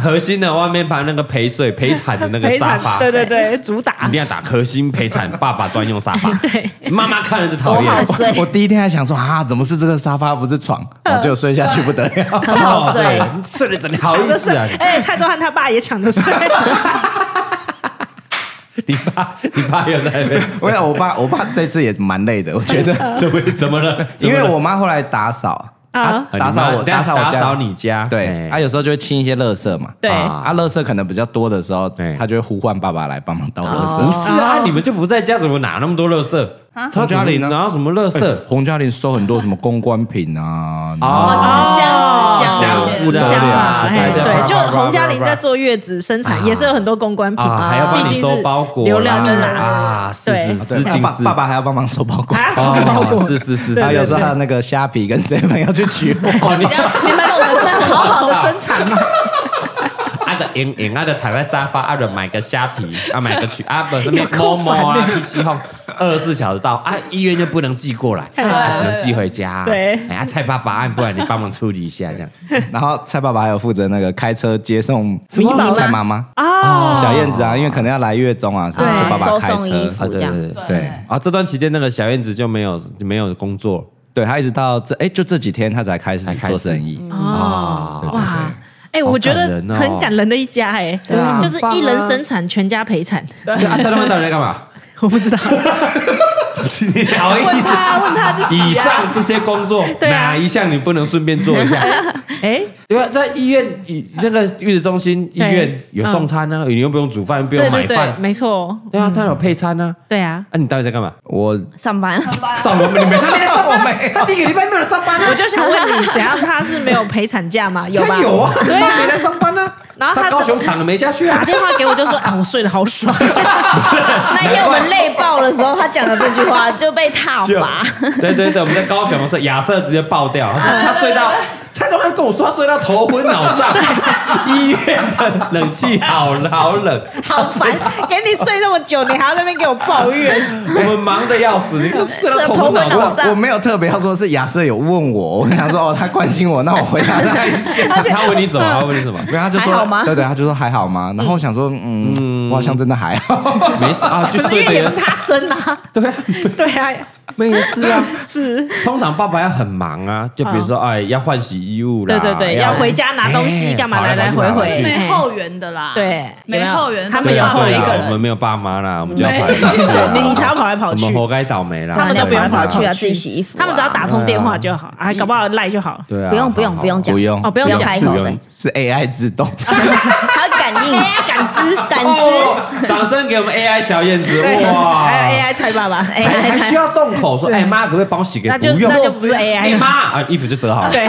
Speaker 3: 核心的外面把那个陪睡陪产的那个
Speaker 2: 陪
Speaker 3: 沙
Speaker 2: 产
Speaker 3: 发，
Speaker 2: 对对对，主打
Speaker 3: 一定要打核心陪产爸爸专用沙 发。妈妈看了就讨
Speaker 4: 多
Speaker 3: 厌
Speaker 4: 好。睡
Speaker 7: 我第一天还想说啊，怎么是这个沙发不 是床？然
Speaker 2: 嗯
Speaker 7: 后就睡下去不得了。
Speaker 4: 超好睡，
Speaker 3: 哦你睡得怎么好意
Speaker 2: 就
Speaker 3: 思
Speaker 2: 是
Speaker 3: 啊？
Speaker 2: 而哎且蔡宗翰他爸也抢着 睡，
Speaker 3: 你爸， 你爸又在那边睡，
Speaker 7: 我想我爸，我爸这次也蛮 累的，我觉得，
Speaker 3: 怎么怎么了？哦
Speaker 7: 因为我妈后来打扫，啊
Speaker 2: 啊，
Speaker 7: 打扫我，
Speaker 3: 你妈
Speaker 7: 打扫我
Speaker 3: 打
Speaker 7: 家
Speaker 3: 扫，你家，
Speaker 7: 对，她
Speaker 3: 哎
Speaker 7: 有时候就会清一些垃圾嘛，
Speaker 2: 对
Speaker 7: 啊，啊垃圾可能比较多的时候
Speaker 3: 对，
Speaker 7: 她就会呼唤爸爸来帮忙倒垃
Speaker 3: 不
Speaker 7: 圾。
Speaker 3: 是
Speaker 2: 哦
Speaker 3: 啊，你们就不在家，怎么拿那么多垃圾？
Speaker 2: 啊
Speaker 3: 他
Speaker 7: 家里呢
Speaker 3: 拿到什么垃圾？
Speaker 7: 洪嘉玲收很多什么公关品啊，然后
Speaker 3: 哦
Speaker 5: 箱子
Speaker 3: 箱
Speaker 5: 箱
Speaker 3: 子
Speaker 5: 子
Speaker 3: 啊，
Speaker 2: 香啊，
Speaker 3: 箱子啊
Speaker 2: 对，就洪嘉玲在坐月子生产，也是有很多公关品
Speaker 3: 啊，还要帮
Speaker 2: 哦毕
Speaker 3: 你
Speaker 2: 竟
Speaker 3: 收
Speaker 2: 是
Speaker 3: 包裹啦
Speaker 2: 流量一拿，
Speaker 3: 啊，是
Speaker 2: 对
Speaker 3: 是是，
Speaker 7: 爸
Speaker 3: 金是
Speaker 7: 爸爸还要帮忙收 包裹，
Speaker 2: 还要啊收包裹
Speaker 3: 哦，是是是，
Speaker 7: 然后有时候
Speaker 3: 是
Speaker 7: 还有那个虾皮跟 seven 要去取货，
Speaker 3: 哦，你
Speaker 2: 你们是不能好好的生产吗？
Speaker 3: 啊的赢赢啊的躺在沙发啊的买个虾皮啊买个去啊不是面摸摸啊必须用二十四小时到啊医院就不能寄过来，啊只能寄回家。
Speaker 2: 对
Speaker 3: 哎呀蔡爸爸，不然你帮忙处理一下这样。
Speaker 7: 然后蔡爸爸还有负责那个开车接送
Speaker 2: 什么
Speaker 7: 蔡妈妈
Speaker 2: 哦，
Speaker 7: 小燕子啊，因为可能要来月中啊，所以
Speaker 2: 对
Speaker 7: 就爸爸
Speaker 4: 收
Speaker 7: 开
Speaker 4: 送衣
Speaker 7: 车。
Speaker 4: 服这样，
Speaker 3: 啊对。哦
Speaker 7: 对，
Speaker 3: 啊，这段期间那个小燕子就没有没有工作，
Speaker 7: 对他一直到这，哎，就这几天他才开始
Speaker 3: 才开始
Speaker 7: 做生意。啊
Speaker 3: 啊
Speaker 2: 哦
Speaker 7: 对对对
Speaker 2: 哇。哎、
Speaker 3: 好
Speaker 2: 我觉
Speaker 3: 感
Speaker 2: 得
Speaker 3: 人哦
Speaker 2: 很感人的一家哎、
Speaker 4: 对啊
Speaker 2: 就是一人生产全家陪产，
Speaker 3: 啊，蔡老板到底在干嘛？
Speaker 2: 我不知道，
Speaker 3: 你好意思？
Speaker 4: 他问他自
Speaker 3: 以上这些工作
Speaker 2: 对啊
Speaker 3: 哪一项你不能顺便做一下？
Speaker 2: 哎、
Speaker 3: 对啊，在医院以那个月子中心医院有送餐呢，你又不用煮饭，不
Speaker 2: 嗯对
Speaker 3: 用买
Speaker 2: 对对，
Speaker 3: 饭，
Speaker 2: 没错，
Speaker 3: 对啊，他有配餐呢。
Speaker 2: 对啊，
Speaker 3: 啊，你到底在 干嘛？
Speaker 7: 我
Speaker 4: 上班，
Speaker 3: 上班没？你没
Speaker 6: 他没来上班啊，他第一个礼拜没有来上班啊，
Speaker 2: 我就想问你，怎样他是没有陪产假吗？有吧？
Speaker 6: 他有啊，
Speaker 2: 对
Speaker 6: 他没来
Speaker 2: 啊。
Speaker 6: 上班呢。
Speaker 2: 然后
Speaker 3: 他
Speaker 2: 他
Speaker 3: 高雄厂的没下去啊
Speaker 2: 打。电话给我就说啊，我睡得好爽。
Speaker 4: 那一天我们累爆的时候，他讲了这句话就被踏
Speaker 3: 就
Speaker 4: 伐。
Speaker 3: 对对对，我们在高雄的 时候，亚瑟直接爆掉，他说他睡到蔡东汉跟我说他睡到头昏脑 胀，医院的冷气好好 冷，
Speaker 2: 好烦，给你睡那么久，你还要在那边给我抱 怨。
Speaker 3: 我们忙的要死，你看睡到头昏 脑胀。
Speaker 7: 我我没有特别要说是亚瑟有问我，我跟他说哦，他关心我，那我回答他一下。
Speaker 3: 他问你什么？他问 你什么？
Speaker 7: 然后他就
Speaker 4: 还好
Speaker 7: 说
Speaker 4: 吗，
Speaker 7: 对对，他就说还好吗？然后我想说，嗯，我好像真的还好。
Speaker 3: 没事啊，就
Speaker 2: 可是
Speaker 3: 睡
Speaker 2: 因为也
Speaker 3: 得
Speaker 2: 不是他生啊，
Speaker 3: 对啊，
Speaker 2: 对啊，
Speaker 3: 没事啊。
Speaker 2: 是，嗯
Speaker 3: 通常爸爸要很忙啊，就比如说哎，要换洗衣物啦，
Speaker 2: 对对对，要回家拿东西，
Speaker 3: 哎
Speaker 2: 干嘛
Speaker 3: 跑
Speaker 2: 来来
Speaker 3: 跑去
Speaker 2: 回
Speaker 3: 跑来
Speaker 2: 回，
Speaker 3: 跑去
Speaker 5: 没后援的啦，
Speaker 2: 对
Speaker 5: 没
Speaker 2: 有没有
Speaker 5: 后援，
Speaker 2: 他
Speaker 5: 都
Speaker 2: 们
Speaker 5: 是
Speaker 3: 对
Speaker 2: 有
Speaker 3: 啊
Speaker 5: 爸爸
Speaker 3: 对
Speaker 5: 一
Speaker 3: 啊
Speaker 5: 个，
Speaker 3: 我们
Speaker 5: 人，
Speaker 3: 没有爸妈啦，我们就要
Speaker 5: 没
Speaker 3: 跑来跑去啊，
Speaker 2: 你你才要跑来跑去
Speaker 3: 我们活该倒霉啦，
Speaker 2: 他们都不用跑来跑
Speaker 4: 去
Speaker 2: 去
Speaker 4: 啊，自己洗衣服啊。
Speaker 2: 他们只要打通电话就好，哎，搞不好赖就好了。
Speaker 3: 对啊，
Speaker 4: 不用不用
Speaker 3: 好
Speaker 4: 不用讲，
Speaker 7: 不用
Speaker 2: 哦不用
Speaker 4: 不用
Speaker 2: 讲
Speaker 4: 开
Speaker 3: 是
Speaker 4: 口
Speaker 3: 不
Speaker 4: 的
Speaker 3: 用，
Speaker 7: 是 AI 自动，
Speaker 4: 还有感应，哎感知感知。
Speaker 3: 哦，掌声给我们 AI 小燕子，
Speaker 2: 对，哎还有
Speaker 3: 哇！
Speaker 2: AI 猜爸 爸，
Speaker 4: 哎
Speaker 3: 还
Speaker 4: 还
Speaker 3: 还需要动口说，哎妈，可不可以帮我洗个？
Speaker 2: 那就
Speaker 3: 不用
Speaker 2: 那就不是 AI
Speaker 3: 哎妈啊，衣服就折好了，
Speaker 2: 对，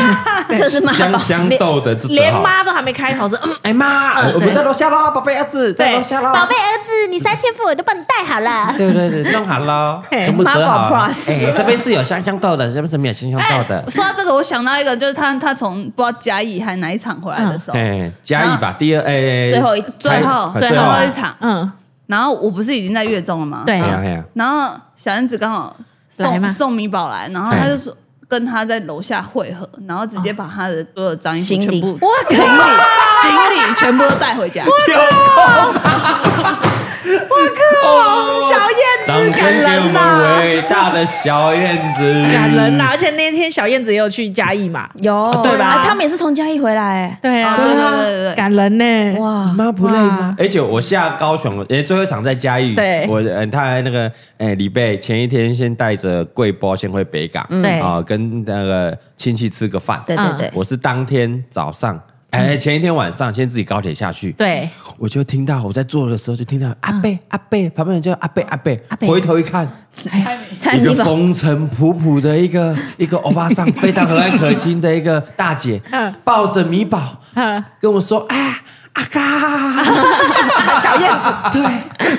Speaker 4: 这是妈
Speaker 3: 香
Speaker 4: 宝，
Speaker 3: 香豆的就折
Speaker 2: 连
Speaker 3: 好了。
Speaker 2: 妈都还没开口说，嗯，
Speaker 3: 哎妈，我我们在楼下喽，宝贝儿子，在楼下喽，
Speaker 8: 宝贝儿子，你三天赋我都帮你带好了。
Speaker 3: 对对对，弄好了，
Speaker 2: 嘿
Speaker 3: 全部折好
Speaker 4: 妈
Speaker 3: 了
Speaker 4: 宝。Plus
Speaker 3: 哎，这边是有香香豆的，这边是没有香香豆的。
Speaker 5: 哎说到这个，我想到一个，就是他他从不知道嘉义还哪一场回来的时候，
Speaker 2: 嗯
Speaker 3: 哎，嘉义吧，第二哎，
Speaker 4: 最后一
Speaker 5: 最后
Speaker 3: 哎
Speaker 5: 最
Speaker 3: 最后
Speaker 5: 后一场，
Speaker 2: 嗯，
Speaker 5: 然后我不是已经在月中了吗？
Speaker 2: 对
Speaker 3: 哎呀哎呀，
Speaker 5: 然后小燕子刚好
Speaker 2: 来吗
Speaker 5: 送送米宝来，然后他就说跟他在楼下汇合，然后直接把他的所有脏衣服
Speaker 4: 行
Speaker 5: 全
Speaker 4: 李
Speaker 5: 部
Speaker 2: 哦
Speaker 5: 行李行李全部都带回家。
Speaker 3: 哦
Speaker 2: 小燕
Speaker 3: 掌
Speaker 2: 子
Speaker 3: 声
Speaker 2: 感
Speaker 3: 给我
Speaker 2: 人
Speaker 3: 们
Speaker 2: 呐，
Speaker 3: 伟大的小燕子，
Speaker 2: 感人啊呐！而且那天小燕子也有去嘉义嘛，
Speaker 4: 有
Speaker 2: 对吧
Speaker 4: 啊他们也是从嘉义回来，
Speaker 2: 对
Speaker 5: 啊，
Speaker 2: 啊，
Speaker 5: 对对对对对，
Speaker 2: 感人呢，
Speaker 4: 哇，
Speaker 3: 妈不累吗？而且哎我下高雄，诶，最后一场在嘉义，
Speaker 2: 对
Speaker 3: 我呃，他还那个诶，李贝前一天先带着贵波先回北港，
Speaker 2: 对
Speaker 3: 啊，跟那个亲戚吃个饭，
Speaker 4: 对对对，
Speaker 3: 我是当天早上。哎，前一天晚上先自己高铁下去，
Speaker 2: 对，
Speaker 3: 我就听到我在做的时候就听到阿贝阿贝，旁边人叫阿贝阿贝，
Speaker 2: 贝
Speaker 3: 回头一看，
Speaker 4: 蔡
Speaker 3: 一个
Speaker 4: 米宝，
Speaker 3: 风尘仆仆的一个一个欧巴桑，非常和蔼可亲的一个大姐
Speaker 2: 嗯，
Speaker 3: 抱着米宝
Speaker 2: 嗯
Speaker 3: 跟我说：“啊，阿嘎，
Speaker 2: 小燕子，
Speaker 3: 对。”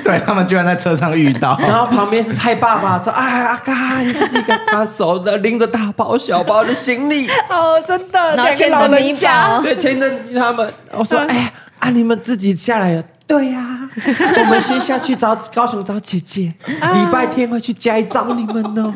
Speaker 7: 对他们居然在车上遇到。
Speaker 3: 然后旁边是蔡爸爸说：“哎，阿嘎，你自己一 个，他手的拎着大包小包的行李，
Speaker 2: 哦，真的，
Speaker 4: 然后牵
Speaker 2: 两
Speaker 4: 着
Speaker 2: 个老
Speaker 4: 米
Speaker 2: 人家，
Speaker 4: 宝，
Speaker 3: 对，牵着他们。”我
Speaker 2: 嗯
Speaker 3: 说：“哎，啊，你们自己下来了。”对呀、我们先下去找高雄找姐姐，
Speaker 2: 啊
Speaker 3: 礼拜天会去家里找你们 哦，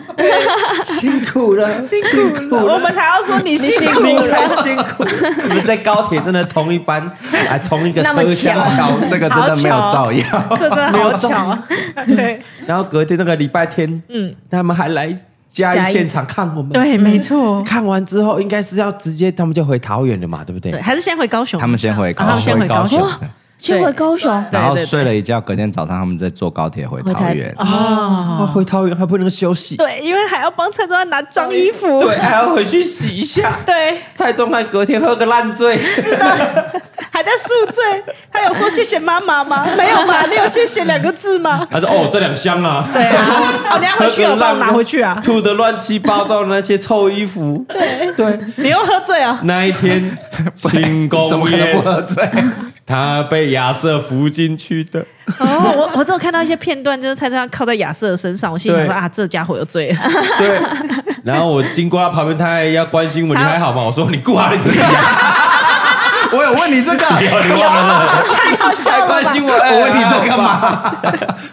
Speaker 3: 辛苦了，辛苦了，
Speaker 2: 我们才要说你辛苦
Speaker 3: 您才
Speaker 2: 了。
Speaker 3: 辛苦，你们在高铁真的同一班，啊，同一个车厢
Speaker 7: 巧
Speaker 3: 巧。哦
Speaker 7: 这个真的没有造谣。
Speaker 2: 这真的好巧，啊 对
Speaker 3: 然后隔天那个礼拜天，嗯，他们还来嘉义现场看我们。，
Speaker 2: 对，没错，
Speaker 3: 看完之后应该是要直接他们就回桃园了嘛，对不对？
Speaker 2: 对，还是先回高雄，
Speaker 7: 他们先回
Speaker 2: 啊他
Speaker 7: 高
Speaker 2: 们先
Speaker 7: 雄，
Speaker 2: 回高雄，
Speaker 7: 对
Speaker 4: 先回高雄，
Speaker 7: 然后
Speaker 2: 对对对
Speaker 7: 睡了一觉，隔天早上他们在坐高铁回桃园。
Speaker 2: 哦，
Speaker 3: 啊，回桃园还不能休息，
Speaker 2: 对，因为还要帮蔡宗翰拿脏衣服，
Speaker 3: 对，还要回去洗一 下。
Speaker 2: 对，
Speaker 3: 蔡宗汉隔天喝个 烂醉，
Speaker 2: 还在宿醉。他有说谢谢妈妈吗？没有吧？你有谢谢两个字吗？
Speaker 3: 他说：“哦，这两箱啊，
Speaker 2: 对啊，哦，你要回去哦，
Speaker 3: 喝
Speaker 2: 我
Speaker 3: 个
Speaker 2: 帮我
Speaker 3: 烂
Speaker 2: 拿回去啊。
Speaker 3: 吐的乱七八糟的那些臭衣服。”对，
Speaker 2: 你又喝醉 啊？
Speaker 3: 那一天庆
Speaker 7: 怎
Speaker 3: 功
Speaker 7: 么可能
Speaker 3: 宴
Speaker 7: 不，喝醉？
Speaker 3: 他被亚瑟扶进去的。
Speaker 2: 哦，我我只有看到一些片段，就是蔡宗翰靠在亚瑟的身上，我心想说
Speaker 3: 对
Speaker 2: 啊，这家伙有罪了。
Speaker 3: 对，然后我经过他旁边，他还要关心我，你还好吗？我说你顾好你自己啊，
Speaker 7: 我有问你这个，
Speaker 3: 你忘了，太好笑了，关心我，哎
Speaker 7: 我问你这干？嘛？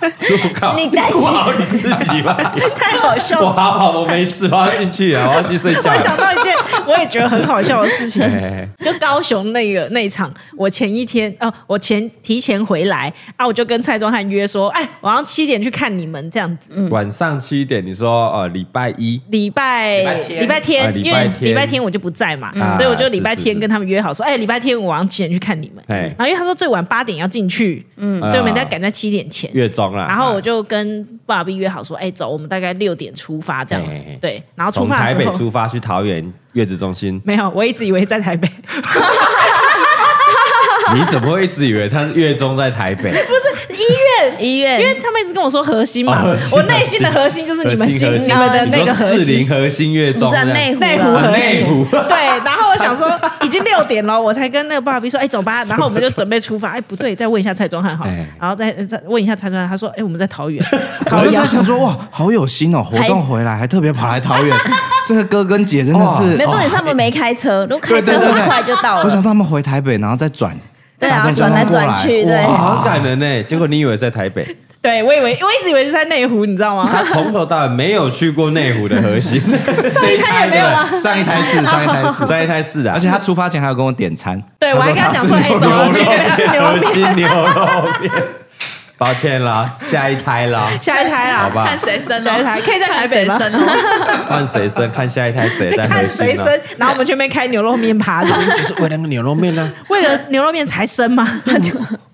Speaker 3: 我说我靠，
Speaker 4: 你
Speaker 3: 你
Speaker 4: 担心
Speaker 3: 顾好你自己吧。
Speaker 2: 太好笑
Speaker 3: 我
Speaker 2: 了。
Speaker 3: 好好，我没事，我要进去啊，我要去睡觉
Speaker 2: 我
Speaker 3: 了。
Speaker 2: 想到一件我也觉得很好笑的事情。
Speaker 3: 哎
Speaker 2: 就高雄那个那一场，我前一天哦、我前提前回来啊，我就跟蔡宗翰约说，哎，晚上七点去看你们这样子。
Speaker 3: 晚上七点，你说呃礼拜一，
Speaker 2: 礼拜礼拜
Speaker 3: 啊
Speaker 2: 天，
Speaker 3: 礼
Speaker 2: 因
Speaker 3: 拜
Speaker 2: 为
Speaker 3: 天
Speaker 2: 礼拜天我就不在嘛，
Speaker 3: 嗯
Speaker 2: 所以我就
Speaker 3: 啊
Speaker 2: 礼拜
Speaker 3: 是是
Speaker 2: 天
Speaker 3: 是
Speaker 2: 跟他们约好说，哎，礼拜天我晚上七点去看你们。
Speaker 3: 哎啊
Speaker 2: 然后因为他说最晚八点要进去，嗯，所以我们大概赶在七点前。
Speaker 3: 月中啦。
Speaker 2: 然后我就跟爸比约好说，哎，走，我们大概六点出发这样
Speaker 3: 嘿嘿嘿。
Speaker 2: 对，然后出
Speaker 3: 哎从
Speaker 2: 发的
Speaker 3: 台
Speaker 2: 时
Speaker 3: 北
Speaker 2: 候，
Speaker 3: 出发去桃园月子中 心
Speaker 2: 没有，我一直以为在台北，
Speaker 3: 你怎么会一直以为他是月中在台 北？
Speaker 4: 医
Speaker 2: 因为
Speaker 4: 院
Speaker 2: 他们一直跟我说核心嘛，
Speaker 3: 哦核心
Speaker 2: 我内心的核心就是你们心
Speaker 3: 核
Speaker 2: 你
Speaker 3: 心
Speaker 2: 们的
Speaker 3: 你
Speaker 2: 那
Speaker 3: 说
Speaker 2: 个核
Speaker 3: 四
Speaker 2: 心。
Speaker 3: 零核心月
Speaker 4: 不
Speaker 3: 中
Speaker 4: 是啊
Speaker 3: 这样
Speaker 4: 内湖
Speaker 2: 内湖
Speaker 4: 啦
Speaker 2: 核
Speaker 3: 内
Speaker 2: 心
Speaker 3: 湖，
Speaker 2: 对，然后我想说已经六点了，我才跟那个爸比说，哎，走吧，然后我们就准备出发，哎，不对，再问一下蔡宗翰好了
Speaker 3: 哎，
Speaker 2: 然后再再问一下蔡宗翰，他说，哎，我们在桃园，
Speaker 7: 我
Speaker 2: 桃
Speaker 7: 就
Speaker 2: 园
Speaker 7: 在想说，哇，好有心哦，活动回来还特别跑来桃园， 这个哥跟姐真的是
Speaker 4: 没有重点是他
Speaker 7: 哦
Speaker 4: 们没开车，如果开车
Speaker 7: 对对对对
Speaker 4: 很快就到
Speaker 7: 我想
Speaker 4: 了。
Speaker 7: 他们回台北，然后再转，
Speaker 4: 对啊
Speaker 7: 大众交通
Speaker 4: 转来
Speaker 7: 过
Speaker 4: 转去对
Speaker 3: 哇，
Speaker 7: 哇
Speaker 3: 哦好感人呢。结果你以为在台 北，
Speaker 2: 对我以为我一直以为是在内湖，你知道吗？
Speaker 3: 他从头到尾没有去过内湖的核 心， 这一
Speaker 2: 他也没有啊。
Speaker 7: 上一台是上一台 是，
Speaker 3: 在台是啊，
Speaker 7: 而且他出发前还有跟我点餐，
Speaker 2: 对，我还跟他讲说，哎，走
Speaker 3: 牛
Speaker 2: 了，
Speaker 3: 肉
Speaker 2: 去吃牛肉
Speaker 3: 面，
Speaker 2: 面，
Speaker 3: 核心牛肉面。抱歉啦，下一胎 啦，
Speaker 2: 下一胎
Speaker 3: 好
Speaker 2: 啦，
Speaker 3: 吧
Speaker 5: 看，谁生
Speaker 2: 下一胎
Speaker 5: 了，
Speaker 2: 可以在台北吗
Speaker 5: 看谁生哦咯
Speaker 3: 看谁生，看下一胎谁在核
Speaker 2: 看
Speaker 3: 心
Speaker 2: 谁
Speaker 3: 啊
Speaker 2: 生，然后我们去那边开牛肉面趴的，
Speaker 3: 就是为了那个牛肉面呢、
Speaker 2: 为了牛肉面才生吗？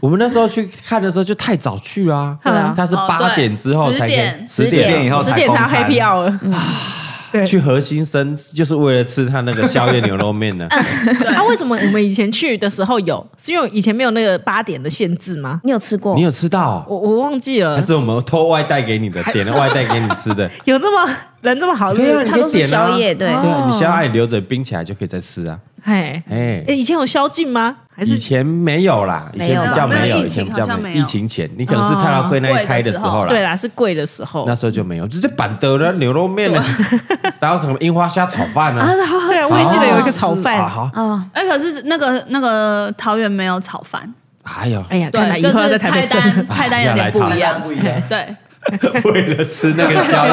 Speaker 3: 我们那时候去看的时候就太早去啊，
Speaker 2: 对啊
Speaker 3: 它是
Speaker 5: 哦
Speaker 3: 八
Speaker 5: 对
Speaker 3: 点之后
Speaker 5: 10
Speaker 3: 才可以，
Speaker 5: 点
Speaker 3: 10
Speaker 7: 10点以 后
Speaker 2: 十点才
Speaker 3: 哦
Speaker 2: 要
Speaker 7: 才
Speaker 2: happy hour。对
Speaker 3: 去核心生，就是为了吃他那个宵夜牛肉面呢、
Speaker 2: 啊，为什么我们以前去的时候有？是因为以前没有那个八点的限制吗？
Speaker 4: 你有吃过
Speaker 3: 你？有吃到、
Speaker 2: 我我忘记了
Speaker 3: 还，是我们偷外带给你的，点了外带给你 吃的？
Speaker 2: 有这么人这么好是不
Speaker 3: 对啊，
Speaker 2: 是？
Speaker 3: 你
Speaker 4: 它
Speaker 3: 可
Speaker 4: 都
Speaker 3: 以
Speaker 4: 是
Speaker 3: 点啊。
Speaker 4: 宵夜，
Speaker 2: 哦
Speaker 4: 对，
Speaker 3: 对啊，你宵夜留着冰起来就可以再吃啊。
Speaker 2: 哎
Speaker 3: 哎
Speaker 2: 哎，，以前有宵禁吗？还
Speaker 3: 以
Speaker 2: 是
Speaker 3: 前没有啦，以
Speaker 4: 没有
Speaker 3: 前比较没有，
Speaker 5: 没有
Speaker 3: 以前比较
Speaker 5: 疫情好像
Speaker 3: 没
Speaker 5: 没
Speaker 3: 有。
Speaker 5: 有
Speaker 3: 疫情前，你可能是蔡老贵那一开的时候啦，
Speaker 2: 哦对啦，是贵的时候
Speaker 3: 那。时候就没有，就是板德的牛肉面呢，啊然后什么樱花虾炒饭啊，
Speaker 2: 对啊，我也记得有一个炒
Speaker 3: 啊
Speaker 2: 饭。
Speaker 3: 好，
Speaker 5: 哎，可是那个那个桃园没有炒饭，
Speaker 3: 哎呦，
Speaker 2: 哎呀，看
Speaker 5: 对，
Speaker 2: 来以
Speaker 5: 就
Speaker 2: 后要
Speaker 5: 是
Speaker 2: 在
Speaker 5: 菜
Speaker 2: 台北生
Speaker 5: 单菜单有点不一样，
Speaker 6: 不一样。
Speaker 5: 对，
Speaker 3: 为了吃那个宵夜，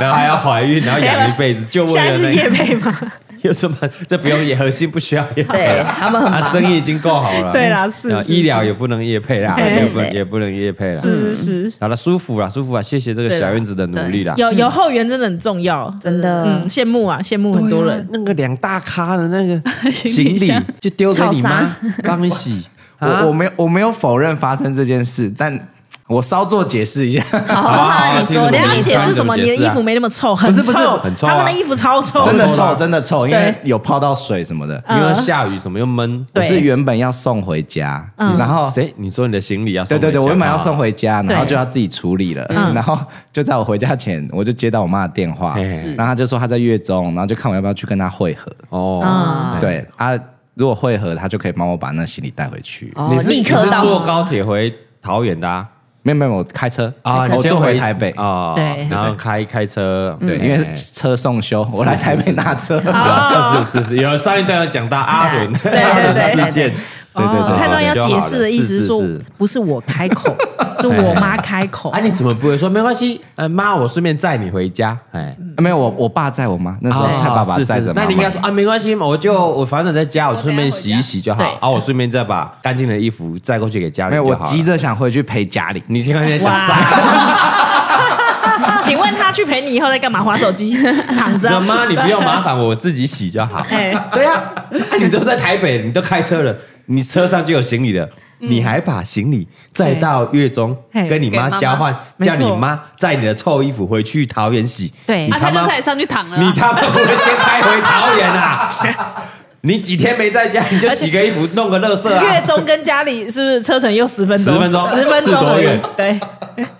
Speaker 3: 然后还要怀孕，然后养一辈子，就为
Speaker 2: 现在
Speaker 3: 了
Speaker 2: 是
Speaker 3: 那
Speaker 2: 夜
Speaker 3: 个
Speaker 2: 配 吗？
Speaker 3: 有什么？这不用也核心不需要也
Speaker 4: 对他们很
Speaker 3: 啊，
Speaker 4: 忙
Speaker 3: 生意已经够好了。
Speaker 2: 对啦是
Speaker 3: 啊
Speaker 2: 是
Speaker 3: 医疗也不能夜配啦，
Speaker 2: 对
Speaker 3: 也不
Speaker 4: 对
Speaker 3: 也不能夜配啦。
Speaker 2: 是是是，
Speaker 3: 好了，舒服啦，舒服啊！谢谢这个小院子的努力
Speaker 5: 嗯
Speaker 3: 啦。
Speaker 2: 有有后援真的很重要，嗯，
Speaker 4: 真的。
Speaker 2: 羡慕啊，羡慕很多人。
Speaker 3: 那个两大咖的那个行李
Speaker 5: 箱
Speaker 3: 就丢给你
Speaker 4: 超
Speaker 3: 妈帮你洗。
Speaker 7: 我我没有我没有否认发生这件事，但我稍作解释 一下，
Speaker 4: 好，那你
Speaker 5: 啊
Speaker 4: 说，
Speaker 3: 好好好
Speaker 2: 你
Speaker 4: 那
Speaker 2: 要
Speaker 4: 你
Speaker 2: 解
Speaker 4: 说
Speaker 2: 释什么？
Speaker 3: 你
Speaker 2: 你
Speaker 3: 的
Speaker 2: 的
Speaker 3: 解释啊
Speaker 2: 衣服没那么臭，很
Speaker 7: 不是不是
Speaker 2: 臭
Speaker 3: 很臭啊
Speaker 2: 他们的衣服超臭，
Speaker 7: 真的臭，真的臭，因为
Speaker 2: 哦对
Speaker 7: 有泡到水什么的。
Speaker 3: 因为下雨什么又闷，
Speaker 7: 我
Speaker 2: 对嗯
Speaker 7: 是原本要送回家，然后
Speaker 3: 谁？你说你的行李要送
Speaker 7: 对对对，
Speaker 3: 回
Speaker 7: 我
Speaker 3: 家
Speaker 7: 原本要
Speaker 3: 吗
Speaker 7: 送回家，然后
Speaker 2: 对
Speaker 7: 就要自己处理了。然后 就在我回家前，我就接到我妈的电话，
Speaker 3: 嘿
Speaker 7: 然后她就说她在月中，然后就看我要不要去跟她会合。
Speaker 3: 哦。
Speaker 2: 嗯
Speaker 7: 对啊，如果会合，她就可以帮我把那行李带回去。
Speaker 4: 哦
Speaker 3: 你，是
Speaker 4: 立
Speaker 3: 你
Speaker 4: 刻
Speaker 3: 是
Speaker 4: 到。
Speaker 3: 坐高铁回桃园的啊？
Speaker 7: 没有没有，我开车
Speaker 3: 啊，你
Speaker 7: 我
Speaker 3: 先
Speaker 7: 坐回台北。
Speaker 3: 啊，
Speaker 2: 对
Speaker 3: 然后开开车，
Speaker 7: 对，因为车送修，我来台北拿车。哦
Speaker 3: 啊，是是是是，有上一段有讲到阿伦阿伦事件，
Speaker 7: 对对
Speaker 2: 哦
Speaker 7: 对，
Speaker 2: 蔡
Speaker 3: 宗
Speaker 2: 庄要解释的意思是说
Speaker 3: 是哎是是，
Speaker 2: 不是我开 口，是我妈开口。
Speaker 3: 啊，你怎么不会说没关系？呃，妈，我顺便载你回家，哎。
Speaker 7: 没有我我爸载我妈，那时候蔡爸爸
Speaker 3: 啊哦是
Speaker 7: 载
Speaker 3: 是是
Speaker 7: 着妈妈。
Speaker 3: 那你应该说啊，没关系嘛，我就我反正在家，我顺便洗一洗就好
Speaker 2: 我等一下回，家
Speaker 3: 啊，我顺便再把干净的衣服载过去给家里
Speaker 7: 没有，
Speaker 3: 就
Speaker 7: 我
Speaker 3: 好了。
Speaker 7: 急着想回去陪家里。
Speaker 3: 你先看人家讲啥？
Speaker 2: 哇！ 请问他去陪你以后在干嘛？划手 机，躺着
Speaker 3: 你说。妈，你不用麻烦我，我自己洗就好。
Speaker 2: 哎，
Speaker 3: 对呀、啊，你都在台北，你都开车了，你车上就有行李了。你还把行李再到月中
Speaker 2: 嘿
Speaker 3: 跟你妈
Speaker 5: 给妈妈
Speaker 3: 交换，
Speaker 2: 没
Speaker 3: 叫
Speaker 2: 错
Speaker 3: 你妈载你的臭衣服回去桃园洗。
Speaker 2: 对
Speaker 3: 你
Speaker 5: 啊，他
Speaker 3: 他
Speaker 5: 就
Speaker 3: 妈
Speaker 5: 可，以上去躺了啊。
Speaker 3: 你他妈不会先开回桃园啊？ 你几天没在家，你就洗个衣服，弄个垃圾
Speaker 2: 月
Speaker 3: 啊？
Speaker 2: 中跟家里是不是车程又十分钟？
Speaker 3: 10分钟
Speaker 2: 十分钟而
Speaker 3: 是多
Speaker 2: 已
Speaker 3: 远。
Speaker 2: 对，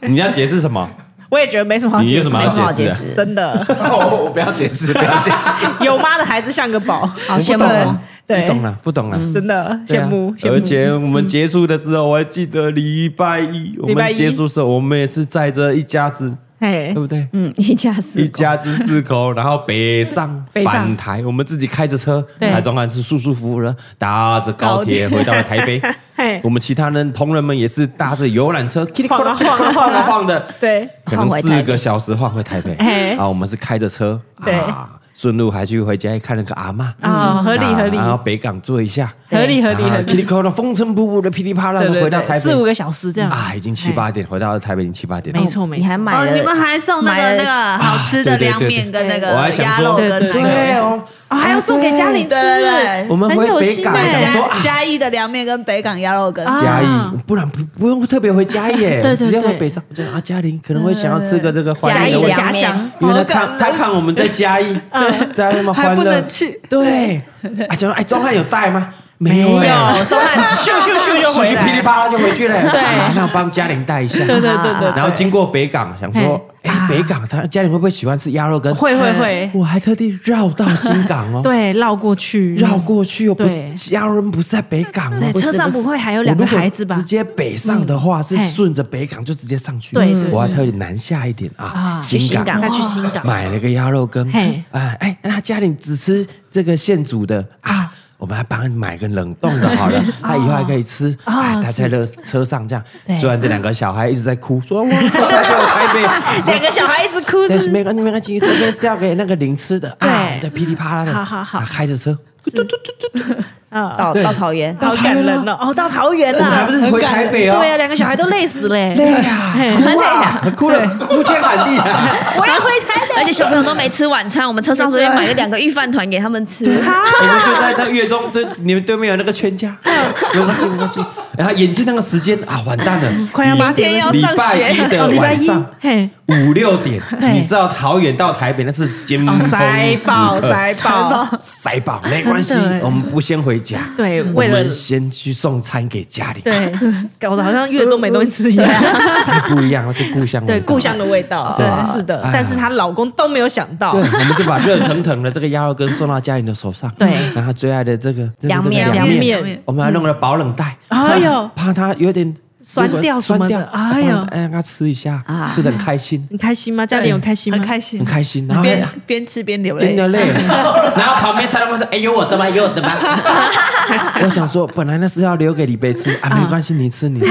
Speaker 3: 你要解释什么？
Speaker 2: 我也觉得没什么好
Speaker 3: 你
Speaker 2: 解
Speaker 3: 有
Speaker 2: 释
Speaker 3: 什么
Speaker 4: 没什么
Speaker 3: 要
Speaker 4: 好
Speaker 3: 解
Speaker 4: 解
Speaker 3: 释
Speaker 4: 释
Speaker 2: 的。真 的，
Speaker 7: 我不要解释，不要解释。
Speaker 2: 有妈的孩子像个宝，
Speaker 4: 好羡慕哦，
Speaker 2: 对
Speaker 3: 不，啊懂了，不懂了。
Speaker 2: 真的
Speaker 3: 对
Speaker 2: 哎嗯羡
Speaker 3: 啊
Speaker 2: 慕羡
Speaker 3: 而
Speaker 2: 慕。
Speaker 3: 且我们结束的时候，我还记得礼拜一，我
Speaker 2: 礼拜
Speaker 3: 们
Speaker 2: 一
Speaker 3: 结束的时候，我们也是载着一家子，
Speaker 2: 哎
Speaker 3: 对，不对？
Speaker 4: 嗯，一家四口
Speaker 3: 一家之四口，然后北上
Speaker 2: 北上
Speaker 3: 返台，我们自己开着车，
Speaker 2: 对
Speaker 3: 台中还是舒舒服服的搭着高铁回到了台北。
Speaker 2: 嘿
Speaker 3: 我们其他人同仁们也是搭着游览车，
Speaker 2: 晃啊晃啊
Speaker 3: 晃
Speaker 2: 晃
Speaker 3: 啊
Speaker 2: 啊
Speaker 3: 晃的，
Speaker 2: 对，
Speaker 3: 可能
Speaker 4: 晃回台北
Speaker 3: 四个小时晃回台北
Speaker 2: 嘿。
Speaker 3: 啊，我们是开着车，
Speaker 2: 对
Speaker 3: 啊顺路还去回家看那个阿嬷。
Speaker 2: 啊，合理
Speaker 3: 啊
Speaker 2: 合理
Speaker 3: 然后北港坐一下，
Speaker 2: 合理合理合
Speaker 3: 啊噼
Speaker 2: 理，
Speaker 3: 里啪啦风尘仆仆的噼里啪啦
Speaker 2: 对
Speaker 3: 的
Speaker 2: 对
Speaker 3: 回到台
Speaker 2: 对，
Speaker 3: 北
Speaker 2: 四五个小时这样
Speaker 3: 啊，已经七八点，回到台北已经七八点了，
Speaker 2: 没错没
Speaker 4: 你
Speaker 2: 错
Speaker 4: 还，买
Speaker 5: 哦，
Speaker 4: 了，
Speaker 5: 你们还送那个
Speaker 4: 买了
Speaker 5: 那个好吃的
Speaker 3: 啊对对
Speaker 5: 凉面跟那
Speaker 3: 对对对我还
Speaker 5: 个
Speaker 3: 想
Speaker 5: 鸭
Speaker 3: 说
Speaker 5: 肉跟那
Speaker 2: 对
Speaker 3: 对
Speaker 5: 个。
Speaker 3: 哦，
Speaker 2: 啊还要送给嘉玲吃
Speaker 5: 对对对，
Speaker 3: 我们回
Speaker 2: 很有
Speaker 3: 北
Speaker 2: 心
Speaker 3: 港
Speaker 2: 哎
Speaker 3: 想说
Speaker 5: 嘉
Speaker 3: 啊，
Speaker 5: 嘉义的凉面跟北港鸭肉羹，
Speaker 2: 啊
Speaker 3: 嘉义，不然不不用特别回嘉义耶，
Speaker 2: 对对对
Speaker 3: 直接回北上。我觉得啊，嘉玲可能会想要吃个这个欢
Speaker 4: 嘉
Speaker 3: 乐
Speaker 4: 义
Speaker 3: 的
Speaker 4: 的
Speaker 3: 味道，
Speaker 4: 凉
Speaker 2: 啊
Speaker 4: 面，
Speaker 3: 因为他看他看我们在 嘉义，
Speaker 2: 嗯
Speaker 3: 大家那么欢
Speaker 5: 还不
Speaker 3: 乐
Speaker 5: 能，去
Speaker 3: 对，啊，就说哎，钟汉有带吗？没有
Speaker 2: 没
Speaker 3: 哎，
Speaker 4: 嗯
Speaker 2: 有，钟汉咻咻咻就
Speaker 3: 出
Speaker 2: 回
Speaker 3: 去噼里
Speaker 2: 来，
Speaker 3: 啪啦就回去了，啊那我帮嘉玲带一下，
Speaker 2: 对对对对对，啊
Speaker 3: 然后经过北港，想说，哎，北港他嘉玲会不会喜欢吃鸭肉羹？
Speaker 2: 会会会，
Speaker 3: 我还特地绕到新港哦，
Speaker 2: 对，绕过去，
Speaker 3: 绕过去哦，不
Speaker 2: 对
Speaker 3: 是鸭肉羹不是在北港哦
Speaker 2: 对，
Speaker 3: 不是
Speaker 2: 车上不会还有两个
Speaker 3: 我如果
Speaker 2: 孩子吧嗯
Speaker 3: 直接北上的话是
Speaker 2: 嘿
Speaker 3: 顺着北港就直接上去，
Speaker 2: 对对对
Speaker 3: 我还特地南下一点啊
Speaker 2: 啊，
Speaker 3: 新
Speaker 4: 去新
Speaker 3: 港
Speaker 2: 他
Speaker 4: 港
Speaker 2: 去新港，
Speaker 3: 买了个鸭肉羹
Speaker 2: 嘿，
Speaker 3: 哎哎，那家里只吃这个现煮的啊。我们还帮你买个冷冻的好了， 啊他以后还可以吃。哎，他在乐车上这样
Speaker 2: 哦对，
Speaker 3: 虽然这两个小孩一直在哭，说我台北，
Speaker 2: 两个小孩一直哭
Speaker 3: 但
Speaker 2: 是
Speaker 3: 是没关系没关系，这边是要给那个零吃的啊，
Speaker 2: 对
Speaker 3: 在噼里啪啦的，
Speaker 2: 好好好
Speaker 3: 啊开着车，啊
Speaker 4: 到到桃园，
Speaker 2: 好感人啊哦，哦，到桃园
Speaker 3: 我们还
Speaker 2: 啦
Speaker 3: 不，是回台北哦，
Speaker 2: 对啊呀，两个小孩都累死嘞，
Speaker 3: 累呀，哭啊，哭了哭天喊地啊。
Speaker 4: 我要回台北，而且小朋友都没吃晚餐，我们车上随便买了两个御饭团给他们吃，
Speaker 3: 我们就在那月中对你们对面有那个全家，没关系没关系。然后眼睛那个时间啊，完蛋了，
Speaker 2: 快要
Speaker 3: 礼
Speaker 2: 八点了
Speaker 3: 礼拜一的
Speaker 2: 哦礼拜
Speaker 3: 晚
Speaker 2: 一
Speaker 3: 上
Speaker 2: 嘿，
Speaker 3: 五六点，
Speaker 2: 对哦
Speaker 3: 你知道桃园到台北那是尖峰
Speaker 2: 塞
Speaker 3: 时
Speaker 2: 爆
Speaker 3: 刻
Speaker 2: 塞爆，
Speaker 3: 塞爆，没关系
Speaker 2: 真的耶，
Speaker 3: 我们不先回家，
Speaker 2: 对，
Speaker 3: 我
Speaker 2: 为了
Speaker 3: 们先去送餐给家里。
Speaker 2: 对， 搞得好像月中没东西吃一样，
Speaker 3: 不一样，那是故乡味道
Speaker 2: 对，故乡的味道，
Speaker 3: 对
Speaker 2: 是的
Speaker 3: 哎，呀
Speaker 2: 但是她老公都没有想到
Speaker 3: 对，，我们就把热腾腾的这个鸭肉羹送到家人的手上，
Speaker 2: 对
Speaker 3: 然后他最爱的这个这个
Speaker 4: 凉面
Speaker 3: 这个
Speaker 2: 凉
Speaker 3: 面，
Speaker 2: 面
Speaker 3: 我们还弄了保冷袋，
Speaker 2: 哎呦
Speaker 3: 怕它有点
Speaker 2: 酸掉什
Speaker 3: 酸
Speaker 2: 么的
Speaker 3: 掉，
Speaker 2: 哎呦啊
Speaker 3: 怕让它吃一下，吃的很开心，
Speaker 2: 你开心吗？家里有开心吗？
Speaker 5: 很开心
Speaker 3: 很，哎开心，哎然后
Speaker 5: 边边吃边流
Speaker 3: 真
Speaker 5: 泪
Speaker 3: 的。累，然后旁边菜老板说：“哎，有我的吗？有我的吗？” 我想说，本来那是要留给李贝吃啊，没关系，你吃你吃。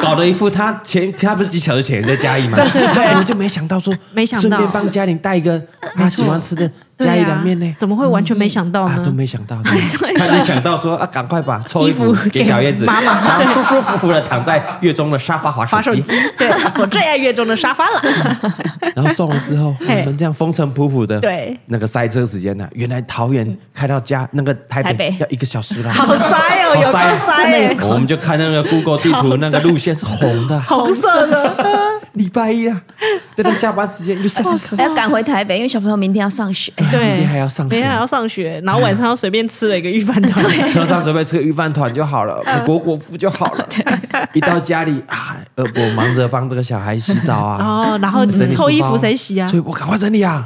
Speaker 3: 搞得一副他前他不是几小时前在嘉义吗？他怎么就没想到说，
Speaker 2: 没想到
Speaker 3: 顺便帮嘉玲带一个他喜欢吃的
Speaker 2: 对啊
Speaker 3: 嘉义凉面呢？
Speaker 2: 怎么会完全没想到
Speaker 3: 啊，
Speaker 2: 呢
Speaker 3: 都？没想到，他就想到说啊，赶快把抽衣服
Speaker 2: 衣服
Speaker 3: 给小叶子，
Speaker 2: 给妈妈
Speaker 3: 然后舒舒服服的躺在月中的沙发滑手机，
Speaker 2: 对我最爱月中的沙 发了，
Speaker 3: 然后送了之后，
Speaker 2: 嘿
Speaker 3: 我们这样风尘仆仆的，
Speaker 2: 对，嗯
Speaker 3: 那个塞车时间呢、啊原来桃园开到家那个台
Speaker 4: 台
Speaker 3: 北
Speaker 4: 北
Speaker 3: 要一个小时啦，
Speaker 2: 好塞哦，有够
Speaker 3: 啊
Speaker 2: 塞耶，
Speaker 3: 我们就看那个 Google 地图，那个路线是红的啊，
Speaker 2: 红色的，
Speaker 3: 礼拜一啊，等到下班时间就下下下，
Speaker 4: 还
Speaker 2: 哎
Speaker 4: 要赶回台北，因为小朋友明天要上学。
Speaker 2: 对，
Speaker 3: 明天还要上学
Speaker 2: 明天还要上学，然后晚上又随便吃了一个御饭团，
Speaker 3: 车上准备吃个御饭团就好了，
Speaker 2: 嗯
Speaker 3: 果果腹就好了。一到家里啊，呃，我忙着帮这个小孩洗澡啊。
Speaker 2: 哦，然后
Speaker 3: 整理书包
Speaker 2: 臭衣服谁洗啊嗯
Speaker 3: 所？以我赶快整理啊，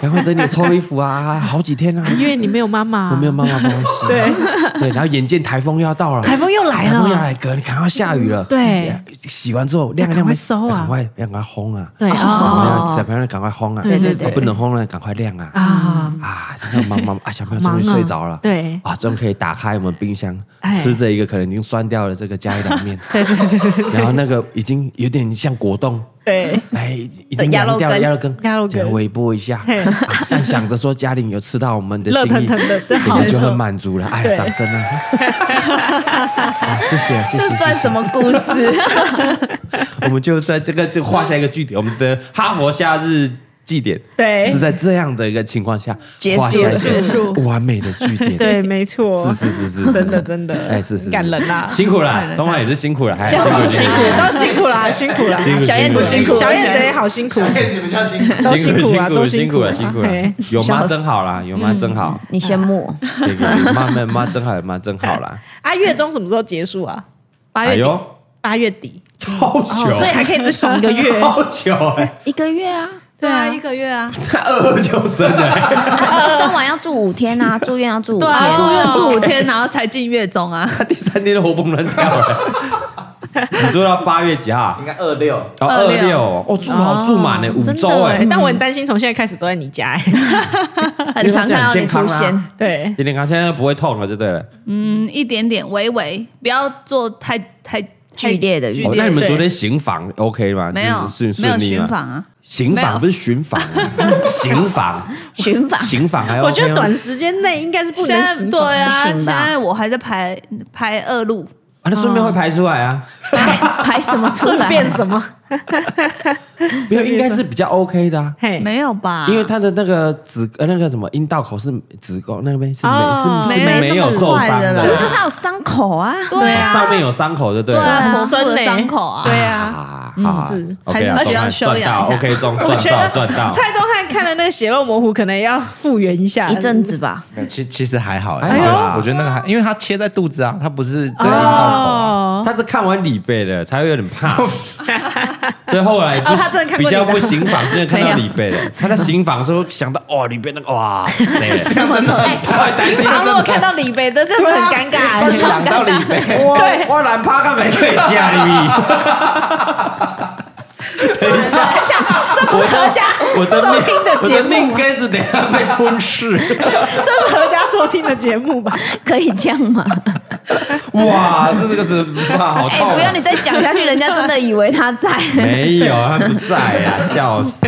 Speaker 3: 赶快整理抽衣服啊，好几天啊，
Speaker 2: 因为你没有妈妈，
Speaker 3: 我没有妈妈帮我洗。啊
Speaker 2: 对
Speaker 3: 对，然后眼见台风又要到了，
Speaker 2: 台风又来
Speaker 3: 台风
Speaker 2: 了，
Speaker 3: 要
Speaker 2: 嗯
Speaker 3: 来，哥，你赶快下雨了。哎
Speaker 2: 对，
Speaker 3: 洗完之后晾一
Speaker 2: 赶
Speaker 3: 晾
Speaker 2: 快收啊
Speaker 3: 赶快要赶快烘啊。
Speaker 2: 对
Speaker 3: 我
Speaker 2: 哦
Speaker 3: 们要小朋友赶快烘啊，
Speaker 2: 对对对
Speaker 3: 啊不能烘了，赶快晾啊。
Speaker 2: 啊，
Speaker 3: 啊，真的忙忙啊，小朋友终
Speaker 2: 忙
Speaker 3: 于
Speaker 2: 啊
Speaker 3: 睡着了。
Speaker 2: 对
Speaker 3: 啊，终于可以打开我们冰箱
Speaker 2: 哎，
Speaker 3: 吃这一个可能已经酸掉了这个加 一凉面，
Speaker 2: 对对对对
Speaker 3: 然后那个已经有点像果冻。
Speaker 2: 对，
Speaker 3: 哎，已经已经凉掉了
Speaker 4: 鸭
Speaker 3: 鸭肉羹，
Speaker 2: 鸭肉羹
Speaker 3: 这样微波一下，
Speaker 2: 嘿
Speaker 3: 啊但想着说嘉玲有吃到我们的心
Speaker 2: 热
Speaker 3: 意，
Speaker 2: 腾腾的对
Speaker 3: 我
Speaker 2: 好
Speaker 3: 们就很满足了。哎呀，
Speaker 2: 对
Speaker 3: 掌声啊！啊谢谢，谢谢，
Speaker 4: 这算
Speaker 3: 谢谢
Speaker 4: 什么故事？
Speaker 3: 我们就在这个就画下一个句点，我们的哈佛夏日祭典
Speaker 2: 对
Speaker 3: 是在这样的一个情况下
Speaker 4: 结
Speaker 3: 画下
Speaker 4: 束
Speaker 3: 一个完美的句点。
Speaker 2: 对，没错，
Speaker 3: 是是是是是，
Speaker 2: 真的真的，
Speaker 3: 哎是是是
Speaker 2: 感人啦，
Speaker 3: 辛苦啦，东华也是辛苦了，哎辛
Speaker 2: 都
Speaker 3: 苦
Speaker 2: 辛苦，啊都辛苦啦，辛苦啦，
Speaker 3: 辛苦
Speaker 4: 哎小燕子辛苦，
Speaker 2: 小燕子也好辛苦，
Speaker 6: 骗子比较辛苦。
Speaker 2: 都
Speaker 3: 辛
Speaker 2: 辛
Speaker 3: 苦
Speaker 2: 苦啊，都
Speaker 3: 辛
Speaker 2: 辛
Speaker 3: 苦
Speaker 2: 啊
Speaker 3: 了，辛苦了
Speaker 2: 嘿，
Speaker 3: 有妈真好啦，有妈真好，
Speaker 4: 你先默，
Speaker 3: 那个妈妈妈真好，有妈真好啦，
Speaker 2: 啊，月中什么时候结束啊？
Speaker 5: 八
Speaker 3: 哎
Speaker 5: 月底，
Speaker 3: 呦，
Speaker 2: 八月底，
Speaker 3: 超久，
Speaker 2: 所以还可以只爽一个月。
Speaker 3: 超久哎，
Speaker 4: 一个月啊，
Speaker 5: 对啊，一个月啊，
Speaker 3: 他二二就生的，
Speaker 8: 他生完要住五天啊，住院要住五
Speaker 5: 对
Speaker 8: 天。
Speaker 5: 啊，住院住五天，然后才进月中啊。
Speaker 3: 他 第三天就活蹦乱跳了。你做到八月几号？
Speaker 6: 应该二六，
Speaker 3: 哦，二
Speaker 5: 26
Speaker 3: 六哦，住好住满了五
Speaker 2: 真
Speaker 3: 周
Speaker 2: 的
Speaker 3: 哎
Speaker 2: 欸，但我很担心从现在开始都在你家哎。
Speaker 3: 因为他
Speaker 4: 很常
Speaker 3: 这样
Speaker 4: 看到
Speaker 3: 健
Speaker 4: 你
Speaker 3: 康
Speaker 4: 出
Speaker 3: 啦
Speaker 4: 现。
Speaker 2: 对，
Speaker 3: 今天刚现在不会痛了就对了。
Speaker 5: 嗯，一点点，微微，不要做太太太
Speaker 4: 剧烈的运
Speaker 5: 剧
Speaker 3: 哦
Speaker 5: 烈，
Speaker 3: 那你们
Speaker 2: 对
Speaker 3: 昨天行房 OK 吗？
Speaker 5: 没有
Speaker 3: 就是顺
Speaker 5: 没有
Speaker 3: 顺利
Speaker 5: 巡
Speaker 3: 吗？
Speaker 5: 访啊，
Speaker 3: 刑
Speaker 5: 没
Speaker 3: 房
Speaker 5: 有
Speaker 3: 不是巡房，刑房
Speaker 8: 寻访
Speaker 3: 刑房还要
Speaker 2: 我觉得
Speaker 3: 还要
Speaker 2: 短时间内应该是不
Speaker 5: 现
Speaker 2: 能
Speaker 5: 在
Speaker 2: 行
Speaker 5: 对啊，
Speaker 8: 不
Speaker 5: 现
Speaker 8: 行吧
Speaker 5: 在我还在排排二路，
Speaker 3: 啊，那顺便会排出来啊，
Speaker 8: 排什么出
Speaker 2: 顺
Speaker 8: 来？
Speaker 2: 便什么？
Speaker 3: 没有应该是比较 OK 的啊。
Speaker 2: 嘿，
Speaker 5: 没有吧？
Speaker 3: 因为他的那个子呃那个什么阴道口是子宫那边是
Speaker 2: 哦
Speaker 3: 没是是
Speaker 5: 没
Speaker 3: 没有
Speaker 5: 那么
Speaker 3: 受
Speaker 5: 快
Speaker 3: 伤哦
Speaker 5: 的啦
Speaker 8: 可是他有伤口啊，
Speaker 5: 对啊，
Speaker 3: 上面有伤口就对
Speaker 5: 对啊，
Speaker 3: 了。
Speaker 2: 很
Speaker 5: 缝
Speaker 2: 深
Speaker 5: 补的
Speaker 2: 欸
Speaker 5: 伤口啊，
Speaker 2: 对啊。
Speaker 3: 啊，好
Speaker 2: 是
Speaker 3: ，OK 啊，
Speaker 5: 还是要
Speaker 3: 赚
Speaker 5: 休
Speaker 3: 赚
Speaker 5: 养
Speaker 3: 到
Speaker 5: 一下
Speaker 3: ，OK 中
Speaker 2: 我
Speaker 3: 赚
Speaker 2: 觉
Speaker 3: 到
Speaker 2: 得
Speaker 3: 赚到，
Speaker 2: 蔡宗翰看了那个血肉模糊，可能也要复原一下
Speaker 8: 一阵。子吧。
Speaker 7: 没有其其实还好，
Speaker 3: 还
Speaker 7: 哎，
Speaker 3: 好啦
Speaker 2: 啊
Speaker 7: 我觉得那个还，因为它切在肚子啊，它不是在阴道口啊。
Speaker 2: 哦，
Speaker 3: 他是看完李贝的才会有点 怕，所以后来不
Speaker 2: 哦他真的看过
Speaker 3: 比较
Speaker 2: 你的
Speaker 3: 不行房，是因为看到李 贝的，他在行房的时候想到哦李贝那个哇塞，他会担心
Speaker 2: 然
Speaker 3: 他
Speaker 2: 后
Speaker 3: 真
Speaker 2: 我
Speaker 3: 的
Speaker 2: 看到李贝的，这样子很尴尬。
Speaker 7: 只想到李贝，
Speaker 2: 对，
Speaker 3: 我懒趴看没睡家里。 等一下，
Speaker 2: 这不是合家
Speaker 3: 我的
Speaker 2: 收
Speaker 3: 命
Speaker 2: 听的
Speaker 3: 我
Speaker 2: 节
Speaker 3: 的命
Speaker 2: 目吗？
Speaker 3: 根子等一下被吞噬，
Speaker 2: 这是合家收听的节目 吧？
Speaker 8: 可以这样吗？
Speaker 3: 哇，这这个怎么办？好
Speaker 8: 哎、
Speaker 3: 痛啊！
Speaker 8: 不要你再讲下去，人家真的以为他在。
Speaker 3: 没有，他不在呀，笑死！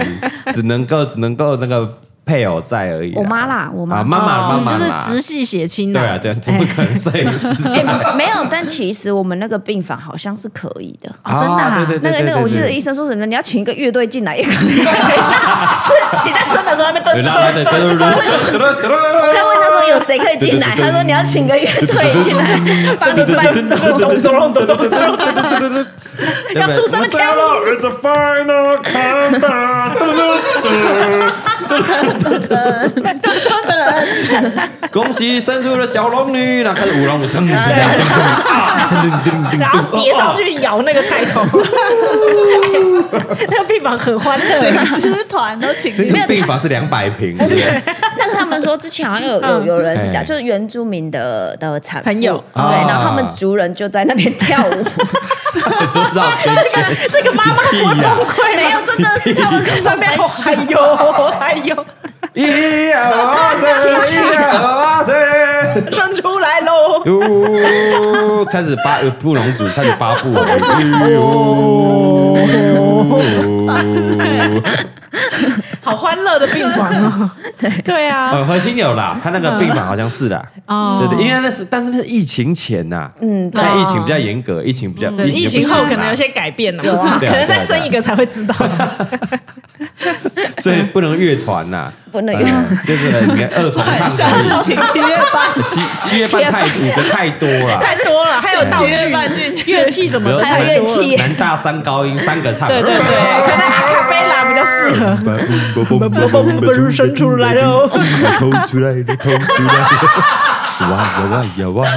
Speaker 3: 只能够只能够那个配偶在而已。
Speaker 8: 我妈啦我妈
Speaker 3: 啊妈妈妈妈
Speaker 2: 就是
Speaker 3: 啦
Speaker 2: 直系血亲
Speaker 3: 对啊对啊，怎么可能摄影师在？
Speaker 8: 哎没有，但其实我们那个病房好像是可以哦的。
Speaker 3: 啊真的啊对对对
Speaker 8: 那个那
Speaker 3: 对对
Speaker 8: 个，我记得
Speaker 3: 对
Speaker 8: 医生说什么，你要请一个 乐队进来也可以。等一下，是你在生的时候，他们
Speaker 3: 对
Speaker 8: 蹲
Speaker 3: 啦对对对对对对对对
Speaker 8: 他问他说有谁可以进来，他说你要请个乐队进来，帮你伴奏。
Speaker 3: 对，要出
Speaker 2: 生了
Speaker 3: 天了，It's a final countdown，噔噔噔恭喜生出了小龙女，然后开始舞龙舞狮，
Speaker 2: 然后叠上去咬那个菜头。哎 那个病房很欢乐，
Speaker 5: 粉丝团都请
Speaker 3: 那
Speaker 5: 进
Speaker 3: 个病房是两百平，对不对？
Speaker 8: 那个他们说之前好像有有有人是讲，就是原住民的的产妇
Speaker 2: 朋友
Speaker 8: 对，
Speaker 3: 啊
Speaker 8: 然后他们族人就在那边跳舞，
Speaker 3: 桌上圈圈，
Speaker 2: 这个妈妈
Speaker 3: 屁呀！
Speaker 2: 快
Speaker 8: 没
Speaker 2: 乐。
Speaker 8: 有，真的是他们跟
Speaker 2: 旁边哦，还有还有，
Speaker 3: 咿呀哇塞，咿呀哇塞，
Speaker 2: 生出来喽！
Speaker 3: 哟，开始八布隆组，开哎始八布了，哟。
Speaker 2: 好欢乐的病房哦。 对对啊，
Speaker 3: 呃，核心有啦，他那个病房好像是啦，
Speaker 2: 哦
Speaker 3: 对对，因为那是，但是那是疫情前呐，嗯，现在疫情比较严格，疫情比较，
Speaker 2: 对，疫
Speaker 3: 呃不
Speaker 2: 情
Speaker 3: 行
Speaker 2: 后
Speaker 3: 啦
Speaker 2: 可能有些改变了，
Speaker 8: 有啊
Speaker 2: 可能再生一个才会 知道。
Speaker 3: 所以不能乐团呐，
Speaker 8: 不能
Speaker 2: 嗯
Speaker 8: 乐
Speaker 3: 呃就是你看二重 唱
Speaker 5: 下
Speaker 3: 歌，
Speaker 5: 次请七月半，
Speaker 3: 七七月半太五个太多 了，
Speaker 2: 太多了，还有道
Speaker 5: 七月
Speaker 2: 具、
Speaker 5: 半进去
Speaker 2: 乐器什么的，
Speaker 3: 还
Speaker 8: 有乐器
Speaker 3: 南大三高音三个唱，
Speaker 2: 对对对，可能阿卡贝拉比较适合。
Speaker 9: 嘣嘣嘣嘣，伸出来喽！
Speaker 2: 嗯
Speaker 9: 头出来了，头出来了！哇呀哇呀哇呀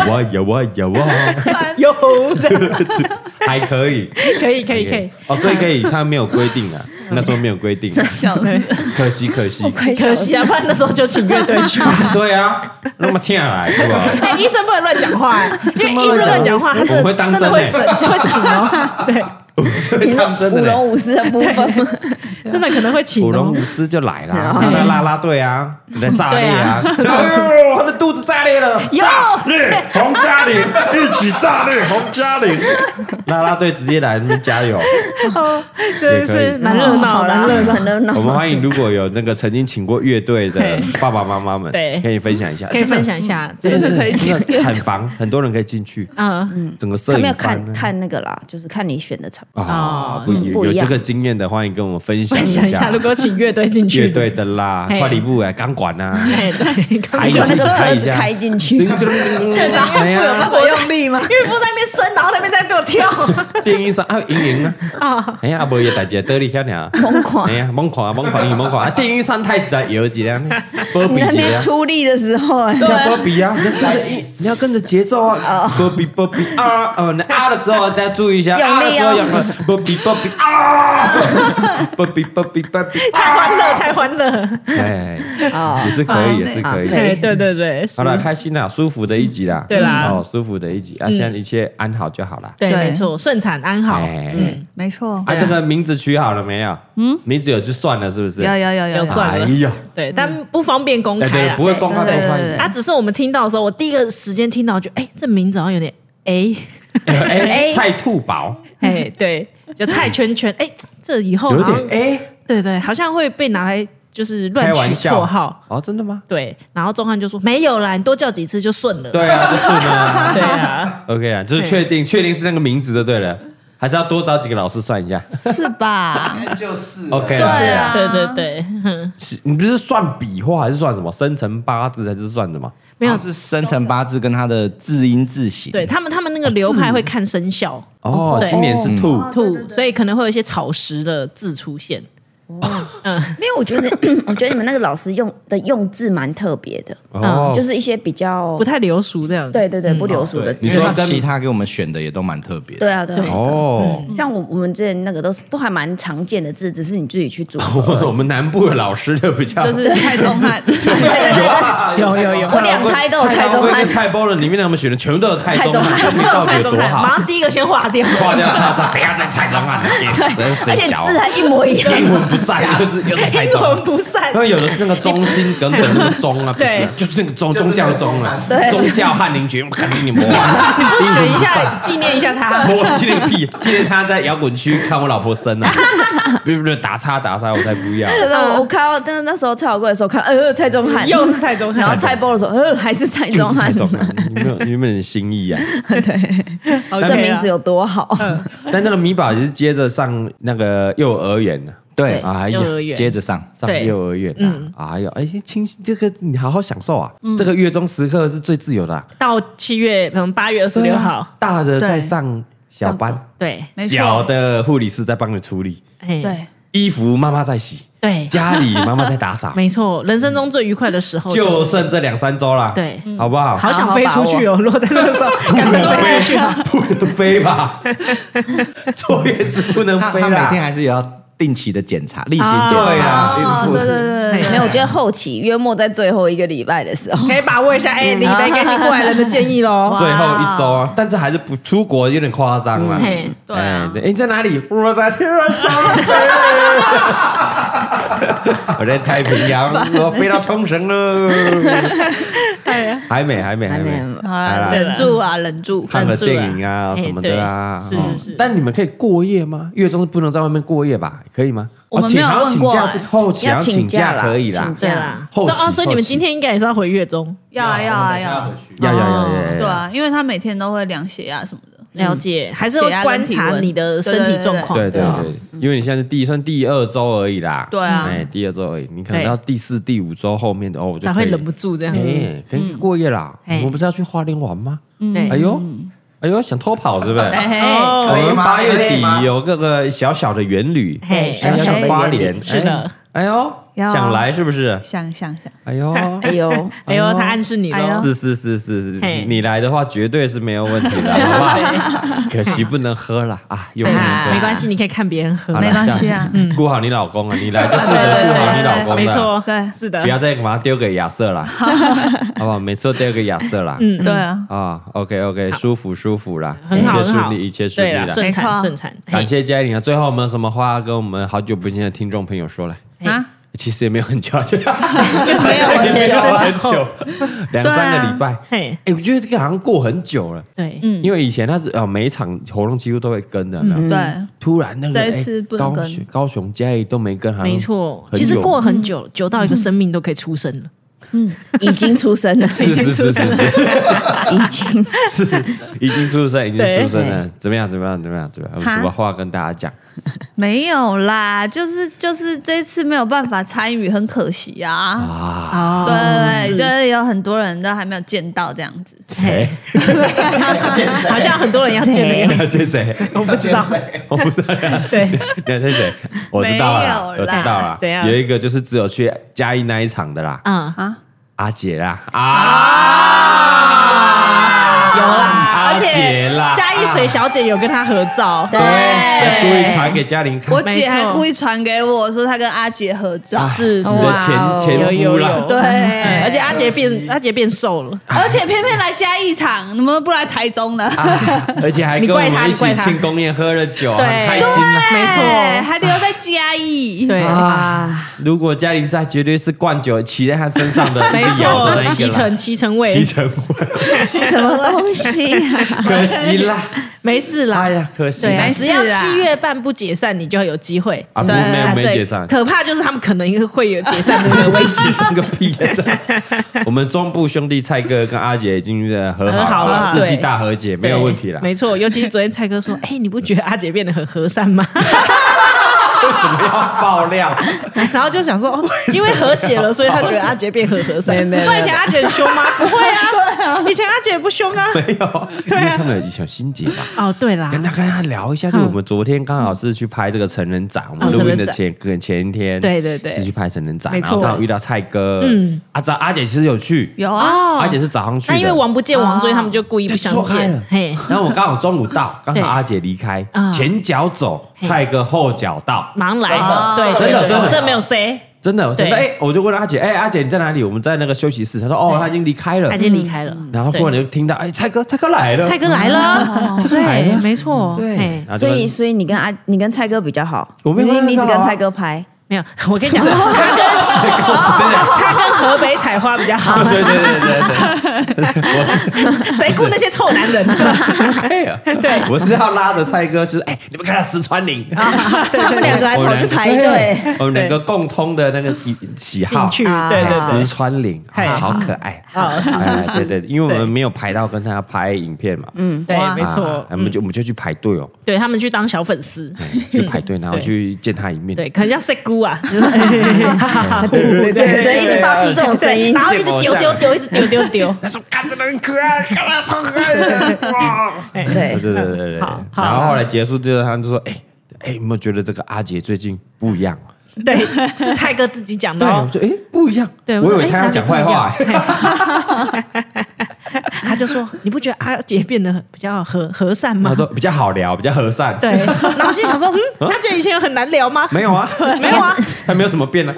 Speaker 9: 哇呀哇呀哇！
Speaker 2: 有的，
Speaker 3: 还可以，
Speaker 2: 可以可以可以，
Speaker 3: 哦，所以可以，他没有规定 啊，那时候没有规定，啊
Speaker 5: 笑死！
Speaker 3: 可惜可惜，
Speaker 2: 可惜啊，不然那时候就请乐队 去。
Speaker 3: 对啊，那么欠来对吧？
Speaker 2: 哎，医生不能乱讲话，因为医生乱讲话，他
Speaker 3: 我会
Speaker 2: 是
Speaker 3: 当
Speaker 2: 真
Speaker 3: 真
Speaker 2: 的会
Speaker 3: 欸
Speaker 2: 生，就会请 哦。对，
Speaker 3: 我是会当真
Speaker 8: 舞
Speaker 3: 的嘞，
Speaker 8: 龙舞狮的部分 吗，
Speaker 2: 真的可能会请
Speaker 3: 舞龙
Speaker 2: 哦
Speaker 3: 舞。狮就来啦， 那啦啦队啊，你在炸裂啊，哎呦，他的肚子炸裂了，
Speaker 2: 有，
Speaker 9: 烈洪嘉玲一起炸 裂洪嘉玲！
Speaker 3: 啦啦队直接来，你们加油！
Speaker 2: 真的
Speaker 3: 也可
Speaker 2: 是
Speaker 3: 以
Speaker 2: 蛮热闹，
Speaker 8: 好
Speaker 2: 啊蛮
Speaker 8: 啦
Speaker 2: 热闹。
Speaker 8: 很热闹
Speaker 3: 我。们欢迎如果有那个曾经请过乐队的
Speaker 2: 对
Speaker 3: 爸爸妈妈们，
Speaker 2: 对
Speaker 3: 可以分享一下，
Speaker 2: 可以分享一下，
Speaker 3: 真的
Speaker 5: 真的可以
Speaker 3: 真的很房，很多人可以进去，
Speaker 2: 嗯，
Speaker 3: 整个摄
Speaker 8: 他
Speaker 3: 影
Speaker 8: 们要
Speaker 3: 班
Speaker 8: 看
Speaker 3: 啊
Speaker 8: 看那个啦，就是看你选的场。
Speaker 3: 啊
Speaker 2: 哦，
Speaker 3: 不
Speaker 8: 不
Speaker 3: 有
Speaker 8: 一
Speaker 3: 有
Speaker 8: 样
Speaker 3: 这个经验的，欢迎跟我们分享
Speaker 2: 分享一下，如果请乐队进去，
Speaker 3: 乐队的啦，
Speaker 2: 嘿
Speaker 3: 脱离不哎，钢管 啊，
Speaker 2: 哎，对，刚
Speaker 3: 还
Speaker 8: 你
Speaker 3: 有
Speaker 8: 说那个车
Speaker 3: 一
Speaker 8: 子
Speaker 3: 下
Speaker 8: 开，进
Speaker 3: 叮
Speaker 8: 去，
Speaker 3: 咚 咚咚咚
Speaker 5: 不有办
Speaker 3: 哎呀，
Speaker 5: 法用力 吗？
Speaker 2: 孕妇在那边生，然后在那边在给我跳，
Speaker 3: 电音上啊，莹莹啊，哎呀，阿伯也 大姐得力遐尔，
Speaker 8: 疯狂
Speaker 3: 哎。呀，猛狂啊，猛狂伊猛狂啊，电音上太子的摇啊几 辆，波比
Speaker 8: 你那
Speaker 3: 几
Speaker 8: 边
Speaker 3: 辆。
Speaker 8: 出力的时候，哎，
Speaker 3: 要波比啊，你要跟着音，你要跟着节奏啊！波比波比啊，哦，你啊的时候大家注意一下，
Speaker 8: 用
Speaker 3: 啊的
Speaker 8: 力
Speaker 3: 时
Speaker 8: 哦
Speaker 3: 候要波比波比啊，波比波比波比，
Speaker 2: 太欢乐，太欢乐。
Speaker 3: ah 哎，也是可以，也是可以。
Speaker 2: 哎，对对对，是
Speaker 3: 好了，开心啦，舒服的一集啦，
Speaker 2: 嗯对啦
Speaker 3: 哦，舒服的一集啊，现在一切安好就好啦。
Speaker 2: 对，
Speaker 5: 对
Speaker 2: 没错，顺产安好，
Speaker 3: 哎，
Speaker 5: 没错，
Speaker 3: 啊，这个名字取好了没有？嗯，名字有就算了，是不是？
Speaker 5: 有有有
Speaker 2: 有
Speaker 5: 有
Speaker 2: 算
Speaker 3: 哎
Speaker 2: 了，
Speaker 3: 呀，
Speaker 2: 对，但不方便公
Speaker 3: 哎
Speaker 2: 开
Speaker 3: 对，
Speaker 2: 啦
Speaker 3: 不。会公开
Speaker 5: 对
Speaker 3: 公
Speaker 5: 对对
Speaker 3: 开。
Speaker 2: 啊，只是我们听到的时候，我第一个时间听到，就哎，这名字好像有点哎，
Speaker 3: 哎，菜兔宝，
Speaker 2: 哎，对，就菜圈圈，哎，这以后
Speaker 3: 有
Speaker 2: 好
Speaker 3: 点
Speaker 2: 像
Speaker 3: 哎，
Speaker 2: 对对，好像会被拿来就是乱
Speaker 3: 开
Speaker 2: 取
Speaker 3: 玩笑
Speaker 2: 绰号。
Speaker 3: 哦，真的吗？
Speaker 2: 对，然后钟汉就说没有啦，你多叫几次就顺了。
Speaker 3: 对啊，就是呢
Speaker 2: 对啊，
Speaker 3: ，OK 啊，就是确定确定是那个名字就对了，还是要多找几个老师算一下
Speaker 4: 是吧？
Speaker 7: 就是
Speaker 3: ？OK
Speaker 4: 对
Speaker 3: 啊，
Speaker 4: 啊，
Speaker 2: 对对对，
Speaker 3: 是你不是算笔画还是算什么生辰八字还是算什么？
Speaker 2: 没有
Speaker 7: 它是生辰八字跟它的字音字形。
Speaker 2: 对他们他们那个流派会看生肖
Speaker 3: 哦
Speaker 2: 对，
Speaker 3: 今年是兔，
Speaker 2: 兔，所以可能会有一些草食的字出现。
Speaker 8: 没有，我觉得 我觉得你们那个老师用的用字蛮特别的，啊
Speaker 3: 哦，
Speaker 8: 嗯就是一些比较
Speaker 2: 不太流俗这样。
Speaker 8: 对对对不流俗的字。
Speaker 7: 你
Speaker 3: 你
Speaker 7: 说
Speaker 3: 说跟
Speaker 7: 其他给我们选的也都蛮特别的。
Speaker 8: 对啊对啊，
Speaker 3: 哦，
Speaker 8: 像我我们之前那个都是都还蛮常见的字，只是你自己去组合。
Speaker 3: 我我们南部的老师就比较
Speaker 5: 就是蔡宗 翰，
Speaker 8: 对对对对，
Speaker 2: 有有有，
Speaker 8: 我两胎都有
Speaker 3: 菜
Speaker 8: 蔡宗
Speaker 3: 包
Speaker 8: 翰
Speaker 3: 跟，菜包的里面他们选的全部都有菜
Speaker 8: 蔡
Speaker 3: 中
Speaker 8: 宗
Speaker 3: 汉，
Speaker 8: 翰
Speaker 3: 这名到底有多 好？
Speaker 2: 马上第一个先划掉。
Speaker 3: 挂掉叉叉，谁要在菜中汉？谁 谁
Speaker 8: 而且
Speaker 3: 小？啊
Speaker 8: 字还一模一样。
Speaker 3: 英文不善，又是又是菜中汉。
Speaker 2: 不散
Speaker 3: 那有的是那个中心等等那个中啊，不是
Speaker 2: 对，
Speaker 3: 就是那个宗宗教的宗啊，
Speaker 8: 对
Speaker 3: 宗教翰林局肯定你们哇，你不
Speaker 2: 选一下，纪念一下他。
Speaker 3: 我纪念屁，纪念他在摇滚区看我老婆生啊，不是不是打叉打叉，我才不要。
Speaker 4: 真的，我看到，但是那时候蔡小贵的时候看，呃，蔡宗翰，
Speaker 2: 又是蔡宗翰
Speaker 4: 然后蔡波的时候，呃，还是蔡宗翰，
Speaker 3: 种啊，你有没有你有没有点新意啊？
Speaker 2: 好
Speaker 4: 这名字有多好？
Speaker 2: 嗯
Speaker 3: 但那个米宝也是接着上那个幼儿园呢、
Speaker 7: 对
Speaker 3: 啊，哎呀
Speaker 2: 幼儿园
Speaker 7: 接着上。
Speaker 3: 上
Speaker 2: 对
Speaker 3: 幼儿园啊，哎呦，哎，清这个你好好享受啊，这个月中时刻是最自由的啊、
Speaker 2: 到七月，可能八月二十
Speaker 3: 对
Speaker 2: 六
Speaker 3: 啊
Speaker 2: 号。
Speaker 3: 大的在上小班，
Speaker 2: 对，
Speaker 5: 没错
Speaker 3: 小的护理师在帮你处理，
Speaker 2: 哎，
Speaker 5: 对，
Speaker 3: 衣服妈妈在洗，
Speaker 2: 对
Speaker 3: 家里妈妈在打扫，
Speaker 2: 没错，人生中最愉快的时候
Speaker 3: 就是剩这两三周啦，嗯
Speaker 2: 对，
Speaker 3: 好不好？
Speaker 2: 好想飞出去哦！如果在那个时 候，赶快飞出去。
Speaker 3: 不能飞吧，坐月子不能
Speaker 7: 他
Speaker 3: 飞
Speaker 7: 他每
Speaker 2: 啊
Speaker 7: 天
Speaker 3: 啦，
Speaker 7: 还是有要定期的检查，例行检
Speaker 3: 对
Speaker 7: 查。
Speaker 3: 啊，
Speaker 4: 对
Speaker 3: 是不
Speaker 4: 对
Speaker 3: 是？
Speaker 4: 对对，没有，我觉得后期约莫在最后一个礼拜的时候，
Speaker 2: 可以把握一下，哎，李梅给你过来人的建议 喽。
Speaker 3: 最后一周啊，但是还是不出国有点夸张了。
Speaker 2: 嘿
Speaker 5: 对啊
Speaker 3: 哎你在哪里？我在天上飞， 我在太平洋，我飞到冲绳了。还没，还没，还没，
Speaker 5: 好啦，
Speaker 3: 好啦
Speaker 5: 忍住啊，忍住。
Speaker 3: 看了电影啊
Speaker 2: 哎
Speaker 3: 什么的啊。
Speaker 2: 对
Speaker 3: 哦
Speaker 2: 是是是
Speaker 3: 但你们可以过夜吗？月中不能在外面过夜吧？可以吗？
Speaker 5: 我们
Speaker 3: 哦请
Speaker 5: 没有
Speaker 3: 好像
Speaker 5: 问过
Speaker 3: 请假
Speaker 5: 哎
Speaker 3: 是后期，
Speaker 8: 要
Speaker 3: 好像
Speaker 8: 请
Speaker 3: 请
Speaker 8: 假
Speaker 3: 假
Speaker 8: 啦
Speaker 3: 可以啦
Speaker 8: 请。假
Speaker 2: 对嗯啦，
Speaker 3: 后
Speaker 2: 所以
Speaker 3: 期
Speaker 2: 哦，所以你
Speaker 3: 后
Speaker 2: 们
Speaker 3: 期
Speaker 2: 今天应该也是要回月中，
Speaker 5: 要啊要啊要啊！
Speaker 3: 要要要要！
Speaker 5: 对
Speaker 3: 要
Speaker 5: 啊，因为他每天都会量血压什么的。
Speaker 2: 了解，还是
Speaker 5: 血
Speaker 2: 会
Speaker 5: 压跟
Speaker 2: 观
Speaker 5: 体
Speaker 2: 察
Speaker 5: 温
Speaker 2: 你的
Speaker 5: 对
Speaker 2: 身
Speaker 5: 对
Speaker 2: 体
Speaker 5: 对
Speaker 2: 状
Speaker 5: 对
Speaker 2: 况。
Speaker 3: 对对啊对，因为你现在是第算第二周而已啦。
Speaker 5: 对啊
Speaker 3: 哎，第二周而已，你可能
Speaker 2: 对
Speaker 3: 到第四、第五周后面的哦，我就
Speaker 2: 才
Speaker 3: 可
Speaker 2: 会
Speaker 3: 以
Speaker 2: 忍不住这样。
Speaker 3: 哎，可以过夜啦。
Speaker 2: 哎
Speaker 3: 我们不是要去花莲玩吗？哎
Speaker 2: 对，
Speaker 3: 呦，哎呦，想偷跑是 不是？
Speaker 5: 哎嘿，
Speaker 2: 哦
Speaker 3: 我们八月
Speaker 7: 可以吗
Speaker 3: 底有这个小小的园旅，
Speaker 2: 嘿
Speaker 3: 哎要去花莲，
Speaker 2: 是的
Speaker 3: 哎。哎呦，
Speaker 5: 要
Speaker 3: 想来是不是？
Speaker 5: 想想想，
Speaker 3: 哎 呦，
Speaker 8: 哎呦，
Speaker 2: 哎呦，他暗示你
Speaker 5: 哎
Speaker 2: 喽
Speaker 5: 呦。
Speaker 3: 是是是是
Speaker 2: 嘿
Speaker 3: 是，你来的话绝对是没有问题 的，好不好？ 可惜不能喝了啊，又不
Speaker 2: 对
Speaker 3: 能
Speaker 2: 啊，，
Speaker 3: 喝
Speaker 2: 没关系，你可以看别人喝
Speaker 3: 好。了
Speaker 5: 没关系啊
Speaker 3: 下次顾好你老公啊，你来就 负责顾好你老公的，
Speaker 2: 没错，
Speaker 5: 对
Speaker 2: 是的
Speaker 3: 不，要再把它丢给亚瑟 啦，好不好？每次都丢给亚瑟啦。
Speaker 2: 嗯，
Speaker 5: 对啊，
Speaker 3: 啊，OK OK，舒服舒服啦，
Speaker 2: 很好，
Speaker 3: 一切
Speaker 2: 很
Speaker 3: 顺
Speaker 2: 好，
Speaker 3: 利，一切顺利
Speaker 2: 对啦
Speaker 3: 啦。
Speaker 2: 顺
Speaker 5: 没
Speaker 2: 产
Speaker 5: 错
Speaker 2: 顺产，嘿
Speaker 3: 感谢嘉玲啊！最后有没有什么话要跟我们好久不见的听众朋友说嘞？
Speaker 5: 啊，
Speaker 3: 其实也没有很久，
Speaker 2: 就是
Speaker 3: 就
Speaker 2: 没有
Speaker 3: 没
Speaker 2: 前
Speaker 3: 有
Speaker 2: 生产
Speaker 3: 很
Speaker 2: 后
Speaker 3: 久，两三个礼拜。
Speaker 2: 嘿，
Speaker 3: 哎，我觉得这个好像过很久了，
Speaker 2: 对，
Speaker 5: 嗯，
Speaker 3: 因为以前他是呃每一场活动几乎都会跟的，有没
Speaker 2: 嗯
Speaker 3: 有
Speaker 5: 对，
Speaker 3: 突然那个
Speaker 5: 这一
Speaker 3: 哎
Speaker 5: 次不能
Speaker 3: 高
Speaker 5: 跟
Speaker 3: 雄高雄嘉义都没跟，好像
Speaker 2: 没错。
Speaker 3: 很
Speaker 2: 其实
Speaker 3: 有
Speaker 2: 过很久，久到一个生命都可以出生 了，
Speaker 8: 已经出生了，
Speaker 3: 是是是是 是。
Speaker 8: 已经
Speaker 3: 是已经出生，已经
Speaker 2: 对
Speaker 3: 出生了，怎么样？怎么样？怎么样？怎么样？有什么话跟大家讲？
Speaker 5: 没有啦，就是就是这次没有办法参与，很可惜啊。
Speaker 3: 啊，
Speaker 2: 哦
Speaker 5: 对对对，就是有很多人都还没有见到这样子。
Speaker 3: 谁？
Speaker 2: 好像很多人要见面，
Speaker 3: 要见谁？
Speaker 2: 我不知道，
Speaker 3: 我不知道。
Speaker 2: 对，
Speaker 3: 你要见谁？我知道了，
Speaker 5: 没
Speaker 3: 我
Speaker 5: 有啦
Speaker 3: 知道了
Speaker 2: 怎。样
Speaker 3: 有一个就是只有去嘉义那一场的啦，
Speaker 2: 嗯，
Speaker 3: 阿姐啦，
Speaker 2: 啊
Speaker 3: 啊，
Speaker 2: 有啦，
Speaker 3: 阿
Speaker 2: 而
Speaker 3: 姐
Speaker 2: 且
Speaker 3: 啦，
Speaker 2: 嘉义水小姐有跟他合照，
Speaker 3: 对，要故意传给嘉玲看
Speaker 5: 我。
Speaker 2: 没
Speaker 5: 姐
Speaker 2: 错
Speaker 5: 还故意传给我说她跟阿姐合照，
Speaker 2: 啊是
Speaker 3: 你
Speaker 2: 是，
Speaker 3: 的
Speaker 8: 哇
Speaker 3: 前
Speaker 8: 哦
Speaker 2: 有
Speaker 3: 前夫
Speaker 2: 有
Speaker 3: 啦
Speaker 2: 有，，嗯
Speaker 5: 对，
Speaker 2: 而
Speaker 5: 而
Speaker 2: 且
Speaker 5: 且
Speaker 2: 阿杰变阿杰变瘦了，
Speaker 5: 而且偏偏来嘉义场，你们不来台中呢？
Speaker 3: 啊而且还
Speaker 2: 你
Speaker 3: 跟
Speaker 2: 怪
Speaker 3: 我
Speaker 2: 他
Speaker 3: 们一
Speaker 2: 你怪
Speaker 3: 起
Speaker 2: 他
Speaker 3: 庆功宴，喝了酒，很
Speaker 2: 对
Speaker 3: 开心啊。
Speaker 2: 没
Speaker 5: 哎
Speaker 2: 错，
Speaker 5: 还留在嘉义。
Speaker 2: 对，
Speaker 3: 啊！如果嘉玲在，绝对是灌酒骑在他身上的，
Speaker 2: 没
Speaker 3: 一直摇的那
Speaker 2: 错，
Speaker 3: 一
Speaker 2: 七
Speaker 3: 个 啦
Speaker 2: 成七成位
Speaker 3: 骑，乘位，
Speaker 8: 什么东西啊？
Speaker 3: 可惜啦，
Speaker 2: 没事 啦。
Speaker 3: 哎呀，可惜
Speaker 2: 对啊
Speaker 5: 没，事
Speaker 2: 只
Speaker 5: 啦
Speaker 2: 要七月半不解散，你就有机会。
Speaker 3: 啊，不
Speaker 5: 对
Speaker 3: 没有
Speaker 2: 啊
Speaker 3: 没
Speaker 2: 对
Speaker 3: 解散，
Speaker 2: 可怕就是他们可能会有解散的危机。
Speaker 3: 解散个屁啊！这 样我们中部兄弟蔡哥跟阿杰已经呃和
Speaker 2: 和好
Speaker 3: 好
Speaker 2: 了
Speaker 3: 了，世
Speaker 2: 对
Speaker 3: 纪大和解 没有问题了。
Speaker 2: 没错。尤其是昨天蔡 哥说：“哎、你不觉得阿姐变得很和善吗？”
Speaker 3: 为什么要爆料？
Speaker 2: 然后就想 说，哦因为和解了，所以他觉得阿杰变和和善。
Speaker 4: 没没没
Speaker 2: 不然以啊前阿姐很凶 吗？不会啊，对啊，以前阿姐不凶啊。
Speaker 3: 没有， 因为他们有一小心结吧。
Speaker 2: 哦，对嗯啦，
Speaker 3: 跟他跟他聊一下，就我们昨天刚好是去拍这个成人展，我们录音的前跟前一天，
Speaker 2: 嗯对对对
Speaker 3: 是去拍成人展，
Speaker 2: 没
Speaker 3: 然后
Speaker 2: 错
Speaker 3: 刚好遇到蔡哥，
Speaker 2: 嗯
Speaker 3: 嗯，阿张阿姐其实有去，
Speaker 5: 有啊，
Speaker 2: 哦
Speaker 3: 阿姐是早上去的，
Speaker 2: 那因为王不见
Speaker 3: 啊
Speaker 2: 王，所以他们就故意不想
Speaker 3: 就错开
Speaker 2: 见
Speaker 3: 了。
Speaker 2: 嘿，
Speaker 3: 然后我刚好中 午到，刚好阿姐离开
Speaker 2: 啊，
Speaker 3: 前脚走，蔡哥后脚到，
Speaker 2: 忙来的，对，
Speaker 3: 啊真的
Speaker 2: 对对
Speaker 3: 真的
Speaker 2: 这没有谁，
Speaker 3: 真的，我真的，
Speaker 2: 对
Speaker 3: 哎，我就问阿姐，哎，阿姐你在哪里？我们在那个休息室，她说，
Speaker 2: 对
Speaker 3: 哦，她已经离开了嗯
Speaker 2: 他已。经离开了。
Speaker 3: 然后忽然就听到，哎，蔡哥，蔡哥来了，
Speaker 2: 蔡哥来了，
Speaker 3: 嗯
Speaker 2: 对，没错，
Speaker 3: 对
Speaker 2: 嘿，
Speaker 3: 然后就
Speaker 8: 所
Speaker 3: 问
Speaker 8: 以，所以你跟阿，你跟蔡哥比较好，
Speaker 3: 我没有
Speaker 8: 你
Speaker 3: 跟他
Speaker 8: 你只
Speaker 3: 比较
Speaker 8: 跟
Speaker 3: 好啊
Speaker 8: 蔡哥拍，
Speaker 2: 没有， 我跟你讲，
Speaker 3: 啊
Speaker 2: 他跟他跟河北采花比较 好，
Speaker 3: 对对对对对，我是
Speaker 2: 谁顾那些臭男人？
Speaker 3: 对啊，对，我是要拉着蔡哥，就是哎，你们看到石川岭，
Speaker 2: 啊他们两个还
Speaker 3: 我
Speaker 2: 跑
Speaker 3: 们
Speaker 2: 去
Speaker 3: 两个
Speaker 2: 排队，，
Speaker 3: 我们两个共通的那个喜喜好
Speaker 2: 进，去，对
Speaker 3: 哎
Speaker 2: 对
Speaker 3: 石
Speaker 2: 对，
Speaker 3: 川岭，
Speaker 2: 嘿
Speaker 3: 啊好可爱，
Speaker 2: 哦，是
Speaker 3: 哎
Speaker 2: 是是，
Speaker 3: 对对，因为我
Speaker 2: 对
Speaker 3: 们没有排到跟他拍影片嘛，嗯，
Speaker 2: 对，没错嗯
Speaker 3: 啊，我们就我们就去排队哦， 哎
Speaker 2: 对他们去当小粉丝，
Speaker 3: 去排队，然后
Speaker 2: 对
Speaker 3: 去见他一面，
Speaker 2: 对，可能像色姑 啊， 就是哎哈哈哈对对对对对，一直发出这种声音，然后一直丢丢丢，一直丢丢丢，
Speaker 3: 他说：“看，真的很可爱，看他超可爱的。”哇！ 对对对对对。
Speaker 2: 好好
Speaker 3: 然后后来结束之后，他们就说：“哎哎，有没有觉得这个阿杰最近不一样
Speaker 2: 对，是蔡哥自己讲？”的
Speaker 3: 对，我
Speaker 2: 哦，
Speaker 3: 说：“哎，不一样。”
Speaker 2: 对我
Speaker 3: 我以
Speaker 2: 说哎
Speaker 3: 为他要讲坏话。
Speaker 2: 他就说你不觉得阿杰变得比较和和善吗
Speaker 3: 他？说：“比较好聊，比较和善。”
Speaker 2: 对，，然后心想说，嗯，
Speaker 3: 啊
Speaker 2: 阿杰以前有很难聊吗？
Speaker 3: 没有啊，
Speaker 2: 没 有啊，
Speaker 3: 他没有什么变呢。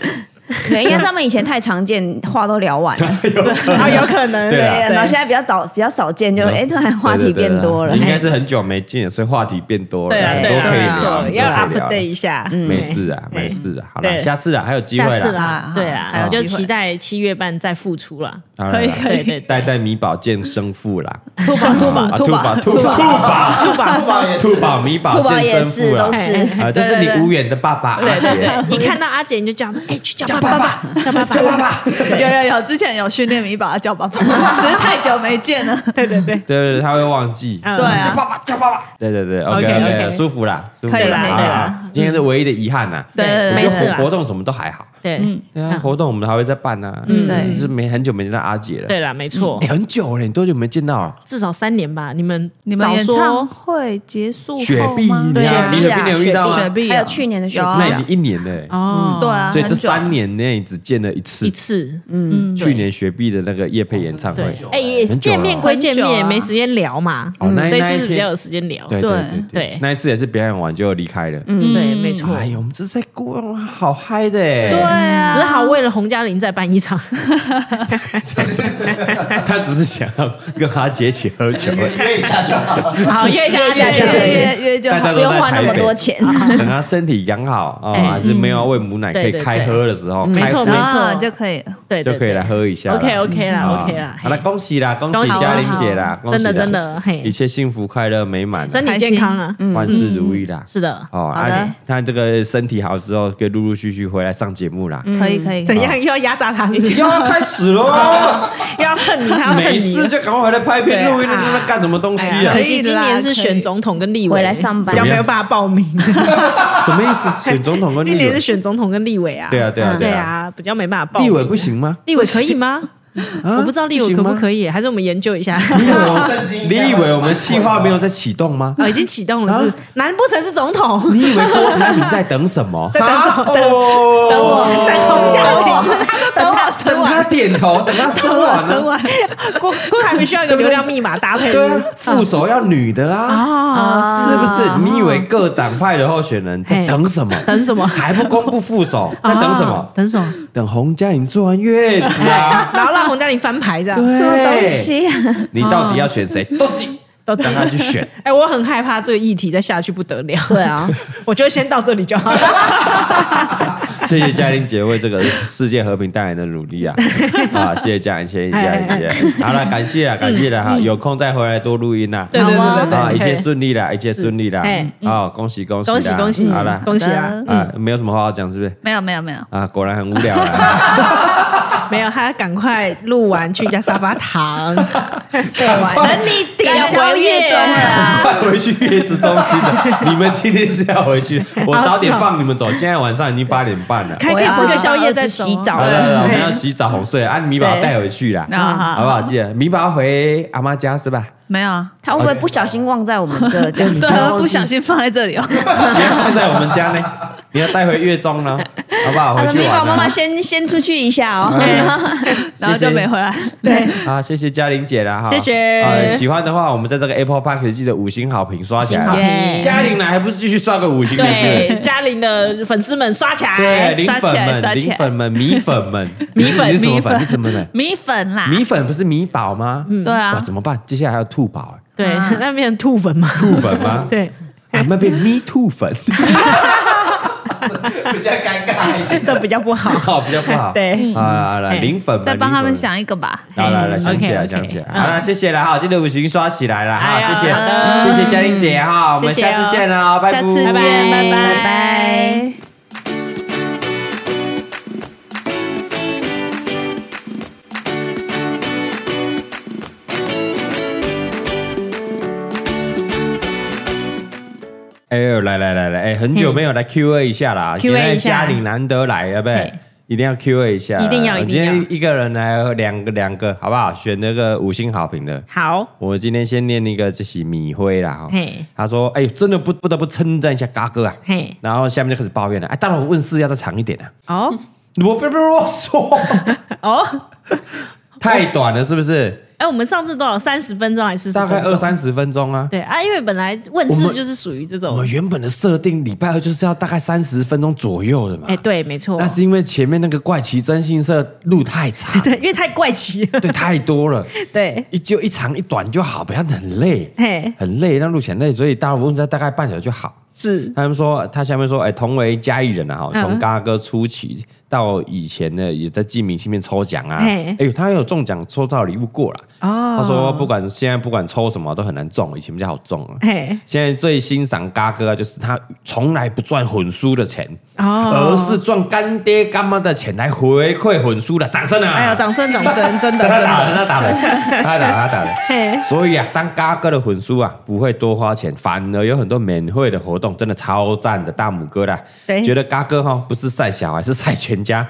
Speaker 8: 对，应该是他们以前太常见，话都聊完了，
Speaker 2: 啊，有可能，
Speaker 3: 对啊
Speaker 8: 对，然后现在比较早比较少见，就哎突然话
Speaker 3: 对
Speaker 8: 题
Speaker 3: 对对
Speaker 8: 变多了哎
Speaker 4: 哎
Speaker 3: 应，该是很久没见，所以话题变多了，
Speaker 2: 对啊，
Speaker 3: 很
Speaker 2: 对
Speaker 3: 多
Speaker 2: 啊，
Speaker 3: 可以
Speaker 2: 没
Speaker 3: 聊
Speaker 2: 错，，
Speaker 3: 很
Speaker 2: 要
Speaker 3: 多可
Speaker 2: update
Speaker 3: 以
Speaker 2: 一
Speaker 3: 聊。
Speaker 2: 下，
Speaker 3: 没事啊，
Speaker 2: 对
Speaker 3: 没事啊，好
Speaker 2: 对
Speaker 3: 了，下次啊，还有机会
Speaker 2: 下次
Speaker 3: 啦。
Speaker 2: 啦，对
Speaker 5: 还
Speaker 2: 啊，
Speaker 5: 有
Speaker 2: 就
Speaker 5: 机会
Speaker 2: 期待七月半再复出啦。
Speaker 3: 当然
Speaker 5: 可以
Speaker 3: 了
Speaker 5: 可
Speaker 2: 对
Speaker 5: 以，
Speaker 2: 对
Speaker 3: 带带米宝见生父啦。
Speaker 5: 兔宝兔宝
Speaker 3: 啊
Speaker 5: 兔宝
Speaker 3: 宝兔宝兔宝兔宝兔宝兔宝米宝
Speaker 8: 兔宝
Speaker 3: 健
Speaker 8: 也
Speaker 3: 身
Speaker 8: 是
Speaker 3: 父啦
Speaker 8: 都是
Speaker 2: 哎，
Speaker 3: 啊，这是你无缘的爸爸阿 杰，
Speaker 2: 对，一看到阿姐你就叫她，哎，去叫爸爸吧，叫爸爸，
Speaker 5: 有有有，之前有训练米把他叫爸爸，只是太久没见了。
Speaker 2: 对对对，
Speaker 3: 对对对，他会忘记，
Speaker 2: 嗯
Speaker 5: 对啊，
Speaker 3: 对对对
Speaker 2: OK，
Speaker 3: ，OK OK，
Speaker 2: OK
Speaker 3: 舒服啦，舒服
Speaker 5: 可以啦
Speaker 3: 啦
Speaker 5: 嗯
Speaker 3: 啊
Speaker 2: 可以啦
Speaker 3: 啊，今天是唯一的遗憾啊呐，
Speaker 5: 对对
Speaker 3: 我
Speaker 5: 对
Speaker 3: 觉
Speaker 2: 呃没
Speaker 3: 得
Speaker 2: 事啦
Speaker 3: 活活动什么都还好，
Speaker 2: 对
Speaker 3: 对啊，活动我们还会再办啊，
Speaker 2: 嗯
Speaker 3: 嗯，
Speaker 5: 对
Speaker 3: 就是没很久没见到阿杰了，
Speaker 2: 对啦，没错
Speaker 3: 哎，，很久了，你多久没见到啊？
Speaker 2: 至少三年吧，你们
Speaker 5: 你们
Speaker 2: 少
Speaker 5: 演唱
Speaker 2: 说
Speaker 5: 会结束
Speaker 3: 雪
Speaker 5: 后
Speaker 3: 碧
Speaker 5: 吗？，
Speaker 3: 你
Speaker 2: 对
Speaker 3: 啊
Speaker 2: 啊
Speaker 3: 你
Speaker 2: 雪碧
Speaker 3: 雪碧
Speaker 2: 啊
Speaker 3: 你有遇到
Speaker 5: 雪
Speaker 3: 吗？
Speaker 5: 碧啊
Speaker 8: 还有去年的雪
Speaker 5: 有啊
Speaker 3: 那
Speaker 8: 碧
Speaker 3: 你一年呢？
Speaker 2: 哦，
Speaker 5: 对啊，
Speaker 3: 所以这
Speaker 5: 很久
Speaker 3: 三年内只见了一次
Speaker 2: 一，次，
Speaker 5: 嗯
Speaker 3: 去年雪碧的那个夜配演唱会
Speaker 2: 对，，哎，也
Speaker 3: 很久了
Speaker 2: 见面归见
Speaker 5: 很久
Speaker 2: 面，
Speaker 5: 啊
Speaker 2: 没时间聊嘛，
Speaker 3: 哦那
Speaker 2: 嗯这
Speaker 3: 那一
Speaker 2: 次是比
Speaker 3: 天
Speaker 2: 较有时间聊，
Speaker 3: 对
Speaker 5: 对
Speaker 3: 对
Speaker 2: 对
Speaker 3: 对，那一次也是表演完就离开了。
Speaker 2: 嗯对，没错，
Speaker 3: 哎呦，我们这是在过哇，好嗨的
Speaker 5: 对
Speaker 3: 哎！
Speaker 5: 啊，
Speaker 2: 只好为了洪嘉玲再办一场，
Speaker 3: 他只是想要跟阿杰一起喝酒，
Speaker 6: 约一下就好。
Speaker 2: 好约一下阿
Speaker 5: 约
Speaker 2: 姐，
Speaker 5: 约约约就
Speaker 3: 大家
Speaker 5: 好
Speaker 3: 都
Speaker 8: 不用花
Speaker 3: 在
Speaker 8: 那
Speaker 3: 台
Speaker 8: 么多
Speaker 3: 北，
Speaker 8: 钱，
Speaker 3: 等他身体养好啊，
Speaker 2: 哎嗯
Speaker 3: 还是没有要喂母奶可
Speaker 2: 对
Speaker 3: 以
Speaker 2: 对对
Speaker 3: 开喝的时候，
Speaker 2: 没
Speaker 3: 开
Speaker 2: 错
Speaker 3: 喝
Speaker 2: 没
Speaker 5: 啊
Speaker 2: 错
Speaker 5: 就可以了。
Speaker 2: 对，
Speaker 3: 就可以来喝一下啦。
Speaker 2: OK OK 啦
Speaker 3: 啊
Speaker 2: OK 啦，
Speaker 3: 好了，
Speaker 2: 嘿
Speaker 3: 恭喜啦，恭
Speaker 2: 恭喜
Speaker 3: 喜嘉玲姐啦，
Speaker 2: 真的
Speaker 3: 恭喜啦
Speaker 2: 真的嘿
Speaker 3: 一切幸福快乐美满啦，
Speaker 2: 身体健康啊，
Speaker 3: 万事如意啦。
Speaker 2: 是嗯的，
Speaker 3: 哦，
Speaker 5: 好的
Speaker 3: 啊，他这个身体好之后，可以陆陆续续回来上节目啦。
Speaker 2: 嗯
Speaker 5: 可以可以，
Speaker 2: 怎 样又要压榨他是不是？
Speaker 3: 又要开始喽！
Speaker 2: 又要蹭你，他 要蹭
Speaker 3: 没
Speaker 2: 你
Speaker 3: 事
Speaker 2: 了。
Speaker 3: 就赶快回来拍片录音，那在干什么东西
Speaker 2: 哎呀
Speaker 3: 啊
Speaker 2: 可？
Speaker 5: 以
Speaker 2: 惜今年是选总统跟立委
Speaker 8: 回来上班
Speaker 2: 比较没有办法报名。
Speaker 3: 什么意思？选总统 跟
Speaker 2: 今
Speaker 3: 立
Speaker 2: 年是
Speaker 3: 委？
Speaker 2: 选总统跟立委啊，
Speaker 3: 对啊，对啊，
Speaker 2: 对
Speaker 3: 啊！
Speaker 2: 啊，比较没办法报名。
Speaker 3: 立委不，行吗？
Speaker 2: 立委可以吗？
Speaker 3: 啊
Speaker 2: 我不知道立委可不可以，还是我们研究一下。
Speaker 3: 以？
Speaker 6: 震惊
Speaker 3: 你以为我们计划没有在启动吗？
Speaker 2: 哦，已经启动了，是？难不成是总统？
Speaker 3: 啊你以为郭台铭在等什 么？
Speaker 2: 在等什
Speaker 3: 哦
Speaker 2: 么？等
Speaker 3: 等我，
Speaker 2: 等洪嘉玲，他说等他
Speaker 3: 等他点头，等他生完
Speaker 2: 生
Speaker 3: 啊。
Speaker 2: 完，郭郭台铭需要一个流量密码搭配。
Speaker 3: 对啊，副手要女的啊，
Speaker 2: 啊，
Speaker 3: 是不是？你以为各党派的候选人在等什么？
Speaker 2: 等什么？
Speaker 3: 还不公布副 手，在等什
Speaker 2: 啊
Speaker 3: 么？
Speaker 2: 等什么？
Speaker 3: 等洪嘉玲坐完月子啊！
Speaker 2: 然后让洪嘉玲翻牌这样。
Speaker 3: 对，
Speaker 8: 什么东西啊？
Speaker 3: 你到底要选谁？都记
Speaker 2: 到这
Speaker 7: 让
Speaker 2: 里
Speaker 7: 他去选。
Speaker 2: 哎、我很害怕这个议题再下去不得了。
Speaker 8: 对啊，
Speaker 2: 我觉得先到这里就好了。
Speaker 3: 谢谢嘉玲姐为这个世界和平带来的努 力啊！啊，谢谢嘉玲，谢谢嘉玲
Speaker 2: 哎
Speaker 3: 姐。好了，感谢啊，感谢了哈，有空再回来多录音啦。
Speaker 2: 嗯对对对对对，
Speaker 3: 啊，一切
Speaker 2: 对
Speaker 3: 顺利啦，一切顺利啦
Speaker 2: 哎！
Speaker 3: 啊，恭喜恭喜啦
Speaker 2: 恭喜恭喜，
Speaker 3: 好啦，
Speaker 2: 恭喜啊！
Speaker 3: 啊，没有什么话好讲，是不是？
Speaker 5: 没有没有没有，
Speaker 3: 啊，果然很无聊啊！
Speaker 2: 没有，他赶快录完去人家沙发 躺，
Speaker 8: 对，
Speaker 2: 等你点宵夜
Speaker 3: 快回去月子中心了，你们今天是要回去，我早点放你们走，现在晚上已经八点半了。
Speaker 2: 还可以吃个宵夜再走
Speaker 8: 洗澡
Speaker 3: 好了，好了我们要
Speaker 2: 对，
Speaker 3: 洗澡哄睡，啊，米宝带回去啦，
Speaker 5: 好好
Speaker 3: 好不好？记得米宝回阿妈家是吧？
Speaker 5: 没有啊，
Speaker 8: 他会不会不小心忘在我们这这样？
Speaker 5: 对啊，不小心放在这里哦。
Speaker 3: 你要放在我们家呢，你要带回月中呢，好不好？
Speaker 8: 好
Speaker 3: 回
Speaker 8: 的，
Speaker 3: 去
Speaker 8: 米宝
Speaker 3: 玩
Speaker 8: 妈妈
Speaker 3: 啊！
Speaker 8: 先先出去一下哦。
Speaker 5: 然后就没回来。
Speaker 3: 啊，谢谢嘉玲姐啦哈，
Speaker 2: 谢谢
Speaker 3: 啊，喜欢的话，我们在这个 Apple Park 记得五星好评刷起
Speaker 2: 五星好
Speaker 3: 来。
Speaker 2: 评
Speaker 3: 嘉玲呢，还不是继续刷个五星？对不对
Speaker 2: 对，嘉玲的粉丝们哎刷起
Speaker 3: 对，
Speaker 2: 来，
Speaker 3: 零
Speaker 5: 刷起
Speaker 3: 粉
Speaker 5: 来
Speaker 3: 们、
Speaker 5: 刷起
Speaker 3: 零
Speaker 5: 来
Speaker 3: 粉们、米粉们、
Speaker 2: 米粉
Speaker 3: 你是什么
Speaker 5: 米
Speaker 3: 粉？
Speaker 5: 粉
Speaker 3: 你什 么粉？
Speaker 5: 米粉啦
Speaker 3: 米粉不是米宝吗？嗯，
Speaker 5: 对啊
Speaker 3: 哇，怎么办？接下来还有兔宝，哎
Speaker 2: 对，那变成兔粉嘛，
Speaker 3: 兔粉 吗？
Speaker 2: 对，
Speaker 3: 啊，那变 Me Too 粉，
Speaker 6: 比较尴尬一点。
Speaker 2: 这比较不好。
Speaker 3: 好，比较不 好。
Speaker 2: 对，
Speaker 3: 好啦，好了，
Speaker 2: 哎
Speaker 3: 零粉们，
Speaker 5: 再帮他
Speaker 3: 零粉
Speaker 5: 们
Speaker 3: 们
Speaker 5: 想一个吧。
Speaker 3: 好来来，
Speaker 2: 嗯
Speaker 3: 想起来，
Speaker 2: OK，OK，
Speaker 3: 想起来，
Speaker 2: 嗯
Speaker 3: 好了，谢谢了哈，记得五星刷起来了
Speaker 2: 哎
Speaker 3: 哈，
Speaker 2: 呀
Speaker 3: 谢
Speaker 2: 好的
Speaker 3: 谢，谢谢嘉玲姐哈，我们
Speaker 2: 谢谢哦
Speaker 3: 下次见了，拜拜，
Speaker 5: 下次见，
Speaker 2: 拜
Speaker 5: 拜
Speaker 2: 拜
Speaker 5: 拜。
Speaker 3: 哎呦，来来来来，哎，很久没有来 Q A 一下啦
Speaker 2: Q&A
Speaker 3: 原来
Speaker 2: 一下
Speaker 3: 嘉玲难得来，对不对
Speaker 2: 嘿？
Speaker 3: 一定要 Q A 一下，
Speaker 2: 一定要
Speaker 3: 我
Speaker 2: 一
Speaker 3: 今
Speaker 2: 定要
Speaker 3: 天一个人来两个两个，好不好？选那个五星好评的。
Speaker 2: 好，
Speaker 3: 我今天先念那个这是米辉啦，哈
Speaker 2: 嘿，
Speaker 3: 他说：“哎，真的不不得不称赞一下嘎哥啊。”
Speaker 2: 嘿，
Speaker 3: 然后下面就开始抱怨了，哎，当然我问事要再长一点啊，
Speaker 2: 哦
Speaker 3: 我别别啰嗦，
Speaker 2: 哦，
Speaker 3: 太短了是不是？
Speaker 2: 哎，我们上次多少三十分钟还是40
Speaker 3: 大概
Speaker 2: 分钟
Speaker 3: 二三十分钟啊。
Speaker 2: 对啊，因为本来问
Speaker 3: 我
Speaker 2: 世
Speaker 3: 们
Speaker 2: 就是属于这
Speaker 3: 我
Speaker 2: 种
Speaker 3: 们，原本的设定礼拜二就是要大概三十分钟左右的嘛。
Speaker 2: 哎，对，没错
Speaker 3: 那，是因为前面那个怪奇征信社路太 长，
Speaker 2: 对，因为太怪奇了，
Speaker 3: 对，太多了，
Speaker 2: 对，
Speaker 3: 一就一长一短就好，不要很累
Speaker 2: 嘿，
Speaker 3: 很累，让录起来很累，所以大部分在大概半小时就好。
Speaker 2: 是，
Speaker 3: 他们说，他下面说，哎、同为嘉义人啊，哈，
Speaker 2: 嗯
Speaker 3: 从嘎哥初期到以前呢，也在寄明信片抽奖啊，哎
Speaker 2: 嘿、
Speaker 3: 他有中奖抽到礼物过了。
Speaker 2: 哦
Speaker 3: 他说，不管现在不管抽什么都很难中，以前比较好中啊。
Speaker 2: 嘿，
Speaker 3: 现在最欣赏嘎哥啊，就是他从来不赚混输的钱，而
Speaker 2: 哦，
Speaker 3: 是赚干爹干妈的钱来回馈混输的，掌声啊！
Speaker 2: 哎呀，掌声掌声，真的
Speaker 3: 他
Speaker 2: 真
Speaker 3: 打
Speaker 2: 的，
Speaker 3: 了，他 打了，他打了，他打了。
Speaker 2: 嘿，
Speaker 3: 所以啊，当嘎哥的混书啊，不会多花钱，反而有很多免费的活动，真的超赞的，大拇哥啦！
Speaker 2: 对
Speaker 3: 觉得嘎哥哈、不是晒小孩，是晒全家，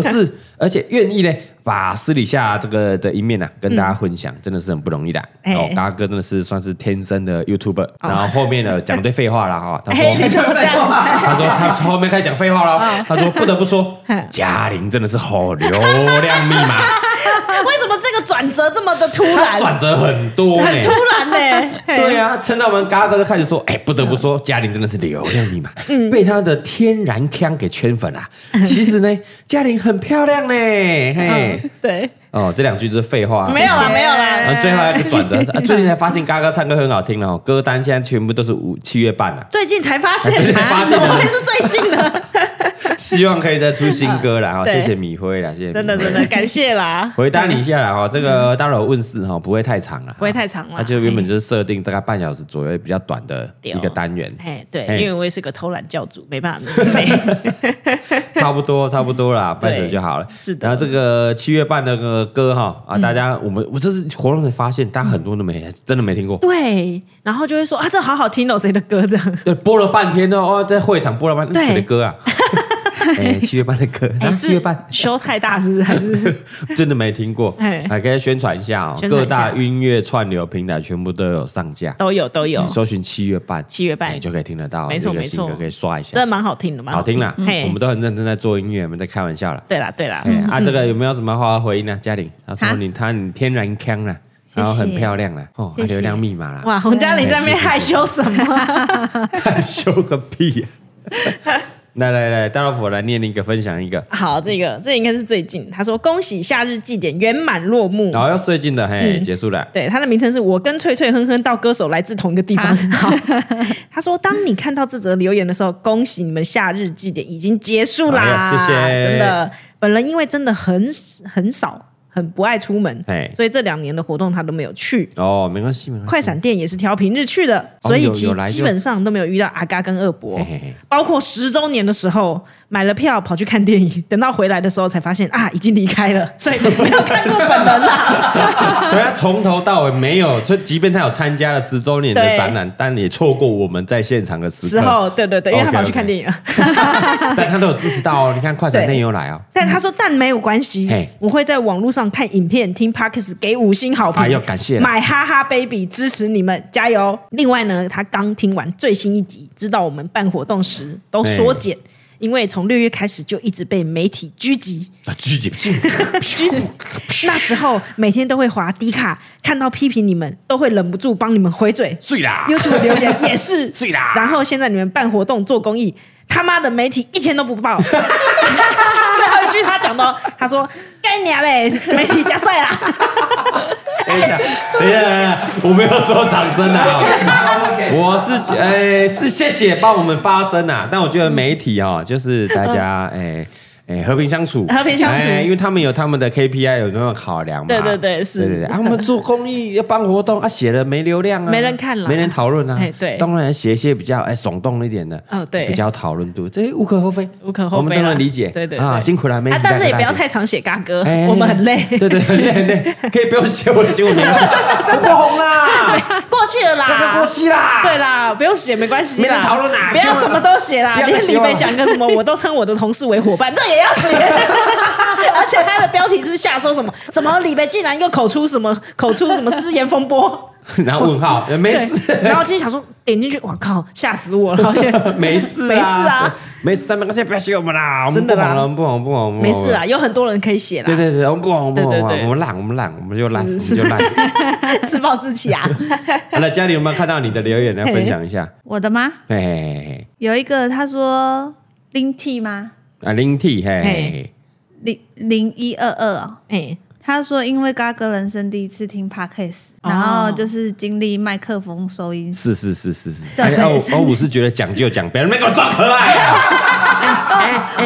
Speaker 3: 是而且愿意呢把私底下这个的一面啊跟大家分享，真的是很不容易的。
Speaker 2: 哎
Speaker 3: 哦，嘎哥真的是算是天生的 YouTuber，、然
Speaker 2: 哦
Speaker 3: 后后面呢讲对废话啦哈、哦他说。他说他后面开始讲废话了
Speaker 2: 嗯
Speaker 3: 哦，他说不得不说，嘉玲真的是好流量密码，
Speaker 2: 为什么这个转折这么的 突然？
Speaker 3: 转折很多呢、
Speaker 2: 很突然呢、嘿
Speaker 3: 对啊，撑到我们嘎哥都开始说，哎、不得不
Speaker 2: 嗯
Speaker 3: 说，嘉玲真的是流量密码，被她的天然腔给圈粉啊。
Speaker 2: 嗯
Speaker 3: 其实呢，嘉玲很漂亮呢，嘿，
Speaker 2: 对，呃
Speaker 3: 哦，这两句就是废话、啊。
Speaker 2: 嗯没有啦，没有啦。
Speaker 3: 然后最后一个转折，啊最近才发现嘎哥唱歌很好听哦，歌单现在全部都是五七月半了、
Speaker 2: 哎最近才发
Speaker 3: 啊最近
Speaker 2: 现，
Speaker 3: 才发
Speaker 2: 怎
Speaker 3: 现
Speaker 2: 么
Speaker 3: 啊
Speaker 2: 会是最近呢？
Speaker 3: 希望可以再出新歌啦。哦，
Speaker 2: 对
Speaker 3: 谢谢米辉啦，谢谢米辉
Speaker 2: 真的真的，感谢啦。
Speaker 3: 回答你一下啦哈，这个当然有问世嗯哈，不会太长了，
Speaker 2: 不会太长啦
Speaker 3: 它就原本就是设定大概半小时左右，比较短的一个单元。
Speaker 2: 嘿，哎对，
Speaker 3: 哦嘿
Speaker 2: 因为我也是个偷懒教主，没办法。 对
Speaker 3: 差不多，差不多 啦，半首就好了。
Speaker 2: 是的
Speaker 3: 然后这个七月半那个歌哈啊，大家我们我这次活动才发现，大家很多人都没真的没听过。
Speaker 2: 对，然后就会说啊，这好好听哦，谁的歌这样？
Speaker 3: 对，播了半天都哦，在会场播了半天，
Speaker 2: 对
Speaker 3: 谁的歌啊？ 哎，七月半的歌，
Speaker 2: 哎
Speaker 3: 啊七月半
Speaker 2: 修太大是不是？还是
Speaker 3: 真的没听过，
Speaker 2: 哎
Speaker 3: 还可以宣传一下哦，
Speaker 2: 宣传
Speaker 3: 各
Speaker 2: 一下
Speaker 3: 大音乐串流平台全部都有上架
Speaker 2: ，都有都有
Speaker 3: 你，搜寻七月半，
Speaker 2: 七月半
Speaker 3: 哎就可以听得到，
Speaker 2: 没错
Speaker 3: 有一个
Speaker 2: 没
Speaker 3: 新歌
Speaker 2: 错
Speaker 3: 可以刷一
Speaker 2: 真的
Speaker 3: 下，
Speaker 2: 蛮好听的，嗯蛮
Speaker 3: 好听啦。
Speaker 2: 嘿，嗯
Speaker 3: 我们都很认真在做音乐，我们在开玩笑啦。
Speaker 2: 对啦对啦，
Speaker 3: 哎、啊，这个有没有什么话要回应呢？嘉玲，他说你他你天然腔啦，然后很漂亮啦，哦，还流量密码啦，
Speaker 2: 哎哇，洪嘉玲在那边
Speaker 3: 哎
Speaker 2: 害
Speaker 3: 是是是
Speaker 2: 羞什么？
Speaker 3: 哇，羞个屁、啊！来来来，大老虎来念一个，分享一个。
Speaker 2: 好，这个这应该是最近，他说恭喜夏日祭典圆满落幕。
Speaker 3: 然后要哦最近的
Speaker 2: 嗯
Speaker 3: 嘿，结束了。
Speaker 2: 对，他的名称是我跟翠翠哼哼到歌手来自同一个地方。好， 他说，当你看到这则留言的时候，恭喜你们夏日祭典已经结束啦，
Speaker 3: 哎呀谢谢
Speaker 2: 真的，本人因为真的很很少，很不爱出门
Speaker 3: 哎，
Speaker 2: 所以这两年的活动他都没有去。
Speaker 3: 哦，没关系，没关系。
Speaker 2: 快闪店也是挑平日去的，
Speaker 3: 哦
Speaker 2: 所以
Speaker 3: 有
Speaker 2: 其
Speaker 3: 有来就
Speaker 2: 基本上都没有遇到阿嘎跟二伯
Speaker 3: 嘿嘿嘿。
Speaker 2: 包括十周年的时候买了票跑去看电影，等到回来的时候才发现啊，已经离开了，所以没有看过本人啦。
Speaker 3: 所以他啊从头到尾没有，所以即便他有参加了十周年的
Speaker 2: 对
Speaker 3: 展览，但也错过我们在现场的时
Speaker 2: 之
Speaker 3: 刻。
Speaker 2: 后，对对对，因为他跑去看电影了。
Speaker 3: 但他都有支持到哦。你看快闪
Speaker 2: 对
Speaker 3: 店有来哦，
Speaker 2: 但他说，但没有关系
Speaker 3: 嘿，
Speaker 2: 我会在网络上看影片、听 Parkes 给五星好评。
Speaker 3: 哎呦感谢啦
Speaker 2: 买哈哈 baby 支持你们，加油！另外呢，他刚听完最新一集，知道我们办活动时都缩减，因为从六月开始就一直被媒体狙击，
Speaker 3: 啊聚集
Speaker 2: 狙击。那时候每天都会滑低卡，看到批评你们，都会忍不住帮你们回 嘴。
Speaker 3: 碎啦，
Speaker 2: YouTube 留言也是
Speaker 3: 碎啦
Speaker 2: 然后现在你们办活动做公益，他妈的媒体一天都不报。 最后一句他讲的哦，他说：“干娘嘞，媒体加赛啦。
Speaker 3: 等一下，等一下，等一下，我没有说掌声啊，我是觉哎、是谢谢帮我们发声啊，但我觉得媒体哦，就是大家哎。哎，和平相处，
Speaker 2: 嗯和平相处
Speaker 3: 哎因为他们有他们的 KPI，有那种考量嘛。
Speaker 2: 对对对是
Speaker 3: 对对对。啊，我们做公益要办活动啊，写了没流量啊，
Speaker 2: 没人看啦
Speaker 3: 没人讨论啊
Speaker 2: 哎。对
Speaker 3: 当然写一些比较哎耸动一点的，
Speaker 2: 哦对
Speaker 3: 比较讨论度，这无可厚非，
Speaker 2: 无可厚非啦
Speaker 3: 我们当然理解，
Speaker 2: 对对对
Speaker 3: 啊，辛苦了，”媒体
Speaker 2: 啊，
Speaker 3: 大
Speaker 2: 但
Speaker 3: 哥
Speaker 2: 是也
Speaker 3: 大
Speaker 2: 不要
Speaker 3: 姐
Speaker 2: 太常写嘎哥
Speaker 3: 哎，
Speaker 2: 我们很累。
Speaker 3: 对对，很累很累，可以不用写我的新闻名字，我不红啦，
Speaker 2: 过去了
Speaker 3: 这个过
Speaker 2: 啦，
Speaker 3: 期啦，
Speaker 2: 对啦，不用写没关系
Speaker 3: 没人
Speaker 2: 啦，
Speaker 3: 讨论啦
Speaker 2: 不要什么都写啦
Speaker 3: 不，要再
Speaker 2: 连
Speaker 3: 希
Speaker 2: 李
Speaker 3: 望
Speaker 2: 北
Speaker 3: 了
Speaker 2: 想跟什么，我都称我的同事为伙伴，这也要 写。而且他的标题之下说什么什么李北竟然又口出什么口出什么失言风波。
Speaker 3: 然后问号，没事
Speaker 2: 对，然后今天想说点进去，我靠，吓死我了！好像
Speaker 3: 没事
Speaker 2: 没事啊，
Speaker 3: 没事，但没关系，不要写我们啦，我们
Speaker 2: 真
Speaker 3: 不
Speaker 2: 的
Speaker 3: 红
Speaker 2: 啦
Speaker 3: 了，我们不红不红，我们不红
Speaker 2: 没事啦，。啊有很多人可以写
Speaker 3: 对
Speaker 2: 啦，
Speaker 3: 对对，我们不红，我们不
Speaker 2: 对对
Speaker 3: 红，
Speaker 2: 对
Speaker 3: 我们懒，我们懒，我们就懒，我们就懒。
Speaker 2: 自暴自弃啊。
Speaker 3: 好了，家里有没有看到你的留言？来分享一下。
Speaker 5: 我的吗？
Speaker 3: 嘿嘿嘿嘿，
Speaker 5: 有一个他说零 T 吗？
Speaker 3: 啊，零 T，嘿嘿
Speaker 5: 零零一二二哦。
Speaker 2: 哎，
Speaker 5: 他说，因为嘎哥人生第一次听 podcast，、然
Speaker 3: 哦
Speaker 5: 后就是经历麦克风收音
Speaker 3: 是是是是是。
Speaker 5: 对
Speaker 3: 哎，哦哦，我是觉得讲就讲，别人没给我装可爱啊。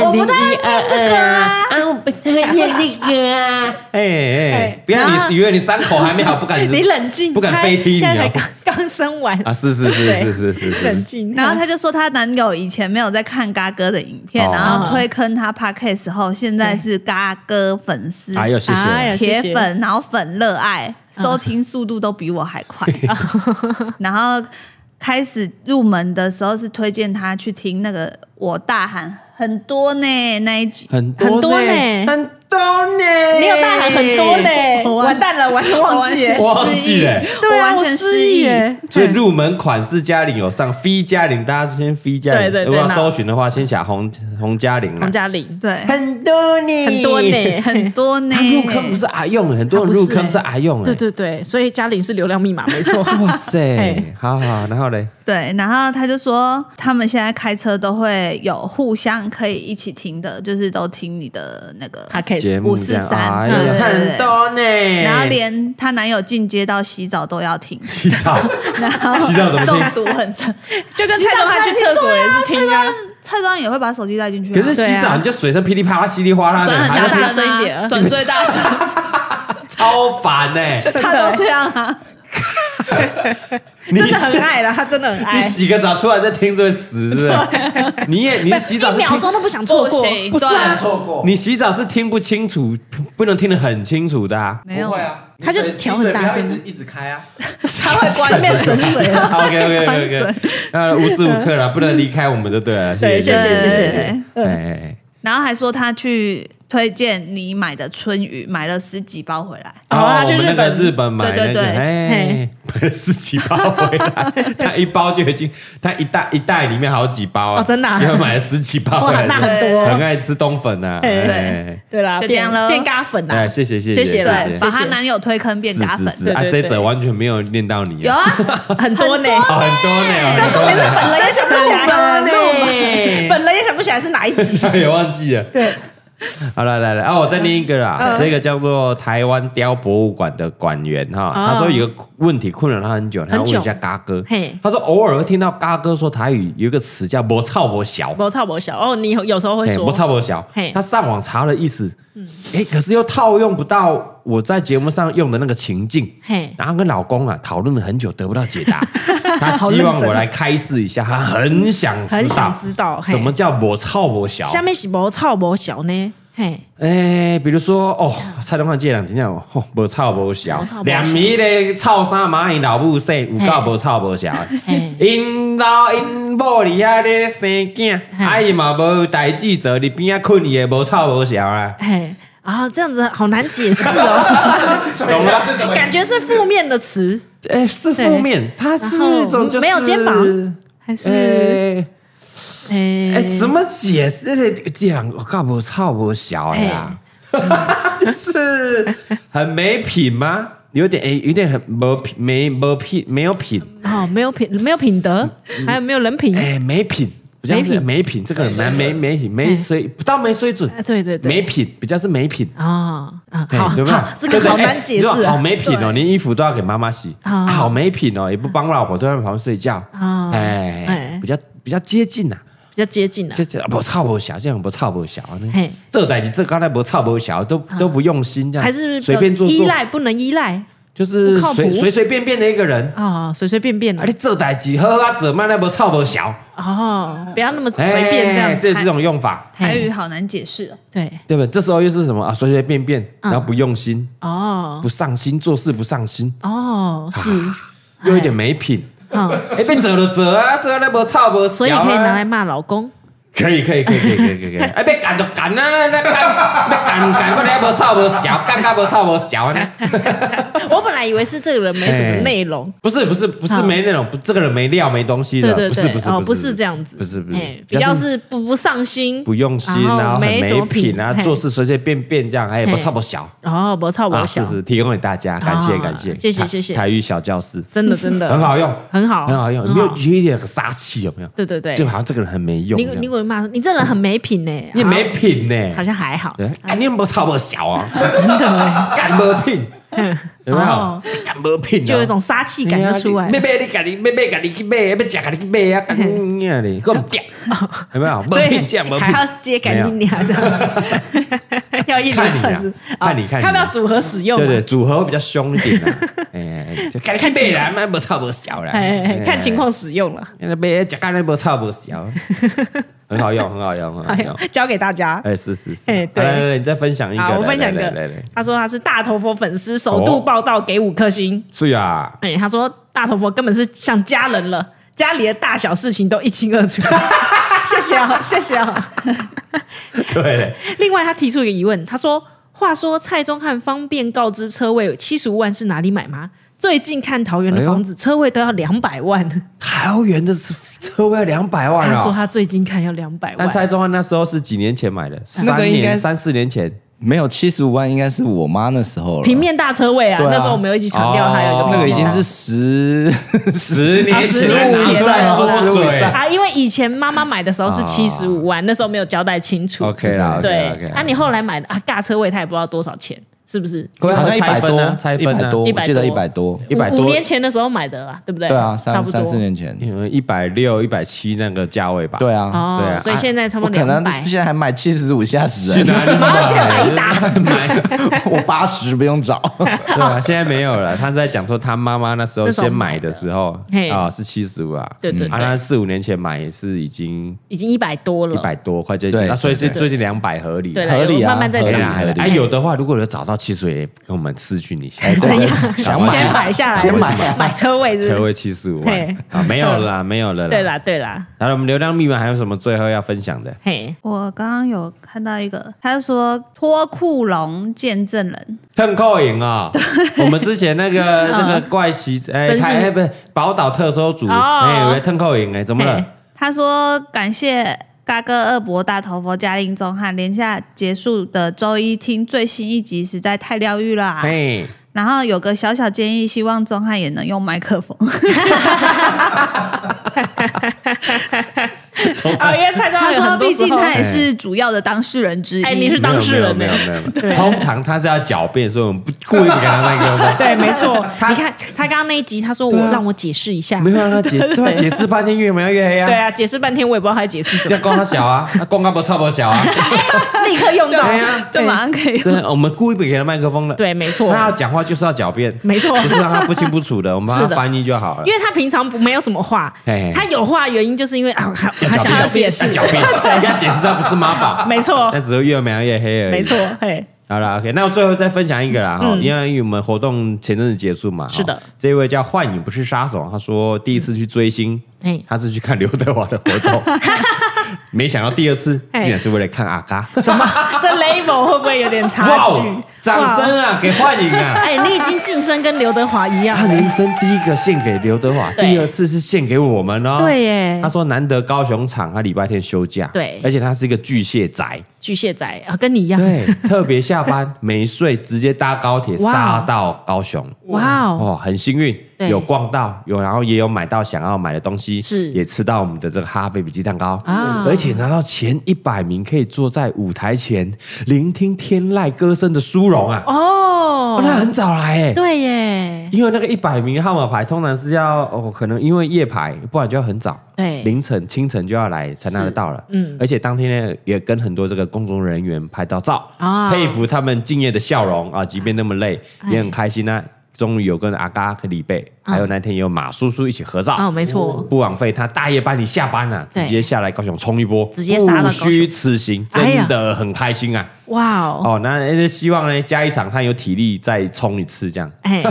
Speaker 5: 我不太会念这个啊。
Speaker 3: 哎哎，不要你以为你伤口还没好，不敢
Speaker 2: 你冷静，
Speaker 3: 不敢飞踢你
Speaker 2: 现在才
Speaker 3: 哦。
Speaker 2: 刚刚生完，
Speaker 3: 啊，是是是
Speaker 2: 对
Speaker 3: 是是是
Speaker 2: 冷
Speaker 3: 是，
Speaker 2: 静。
Speaker 5: 然后她就说，她男友以前没有在看嘎哥的影片，
Speaker 3: 哦
Speaker 5: 然后推坑她 podcast 后，现在是嘎哥粉丝、
Speaker 3: 哎呦，谢
Speaker 2: 哎呀。
Speaker 3: 谢
Speaker 5: 铁
Speaker 2: 谢嗯谢
Speaker 5: 粉，然后粉热爱，收听速度都比我还 快。然后开始入门的时候是推荐他去听那个我大喊很多呢那一集，
Speaker 3: 很
Speaker 2: 很多呢
Speaker 3: 很多呢，
Speaker 2: 你有大喊很多嘞，
Speaker 5: 我
Speaker 2: 完蛋了，完全忘记耶。
Speaker 3: 我忘记了
Speaker 2: 对啊，
Speaker 5: 我完
Speaker 2: 我
Speaker 5: 全
Speaker 2: 失
Speaker 5: 失
Speaker 2: 忆
Speaker 5: 忆
Speaker 2: 耶。嗯
Speaker 3: 所以啊入门款是嘉玲有上，V 嘉玲，大家先 V 嘉玲，
Speaker 2: 对对对
Speaker 3: 如果要
Speaker 2: 那
Speaker 3: 搜寻的话，先写红红嘉玲啦
Speaker 2: 洪。嘉玲
Speaker 5: 对，
Speaker 3: 很多呢，
Speaker 2: 很多呢，
Speaker 3: 哎
Speaker 5: 很多呢
Speaker 3: 他。入坑不是阿用的，很多人入坑是阿用的。
Speaker 2: 对对对，所以嘉玲是流量密码，没 错。
Speaker 3: 哇塞
Speaker 2: 嘿，
Speaker 3: 好好，然后嘞，
Speaker 5: 对，然后他就说，他们现在开车都会有互相可以一起听的，就是都听你的那个。
Speaker 3: 节
Speaker 2: Podcast
Speaker 3: 目
Speaker 5: 543
Speaker 3: 这样哎
Speaker 5: 对
Speaker 3: 呦
Speaker 5: 对对
Speaker 3: 很多呢，
Speaker 5: 然后连她男友进阶到洗澡都要听，
Speaker 3: 洗澡，
Speaker 5: 然后
Speaker 3: 洗澡怎么
Speaker 5: 中
Speaker 3: 听
Speaker 5: 毒很深。
Speaker 2: 就跟蔡宗汉去厕所也是听啊，
Speaker 5: 蔡庄也会把手机带进去、啊，
Speaker 3: 可是洗
Speaker 2: 对
Speaker 3: 澡
Speaker 2: 啊
Speaker 3: 你就水声噼里啪啦、稀里哗啦的，
Speaker 5: 转很
Speaker 3: 还
Speaker 5: 大
Speaker 3: 在
Speaker 5: 声
Speaker 2: 还要大声一
Speaker 5: 啊，
Speaker 2: 点
Speaker 5: 转最大声，
Speaker 3: 超烦欸呢。
Speaker 5: 他都这样啊。
Speaker 3: 你
Speaker 2: 真的很
Speaker 3: 是
Speaker 2: 爱啦，他真的很
Speaker 3: 你
Speaker 2: 爱，
Speaker 3: 洗个澡出来再听就会死，是不是？你也你洗澡
Speaker 2: 啊一
Speaker 3: 是
Speaker 2: 秒
Speaker 3: 听，
Speaker 2: 钟都不想错过。
Speaker 5: 不是、啊，
Speaker 6: 错过，
Speaker 3: 你洗澡是听不清楚，不不能听得很清楚的 啊。
Speaker 5: 没有
Speaker 6: 不会啊，
Speaker 2: 他就
Speaker 6: 你水
Speaker 2: 调很大声
Speaker 6: 你水不要一直一直开啊，
Speaker 5: 他会关
Speaker 2: 面神水啊 了。
Speaker 3: OK OK
Speaker 5: 关
Speaker 3: OK
Speaker 5: 神
Speaker 3: OK，那啊呃无时无刻了，不能离开我们就对了。
Speaker 2: 对
Speaker 3: 谢
Speaker 2: 谢嗯
Speaker 3: 谢
Speaker 2: 谢
Speaker 3: 谢
Speaker 2: 谢谢
Speaker 3: 谢谢谢。哎哎，哎
Speaker 5: 然后还说他去推荐你买的春雨，买了十几包回来。
Speaker 2: 好啊去
Speaker 3: 哦我们
Speaker 2: 日
Speaker 3: 那个
Speaker 2: 本
Speaker 3: 日本买
Speaker 5: 对对
Speaker 3: 那个，
Speaker 5: 对
Speaker 3: 哎，买了十几包回来，他一包就已经，他一袋一袋里面好几包啊，
Speaker 2: 哦真的啊
Speaker 3: 因为买了十几包回
Speaker 2: 哇，
Speaker 3: 来，
Speaker 2: 那很多
Speaker 3: 很。爱吃冬粉呐，
Speaker 2: 哎
Speaker 3: 哎，
Speaker 2: 对啦，
Speaker 5: 就这
Speaker 2: 变
Speaker 5: 样咯
Speaker 2: 变嘎粉啦
Speaker 3: 哎，。谢谢谢
Speaker 2: 谢谢
Speaker 3: 谢
Speaker 2: 啦
Speaker 5: 对，把她男友推坑变
Speaker 3: 是
Speaker 5: 嘎
Speaker 3: 是
Speaker 5: 粉。
Speaker 3: 是啊，
Speaker 2: 对对对
Speaker 3: 这一则完全没有念到你
Speaker 5: 有
Speaker 3: 啊，
Speaker 5: 啊，
Speaker 2: 很多呢，
Speaker 3: 哦很多呢，哦很多呢，
Speaker 2: 本人也想不起来，本人也想不起来是哪一集。
Speaker 3: 也忘记了。 对，好了，来来，啊，我再念一个
Speaker 2: 嗯
Speaker 3: 啦，这个叫做台湾雕博物馆的馆员哈，
Speaker 2: 哦
Speaker 3: 他说有个问题困扰他很久，他要问一下嘎哥
Speaker 2: 嘿，
Speaker 3: 他说偶尔会听到嘎哥说台语有一个词叫“摩操摩小”，
Speaker 2: 我操我小哦，你有有时候会
Speaker 3: 哎，
Speaker 2: 说
Speaker 3: 摩操摩小
Speaker 2: 嘿，嗯
Speaker 3: 他上网查了意思，哎，可是又套用不到我在节目上用的那个情境，
Speaker 2: 嘿，
Speaker 3: 然后跟老公啊讨论了很久，得不 到解答。他希望我来开示一下，他很想知道
Speaker 2: 很想知道嘿
Speaker 3: 什么叫我操我小。
Speaker 2: 下面是我操我小呢，嘿，
Speaker 3: 哎，比如说哦，蔡东汉这人真正哦，无臭无小，两米咧臭三蚂蚁老母说有够无臭无小的。
Speaker 2: 嘿
Speaker 3: 因老因某伫遐咧生囝，啊伊嘛无代志做，伫边仔困伊也无臭无小啊。
Speaker 2: 嘿，啊，这样子好难解释 哦，
Speaker 3: 懂了
Speaker 6: 是什么？啊
Speaker 2: 感觉是负面的词，
Speaker 3: 哎，是负面，它是一种就是
Speaker 2: 没有肩膀。还是
Speaker 3: 哎
Speaker 2: 哎
Speaker 3: 哎，怎么解释呢？这人我靠，无臭无小的啦，
Speaker 2: 哎
Speaker 3: 就是很没品吗？有点哎，有点很没品，没没品，没有品，
Speaker 2: 哦，没有品，没有品德，还有没有人品？
Speaker 3: 嗯哎，没品，比较
Speaker 2: 嗯没品
Speaker 3: 没品，这个很难，没没品，没
Speaker 2: 哎
Speaker 3: 水，不到没水准
Speaker 2: 哎，对对对
Speaker 3: 没品，比较是没品。
Speaker 2: 啊，嗯
Speaker 3: 哎
Speaker 2: 好，
Speaker 3: 对不对
Speaker 2: 好，这个
Speaker 3: 对
Speaker 2: 好
Speaker 3: 对
Speaker 2: 难
Speaker 3: 哎
Speaker 2: 解释
Speaker 3: 你说好
Speaker 2: 啊。
Speaker 3: 没品哦！连衣服都要给妈妈洗，
Speaker 2: 啊
Speaker 3: 啊好没品哦！也不帮老婆，都在旁边睡觉
Speaker 2: 啊，哎
Speaker 3: 哎，比较比较接近啊呐，
Speaker 2: 比较接近了
Speaker 3: 就。是不差不小，这样不差不小
Speaker 2: 嘿
Speaker 3: 呢。这代志这刚才不差不小，都都不用心，这样
Speaker 2: 还是
Speaker 3: 随便做
Speaker 2: 依
Speaker 3: 做，
Speaker 2: 赖不能依赖
Speaker 3: 就是
Speaker 2: 不靠谱
Speaker 3: 随随随便便的一个人。
Speaker 2: 啊、随随便便
Speaker 3: 啊，
Speaker 2: 的
Speaker 3: 你这代志喝啊，怎么那不差不小？
Speaker 2: 哦，不要那么随便这样
Speaker 3: 哎
Speaker 2: 子。
Speaker 3: 这也是一种用法，
Speaker 2: 嘿
Speaker 5: 台语好难解释哦，
Speaker 2: 对
Speaker 3: 对哎不对？这时候又是什么啊？随随便便，然后不用心，
Speaker 2: 哦
Speaker 3: 不上心，做事不上心，
Speaker 2: 哦是，
Speaker 3: 啊又有点没品。
Speaker 2: 嗯，
Speaker 3: 哎，被折了折啊，折那不差不小啊
Speaker 2: 所以可以拿来骂老公。
Speaker 3: 可以可以可以可以可以可以，哎，被赶就赶啊，那那赶被赶赶过来无臭无小，赶到无臭无小呢？
Speaker 2: 我本来以为是这个人没什么内容，
Speaker 3: 不是不是不是
Speaker 2: 好
Speaker 3: 没那种，不这个人没料没东西
Speaker 2: 对嗯
Speaker 3: 的，
Speaker 2: 对
Speaker 3: 不是
Speaker 2: 对，
Speaker 3: 不是
Speaker 2: 哦不
Speaker 3: 是
Speaker 2: 是这样子，
Speaker 3: 不是不
Speaker 2: 哎
Speaker 3: 是，
Speaker 2: 比较是不不上心，
Speaker 3: 不用心，
Speaker 2: 然后
Speaker 3: 然后很
Speaker 2: 没什
Speaker 3: 没
Speaker 2: 么品
Speaker 3: 品啊，
Speaker 2: 嘿
Speaker 3: 做事随随便便这样，哎，
Speaker 2: 嘿
Speaker 3: 不臭不小
Speaker 2: 哦不操
Speaker 3: 啊，
Speaker 2: 我小
Speaker 3: 是，是，提供给大家，感谢
Speaker 2: 啊
Speaker 3: 感谢，
Speaker 2: 谢谢
Speaker 3: 台
Speaker 2: 谢谢
Speaker 3: 台语小教室
Speaker 2: 真的真的
Speaker 3: 很好用，
Speaker 2: 很好
Speaker 3: 很好用，有没有有一点杀气，有没有？
Speaker 2: 对对对，
Speaker 3: 就好像这个人很没用
Speaker 2: 你
Speaker 3: 这样，
Speaker 2: 你给我骂你这人很没品呢，
Speaker 3: 你也没品呢，
Speaker 2: 好像还好，
Speaker 3: 对，干你不差不小 啊，真的，干没品，有没有
Speaker 2: 哎哦？
Speaker 3: 干没品啊，
Speaker 2: 就有一种杀气感就出来了。
Speaker 3: 要啊买你家己，要买家己去买，要食家己去 买啊，干你娘嘞，够唔掂？ 有没有？
Speaker 2: 所
Speaker 3: 没
Speaker 2: 以
Speaker 3: 品，这样没
Speaker 2: 还
Speaker 3: 品。
Speaker 2: 要啊接感应娘这样， 要一连串是不是
Speaker 3: 看你啊看你看你
Speaker 2: 看不要组合使用嘛，啊
Speaker 3: 对对，组合会比较凶一点 啊。哎，哎就家己去买啦，买不差不小啦。
Speaker 2: 哎，哎哎看情况使用了，
Speaker 3: 哎。买食干你不差不 小，很好用，很好用，很好
Speaker 2: 哎
Speaker 3: 用。
Speaker 2: 交给大家。
Speaker 3: 哎，是是是。
Speaker 2: 哎对
Speaker 3: 好来来来，你再分享一个。
Speaker 2: 好，我
Speaker 3: 来
Speaker 2: 分享一
Speaker 3: 来
Speaker 2: 个
Speaker 3: 来来，来，
Speaker 2: 他说他是大头佛粉丝，首度报道给五颗星。
Speaker 3: 是 啊，
Speaker 2: 哎，他说大头佛根本是像家人了，家里的大小事情都一清二楚。 谢谢啊，谢谢啊。
Speaker 3: 对，
Speaker 2: 另外，他提出一个疑问，他说：“话说蔡宗翰方便告知车位七十五万是哪里买吗？最近看桃
Speaker 3: 哎
Speaker 2: 园的房子，车位都要两百万。
Speaker 3: 桃园的车车位两百万
Speaker 2: 他
Speaker 3: 啊。
Speaker 2: 说他最近看要两百万
Speaker 3: 但。蔡宗汉那时候是几年前买的，
Speaker 7: 那个
Speaker 3: 三
Speaker 7: 应该
Speaker 3: 年三四年前，
Speaker 7: 没有七十五万，应该是我妈那时候了。
Speaker 2: 平面大车位啊，
Speaker 7: 对啊
Speaker 2: 那时候我们有一起强调它有一个
Speaker 3: 哦
Speaker 2: 平面
Speaker 7: 那个已经是十
Speaker 3: 十
Speaker 2: 啊
Speaker 3: 年
Speaker 2: 十年
Speaker 3: 你
Speaker 2: 前
Speaker 3: 出来说
Speaker 7: 15以
Speaker 3: 嘴
Speaker 7: 上
Speaker 2: 啊，因为以前妈妈买的时候是
Speaker 7: 啊
Speaker 2: 七十五万，那时候没有交代清楚。
Speaker 3: ，OK 啦，
Speaker 2: 对，那你后来买的啊，尬车位他也不知道多少钱，是不是？
Speaker 7: 好像一百多，
Speaker 3: 拆
Speaker 7: 一
Speaker 3: 分
Speaker 7: 百
Speaker 3: 啊，
Speaker 7: 多，
Speaker 2: 100
Speaker 7: 我记得一百多。
Speaker 3: 一百
Speaker 2: 五五
Speaker 3: 多，
Speaker 2: 年前的时候买的啦，对不对？
Speaker 7: 对啊，
Speaker 2: 差
Speaker 7: 三
Speaker 2: 不多
Speaker 7: 三四。年前，
Speaker 3: 一百六、一百七那个价位吧，
Speaker 7: 对啊，
Speaker 3: 对
Speaker 2: 哦
Speaker 3: 啊，
Speaker 2: 所以现在差不
Speaker 7: 我
Speaker 2: 多
Speaker 7: 可
Speaker 2: 两
Speaker 7: 能
Speaker 2: 百。
Speaker 7: 现在还买七十五吓死
Speaker 3: 去
Speaker 7: 人，
Speaker 3: 哪里买？
Speaker 2: 现在买一
Speaker 3: 打买，
Speaker 7: 我八十不用找。
Speaker 3: 对啊，现在没有了。他在讲说他妈妈那时候
Speaker 2: 那时候
Speaker 3: 先买的时候
Speaker 2: 嘿
Speaker 3: 啊是七十五啊，
Speaker 2: 对对
Speaker 3: 啊
Speaker 2: 对
Speaker 3: 他四五年前买也是已经
Speaker 2: 已经一百多了，
Speaker 3: 一百多，快接近，
Speaker 7: 啊
Speaker 3: 啊
Speaker 7: 对
Speaker 3: 那所以
Speaker 7: 对
Speaker 3: 最最近两百合理，
Speaker 2: 对啦
Speaker 7: 合理啊
Speaker 2: 有慢慢在
Speaker 3: 合
Speaker 2: 涨
Speaker 3: 理啊，合理啊。
Speaker 2: 哎
Speaker 3: 哎，有的话如果有找到汽水也跟我们私讯一下，
Speaker 7: 怎 样
Speaker 3: 想
Speaker 7: 想
Speaker 2: 先
Speaker 7: 买
Speaker 2: 买下来，
Speaker 7: 先 买
Speaker 2: 买车位是
Speaker 3: 车
Speaker 2: 不是？
Speaker 3: 位七十五
Speaker 2: 嘿
Speaker 3: 万啊，没有了啦，没有了。
Speaker 2: 对，啦对啦，
Speaker 3: 然后我们流量密码还有什么最后要分享的？
Speaker 2: 嘿，
Speaker 5: 我刚刚有看到一个，他说脱裤龙见证人，
Speaker 3: 腾扣影啊，我们之前那 个那个怪奇哎，
Speaker 2: 嗯真是
Speaker 3: 台哎不是宝岛特搜组
Speaker 2: 哦
Speaker 3: 哎，有个腾扣影哎，怎么了
Speaker 2: 嘿？
Speaker 5: 他说感谢嘎哥、二伯、大头佛、嘉玲、钟汉连下结束的周一听最新一集，实在太疗愈了啊、
Speaker 3: 哎，
Speaker 5: 然后有个小小建议，希望钟汉也能用麦克 风。
Speaker 3: 从
Speaker 2: 哦，因为蔡
Speaker 5: 他说，
Speaker 2: 庄
Speaker 5: 毕竟他也
Speaker 3: 哎
Speaker 5: 是主要的当事人之一。
Speaker 2: 哎你是当事人
Speaker 3: 没有
Speaker 2: 呢
Speaker 3: 没有没有没有，没有通常他是要狡辩，所以我们不故意不给他麦克风，
Speaker 2: 对，没错。你看他刚刚那一集，他说我让我解释一下，
Speaker 3: 啊没有让他 解，对啊，解释半天越描越黑啊，
Speaker 2: 对，啊，解释半天我也不知道他在解释什
Speaker 3: 这
Speaker 2: 么，
Speaker 3: 光他小 啊，他光他不差不小啊，
Speaker 2: 立刻用到
Speaker 3: 对，啊，
Speaker 5: 就马上可以。
Speaker 3: 真的，我们故意不给他麦克风了，，
Speaker 2: 对，没错
Speaker 3: 他，要讲话就是要狡辩，
Speaker 2: 没错
Speaker 3: 不是让他不清不楚的，我们帮
Speaker 2: 是
Speaker 3: 他
Speaker 2: 的
Speaker 3: 翻译就好了
Speaker 2: 因。为他平常不没有什么话
Speaker 3: 嘿嘿，
Speaker 2: 他有话的原因就是因为啊，他他想
Speaker 3: 要
Speaker 2: 要
Speaker 3: 狡
Speaker 2: 解
Speaker 3: 辩
Speaker 2: 释，
Speaker 3: 要狡 辩，要解释他不是妈宝，
Speaker 2: 没错
Speaker 3: 但只是越描越黑而已。
Speaker 2: 没错，嘿，
Speaker 3: 好啦 o k 那我最后再分享一个啦哈，
Speaker 2: 嗯
Speaker 3: 因为我们活动前阵子结束嘛，哈
Speaker 2: 是的，
Speaker 3: 这位叫幻影不是杀手，他说第一次去追星，
Speaker 2: 嘿
Speaker 3: 他是去看刘德华的活动， 没想到第二次
Speaker 2: 嘿
Speaker 3: 竟然是为了看阿嘎，
Speaker 2: 怎么这 level 会不会有点差
Speaker 3: 哇
Speaker 2: 距
Speaker 3: 哦，？掌声啊，给幻影 啊！
Speaker 2: 哎，你已经晋升跟刘德华一 样
Speaker 3: 他人生第一个献给刘德华，
Speaker 2: 对
Speaker 3: 第二次是献给我们哦。
Speaker 2: 对耶
Speaker 3: 他说难得高雄场，他礼拜天休假，
Speaker 2: 对
Speaker 3: 而且他是一个巨蟹宅，
Speaker 2: 巨蟹仔啊，跟你一样，
Speaker 3: 对，特别下 班没睡，直接搭高铁
Speaker 2: 哇
Speaker 3: 杀到高雄。
Speaker 2: 哇哦，
Speaker 3: 哦，很幸运，
Speaker 2: 对
Speaker 3: 有逛到，有然后也有买到想要买的东西，
Speaker 2: 是
Speaker 3: 也吃到我们的这个哈贝比鸡蛋糕
Speaker 2: 啊
Speaker 3: 而且拿到前一百名可以坐在舞台前聆听天籁歌声的殊荣啊！哦，那
Speaker 2: 哦，
Speaker 3: 很早来哎，
Speaker 2: 对耶，
Speaker 3: 因为那个一百名号码牌通常是要哦，可能因为夜排，不然就要很早，
Speaker 2: 对
Speaker 3: 凌晨清晨就要来才拿得到了。嗯，而且当天呢，也跟很多这个工作人员拍到照，
Speaker 2: 啊哎
Speaker 3: 佩服他们敬业的笑容啊，即便那么累，也很开心啊。终于有跟阿嘎和李贝，还有那天也有马叔叔一起合照
Speaker 2: 哦啊没错
Speaker 3: 不枉费他大夜班，你下班了、直
Speaker 2: 对
Speaker 3: 接下来高雄冲一波，
Speaker 2: 直接杀到
Speaker 3: 不
Speaker 2: 高雄
Speaker 3: 虚此行，
Speaker 2: 哎呀
Speaker 3: 真的很开心啊！
Speaker 2: 哇哦，
Speaker 3: 哦，那那希望呢，加一场他有体力再冲一次这样。
Speaker 2: 哎，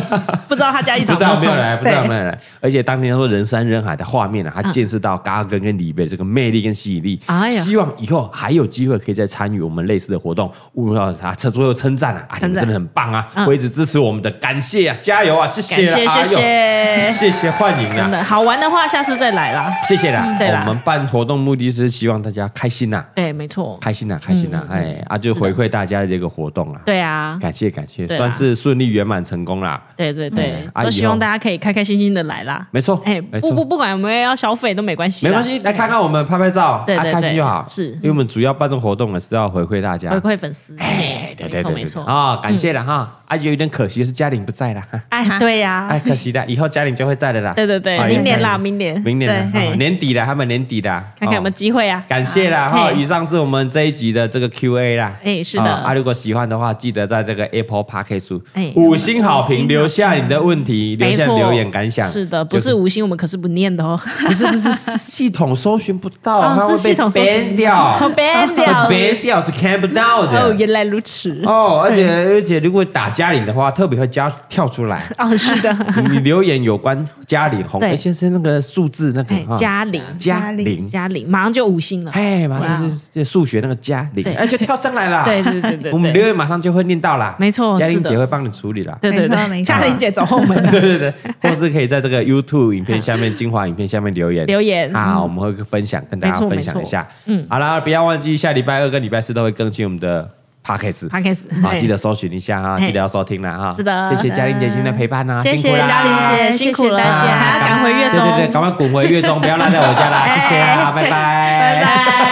Speaker 2: 不知道他家一
Speaker 3: 不
Speaker 2: 场
Speaker 3: 知道有没有
Speaker 2: 冲
Speaker 3: 来，不知道有没
Speaker 2: 对嗯
Speaker 3: 有来。而且当天他说人山人海的画面呢、啊，他见识到嘎根跟李贝这个魅力跟吸引力。
Speaker 2: 哎呀
Speaker 3: 希望以后还有机会可以再参与我们类似的活动。悟到他，这最后称赞啊，啊，你
Speaker 2: 称
Speaker 3: 们
Speaker 2: 赞
Speaker 3: 真的很棒啊，
Speaker 2: 嗯
Speaker 3: 会一直支持我们的，感谢啊，加油啊，谢
Speaker 2: 感
Speaker 3: 谢
Speaker 2: 谢
Speaker 3: 啊，
Speaker 2: 谢
Speaker 3: 哎呦
Speaker 2: 谢，
Speaker 3: 谢谢幻影
Speaker 2: 真
Speaker 3: 啊。
Speaker 2: 的好玩的话，下次再来啦。
Speaker 3: 谢谢啦
Speaker 2: 嗯，对啦
Speaker 3: 我们办活动目的是希望大家开心呐、
Speaker 2: 对，没错，
Speaker 3: 开心呐、开心呐、
Speaker 2: 嗯
Speaker 3: 哎啊，就回馈大家的这个活动啊，
Speaker 2: 对啊，
Speaker 3: 感谢感谢，
Speaker 2: 对啦
Speaker 3: 算是顺利圆满成功啦，
Speaker 2: 对对对
Speaker 3: 嗯，啊
Speaker 2: 都希望
Speaker 3: 以后
Speaker 2: 大家可以开开心心的来啦。
Speaker 3: 没错，
Speaker 2: 哎，
Speaker 3: 没
Speaker 2: 不
Speaker 3: 错
Speaker 2: 不，不管有没有要消费都没关系，
Speaker 3: 没关，系，来看看我们拍拍照，
Speaker 2: 对
Speaker 3: 啊
Speaker 2: 对
Speaker 3: 开心
Speaker 2: 对
Speaker 3: 就好。
Speaker 2: 是
Speaker 3: 因为我们主要办这个活动呢是要回馈大家，
Speaker 2: 回馈粉丝。
Speaker 3: 哎
Speaker 2: 哎，
Speaker 3: 对
Speaker 2: 没
Speaker 3: 对
Speaker 2: 错
Speaker 3: 对
Speaker 2: 没错。嗯
Speaker 3: 啊，感谢了哈。啊，有点可惜是嘉玲不在了，哈
Speaker 2: 哎，对呀
Speaker 3: 哎，，可惜了，以后嘉玲就会在的啦。
Speaker 2: 对对对
Speaker 3: 哎，
Speaker 2: 明年啦，
Speaker 3: 哎
Speaker 2: 明年
Speaker 3: 明年
Speaker 2: 对
Speaker 3: 了，啊
Speaker 2: 嘿
Speaker 3: 年底了，他们年底了，
Speaker 2: 看看有没有
Speaker 3: 哦
Speaker 2: 机会啊。
Speaker 3: 感谢啦
Speaker 2: 好
Speaker 3: 哈。
Speaker 2: 嘿
Speaker 3: 以上是我们这一集的这个 Q&A 啦。
Speaker 2: 哎是的
Speaker 3: 啊，啊如果喜欢的话，记得在这个 Apple Podcast
Speaker 2: 哎嗯
Speaker 3: 五星好评，留下你的问题，留
Speaker 2: 没
Speaker 3: 下
Speaker 2: 错，
Speaker 3: 留言感想。
Speaker 2: 是的，不
Speaker 3: 就是
Speaker 2: 无心，我们可是不念的哦。
Speaker 3: 不是不是是系统搜寻不到，
Speaker 2: 哦
Speaker 3: 它会
Speaker 2: 是系统搜
Speaker 3: 被
Speaker 2: 寻
Speaker 3: ban 掉，
Speaker 2: ban 掉
Speaker 3: 被 ban 掉是看不到
Speaker 2: 哦，
Speaker 3: 的。
Speaker 2: 原来如此。
Speaker 3: 哦，而且而且，如果打嘉玲的话，特别会加跳出来。
Speaker 2: 哦，是 的，
Speaker 3: 你留言有关嘉玲红，
Speaker 2: 对
Speaker 3: 而且是那个数字那个
Speaker 2: 哎
Speaker 3: 哈，
Speaker 2: 嘉玲，
Speaker 3: 嗯嘉玲，
Speaker 2: 嘉玲，马上就五星了。
Speaker 3: 哎，马上就是这数学那个嘉玲
Speaker 2: 对，
Speaker 3: 哎，就跳上来 啦。
Speaker 2: 对对对对
Speaker 3: 我们
Speaker 2: 对
Speaker 3: 留言马上就会念到啦。
Speaker 2: 没错
Speaker 3: 嘉
Speaker 2: 是
Speaker 3: 玲
Speaker 2: 的
Speaker 3: 姐会帮你处理啦。哦
Speaker 2: 对对
Speaker 5: 没错
Speaker 2: 对，
Speaker 5: 没错
Speaker 2: 嘉玲姐走后门。
Speaker 3: 对对对，或是可以在这个 YouTube 影片下面、精华影片下面留言
Speaker 2: 留言
Speaker 3: 啊，
Speaker 2: 嗯
Speaker 3: 我们会分享，跟大家
Speaker 2: 没错
Speaker 3: 分享一下。
Speaker 2: 没错嗯
Speaker 3: 好啦，不要忘记下礼拜二跟礼拜四都会更新我们的 Podcast。
Speaker 2: Podcast，
Speaker 3: 啊，
Speaker 2: 嘿
Speaker 3: 记得搜寻一下啊，
Speaker 2: 嘿
Speaker 3: 记得要收听了哈。
Speaker 2: 是的
Speaker 3: 谢谢嘉玲姐今天的陪伴啊，辛苦啦
Speaker 2: 嘉玲
Speaker 5: 谢
Speaker 2: 姐，
Speaker 5: 谢
Speaker 2: 辛苦了，
Speaker 5: 大家
Speaker 2: 还要赶回月
Speaker 3: 对对对，
Speaker 2: 中， 哎
Speaker 3: 赶快滚回月中，不要落在我家啦，谢谢啊，拜拜，
Speaker 2: 拜。